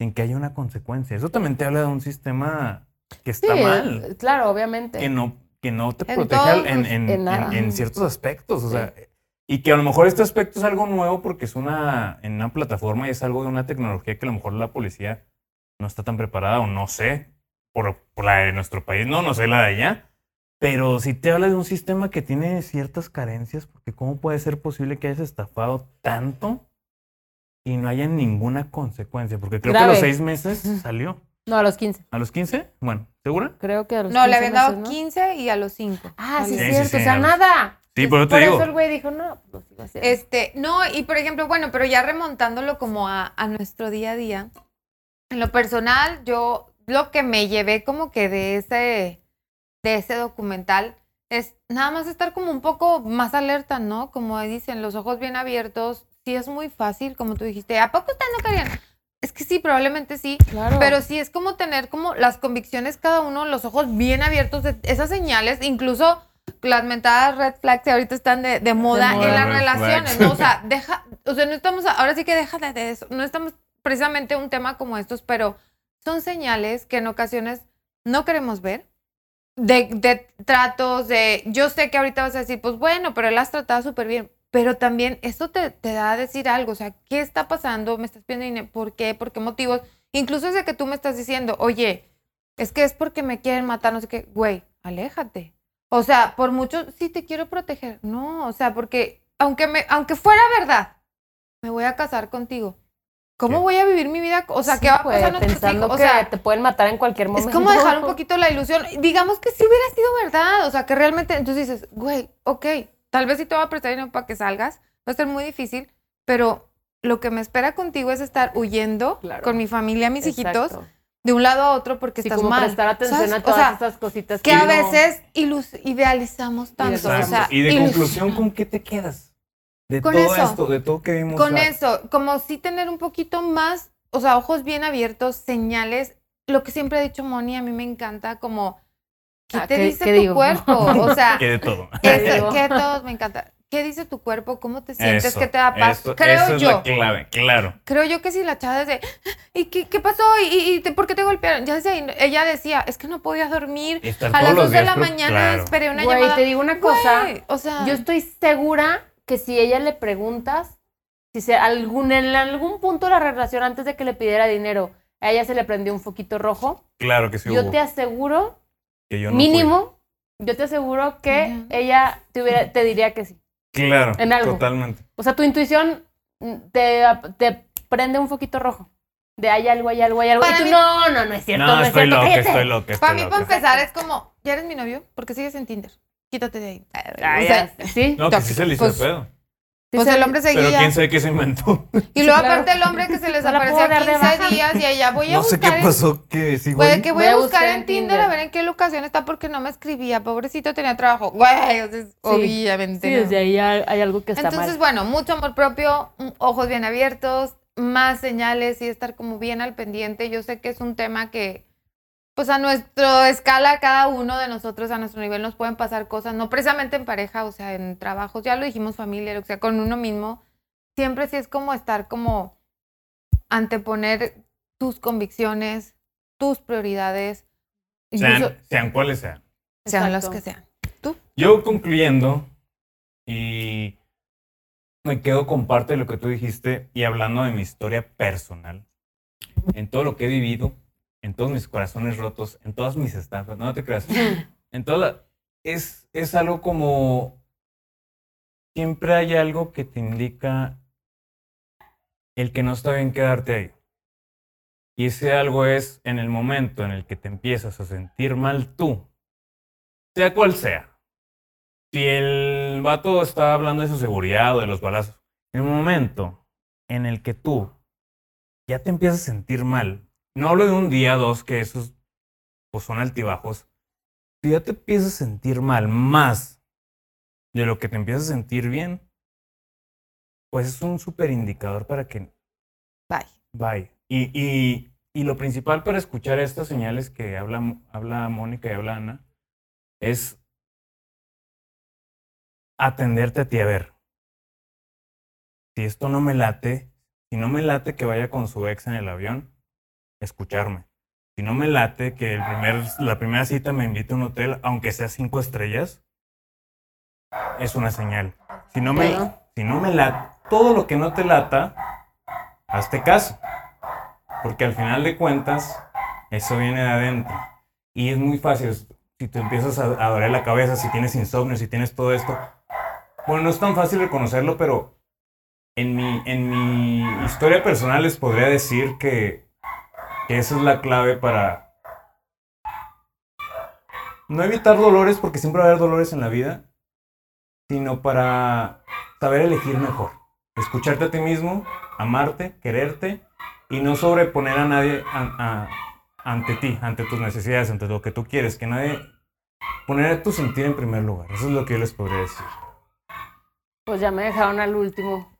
Speaker 3: sin que haya una consecuencia? Eso también te habla de un sistema que está mal.
Speaker 2: eh, Claro, obviamente.
Speaker 3: que no, que no te
Speaker 1: En
Speaker 3: protege
Speaker 1: todos
Speaker 3: al- en,
Speaker 1: los-
Speaker 3: en-
Speaker 2: en nada.
Speaker 3: en- en ciertos aspectos. O sea, y que a lo mejor este aspecto es algo nuevo porque es una, en una plataforma y es algo de una tecnología que a lo mejor la policía no está tan preparada o no sé, por, por la de nuestro país, no, no sé la de allá. Pero si te habla de un sistema que tiene ciertas carencias, porque ¿cómo puede ser posible que hayas estafado tanto y no haya ninguna consecuencia? Porque creo que a los
Speaker 2: Grave.
Speaker 3: seis meses salió.
Speaker 2: No, a los 15.
Speaker 3: ¿A los 15? Bueno, ¿segura?
Speaker 2: Creo que a los
Speaker 1: No,
Speaker 2: 15
Speaker 1: le habían
Speaker 2: meses,
Speaker 1: dado
Speaker 2: ¿no?
Speaker 1: 15 y a los 5.
Speaker 2: Ah, sí,
Speaker 3: Sí,
Speaker 2: es
Speaker 3: sí,
Speaker 2: cierto.
Speaker 3: sí,
Speaker 2: o sea,
Speaker 3: a los-
Speaker 2: nada.
Speaker 3: Sí, pero
Speaker 2: Por eso el güey dijo, no, pues lo sigo haciendo.
Speaker 1: Este, no, y por ejemplo, bueno, pero ya remontándolo como a, a nuestro día a día, en lo personal, yo lo que me llevé como que de ese, de ese documental es nada más estar como un poco más alerta, ¿no? Como dicen, los ojos bien abiertos, sí es muy fácil, como tú dijiste, ¿a poco ustedes no querían? Es que sí, probablemente sí,
Speaker 2: claro.
Speaker 1: pero sí es como tener como las convicciones cada uno, los ojos bien abiertos, de esas señales, incluso las mentadas red flags que ahorita están de, de moda
Speaker 2: moda.
Speaker 1: en las
Speaker 3: Red
Speaker 1: relaciones,
Speaker 3: flags.
Speaker 1: ¿no? O sea, deja, o sea, no estamos, ahora sí que déjate de eso, no estamos precisamente un tema como estos, pero son señales que en ocasiones no queremos ver. De, de tratos, de. Yo sé que ahorita vas a decir, pues bueno, pero él has tratado súper bien. Pero también esto te, te da a decir algo. O sea, ¿qué está pasando? ¿Me estás pidiendo dinero? ¿Por qué? ¿Por qué motivos? Incluso ese que tú me estás diciendo, oye, es que es porque me quieren matar, no sé qué. Güey, aléjate. O sea, por mucho, sí te quiero proteger. No, o sea, porque aunque, me, aunque fuera verdad, me voy a casar contigo. ¿Cómo
Speaker 3: Sí.
Speaker 1: voy a vivir mi vida? O sea,
Speaker 2: Sí,
Speaker 1: ¿qué va a
Speaker 2: güey,
Speaker 1: pasar a nuestros
Speaker 2: Pensando
Speaker 1: hijos? O
Speaker 2: que
Speaker 1: sea,
Speaker 2: te pueden matar en cualquier
Speaker 1: es
Speaker 2: momento.
Speaker 1: como dejar un poquito la ilusión. Digamos que si hubiera sido verdad, o sea, que realmente, entonces dices, güey, ok, tal vez si te va a prestar dinero para que salgas, va a ser muy difícil, pero lo que me espera contigo es estar huyendo
Speaker 2: Claro.
Speaker 1: con mi familia, mis hijitos,
Speaker 2: Exacto.
Speaker 1: de un lado a otro porque
Speaker 2: Sí,
Speaker 1: estás
Speaker 2: como
Speaker 1: mal.
Speaker 2: prestar atención
Speaker 1: ¿sabes?
Speaker 2: a todas
Speaker 1: o sea,
Speaker 2: estas cositas.
Speaker 1: que a
Speaker 2: no-
Speaker 1: veces ilus- idealizamos tanto, o
Speaker 2: Idealizamos.
Speaker 1: sea,
Speaker 3: y de
Speaker 1: ilus-
Speaker 3: conclusión, ¿con qué te quedas? De
Speaker 1: Con
Speaker 3: todo
Speaker 1: eso.
Speaker 3: esto, de todo que vimos.
Speaker 1: Con
Speaker 3: o sea,
Speaker 1: eso, como sí tener un poquito más, o sea, ojos bien abiertos, señales. Lo que siempre ha dicho Moni, a mí me encanta, como, ¿qué
Speaker 2: Ah,
Speaker 1: te
Speaker 2: ¿qué-
Speaker 1: dice
Speaker 2: qué
Speaker 1: tu
Speaker 2: digo?
Speaker 1: cuerpo? O sea,
Speaker 3: Que de todo.
Speaker 1: eso,
Speaker 2: ¿Qué digo?
Speaker 1: que a todos me encanta. ¿Qué dice tu cuerpo? ¿Cómo te sientes?
Speaker 3: Eso,
Speaker 1: ¿Qué te da paz?
Speaker 3: eso-
Speaker 1: creo
Speaker 3: esa es
Speaker 1: yo,
Speaker 3: la clave, claro.
Speaker 1: creo yo que si la chava desde, ¿y qué, qué pasó? ¿Y, y- y te- por qué te golpearon? Ya desde ahí, ella decía, es que no podía dormir.
Speaker 3: Estar
Speaker 1: A
Speaker 3: todos
Speaker 1: las
Speaker 3: los
Speaker 1: 2 de
Speaker 3: días
Speaker 1: la
Speaker 3: preo-
Speaker 1: mañana
Speaker 3: claro.
Speaker 1: esperé una
Speaker 2: Güey,
Speaker 1: llamada.
Speaker 2: te digo una cosa.
Speaker 1: Güey, o sea,
Speaker 2: Yo estoy segura que si ella le preguntas, si se, algún, en algún punto de la relación antes de que le pidiera dinero, a ella se le prendió un foquito rojo,
Speaker 3: Claro que sí
Speaker 2: yo
Speaker 3: hubo,
Speaker 2: te aseguro,
Speaker 3: que yo no fui.
Speaker 2: mínimo, yo te aseguro que
Speaker 1: Ya.
Speaker 2: ella te, hubiera- te diría que sí.
Speaker 3: Claro,
Speaker 2: en algo.
Speaker 3: totalmente.
Speaker 2: O sea, tu intuición mm, te, te prende un foquito rojo. De hay algo, hay algo, hay algo.
Speaker 1: Para
Speaker 2: y tú,
Speaker 1: mí-
Speaker 2: no, no, no es cierto.
Speaker 3: No,
Speaker 2: No, es
Speaker 3: estoy
Speaker 2: cierto,
Speaker 3: loca,
Speaker 2: cállate".
Speaker 3: estoy loca, estoy
Speaker 1: Para mí,
Speaker 3: loca.
Speaker 1: para empezar, es como, ¿ya eres mi novio? Porque sigues en Tinder. Quítate de ahí.
Speaker 2: Ah,
Speaker 1: o sea,
Speaker 2: ya, sí.
Speaker 3: No, que sí se le hizo
Speaker 1: Pues-
Speaker 3: el pedo.
Speaker 2: sí
Speaker 1: pues
Speaker 2: se-
Speaker 1: el hombre
Speaker 3: Pero
Speaker 1: seguía.
Speaker 3: quién sabe qué se inventó.
Speaker 1: Y luego,
Speaker 2: Sí, claro.
Speaker 1: aparte, el hombre que se les
Speaker 2: No la
Speaker 1: apareció
Speaker 2: puedo dar de
Speaker 1: 15
Speaker 2: baja.
Speaker 1: días y allá voy a
Speaker 3: No sé
Speaker 1: buscar.
Speaker 3: qué
Speaker 1: en-
Speaker 3: pasó, que sí,
Speaker 1: Voy,
Speaker 3: güey.
Speaker 1: que voy a buscar en Tinder, a ver en qué locación está porque no me escribía. Pobrecito, tenía trabajo. Güey, o sea, obviamente.
Speaker 2: Sí,
Speaker 1: no.
Speaker 2: desde ahí hay, hay algo que está
Speaker 1: Entonces,
Speaker 2: mal.
Speaker 1: bueno, mucho amor propio, mm, ojos bien abiertos, más señales y estar como bien al pendiente. Yo sé que es un tema que, pues a nuestra escala, cada uno de nosotros, a nuestro nivel, nos pueden pasar cosas, no precisamente en pareja, o sea, en trabajos, ya lo dijimos familia, lo que sea, con uno mismo. Siempre sí es como estar como anteponer tus convicciones, tus prioridades, incluso-
Speaker 3: Sean, sean cuales sean.
Speaker 1: sean los
Speaker 2: Exacto.
Speaker 1: que sean.
Speaker 3: Yo concluyendo, y me quedo con parte de lo que tú dijiste, y hablando de mi historia personal, en todo lo que he vivido, en todos mis corazones rotos, en todas mis estafas, no te creas, en toda la- es, es algo como, siempre hay algo que te indica el que no está bien quedarte ahí. Y ese algo es en el momento en el que te empiezas a sentir mal tú, sea cual sea, si el vato está hablando de su seguridad o de los balazos, en el momento en el que tú ya te empiezas a sentir mal, no hablo de un día, dos, que esos pues, son altibajos, si ya te empiezas a sentir mal más de lo que te empiezas a sentir bien, pues es un súper indicador para que
Speaker 1: Bye.
Speaker 3: Bye. Y, y- y lo principal para escuchar estas señales que habla, habla Mónica y habla Ana es atenderte a ti a ver. Si esto no me late, si no me late que vaya con su ex en el avión, escucharme. Si no me late que el primer, la primera cita me invite a un hotel, aunque sea cinco estrellas, es una señal. Si no me,
Speaker 2: Claro.
Speaker 3: si no me late, todo lo que no te lata, hazte caso. Porque al final de cuentas, eso viene de adentro. Y es muy fácil. Si te empiezas a, a doler la cabeza, si tienes insomnio, si tienes todo esto. Bueno, no es tan fácil reconocerlo, pero en mi, en mi historia personal les podría decir que, que esa es la clave para no evitar dolores, porque siempre va a haber dolores en la vida, sino para saber elegir mejor. Escucharte a ti mismo, amarte, quererte y no sobreponer a nadie a- a- ante ti, ante tus necesidades, ante lo que tú quieres, que nadie poner a tu sentir en primer lugar. Eso es lo que yo les podría decir.
Speaker 2: Pues ya me dejaron al último.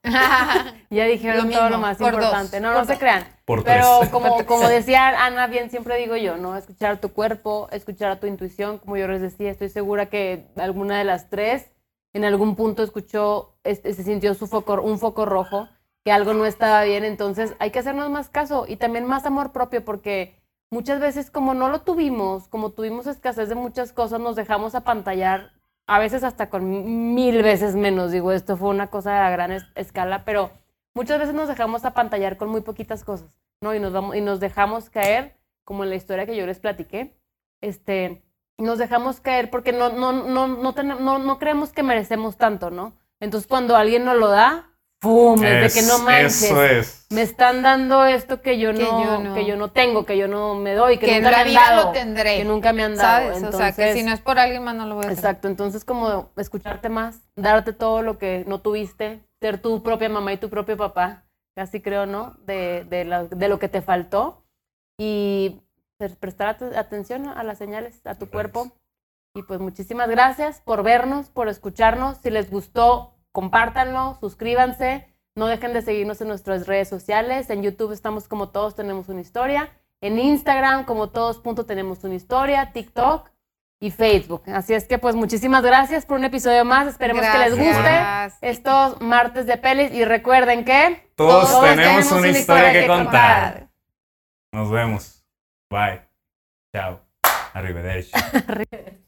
Speaker 2: Ya dijeron
Speaker 1: Lo
Speaker 2: todo
Speaker 1: mismo,
Speaker 2: lo más
Speaker 1: por dos,
Speaker 2: importante. No,
Speaker 1: por
Speaker 2: no se
Speaker 1: dos.
Speaker 2: crean.
Speaker 3: Por
Speaker 2: Pero
Speaker 3: tres.
Speaker 2: como, como decía Ana, bien siempre digo yo, ¿no? Escuchar a tu cuerpo, escuchar a tu intuición, como yo les decía, estoy segura que alguna de las tres en algún punto escuchó, este, se sintió su foco, un foco rojo, que algo no estaba bien, entonces hay que hacernos más caso y también más amor propio, porque muchas veces como no lo tuvimos, como tuvimos escasez de muchas cosas, nos dejamos apantallar, a veces hasta con mil veces menos, digo, esto fue una cosa a gran es- escala, pero muchas veces nos dejamos apantallar con muy poquitas cosas, ¿no? Y nos, vamos, y nos dejamos caer, como en la historia que yo les platiqué, este, nos dejamos caer porque no, no, no, no, tenem- no, no creemos que merecemos tanto, ¿no? Entonces cuando alguien nos lo da, ¡fum! Es de que no manches
Speaker 3: Eso es.
Speaker 2: me están dando esto que yo,
Speaker 1: Que
Speaker 2: no,
Speaker 1: yo no.
Speaker 2: que yo no tengo, que yo no me doy, que,
Speaker 1: que en la
Speaker 2: nunca me han
Speaker 1: vida
Speaker 2: dado,
Speaker 1: lo tendré.
Speaker 2: que nunca me han dado.
Speaker 1: ¿Sabes? o sea,
Speaker 2: Entonces,
Speaker 1: que si no es por alguien más no lo voy a hacer.
Speaker 2: exacto, entonces como escucharte más, darte todo lo que no tuviste, ser tu propia mamá y tu propio papá, casi creo, ¿no? De, de, la- de lo que te faltó y pre- prestar ate- atención a las señales, a tu cuerpo. Y pues muchísimas gracias por vernos, por escucharnos. Si les gustó, compártanlo, suscríbanse. No dejen de seguirnos en nuestras redes sociales. En YouTube estamos como todos tenemos una historia. En Instagram como todos punto tenemos una historia. TikTok y Facebook. Así es que pues muchísimas gracias por un episodio más. Esperemos que les guste
Speaker 1: Gracias.
Speaker 2: estos martes de pelis. Y recuerden que
Speaker 3: Todos, tenemos, una historia que contar. Nos vemos. Bye. Chao. Arrivederci.
Speaker 2: contar.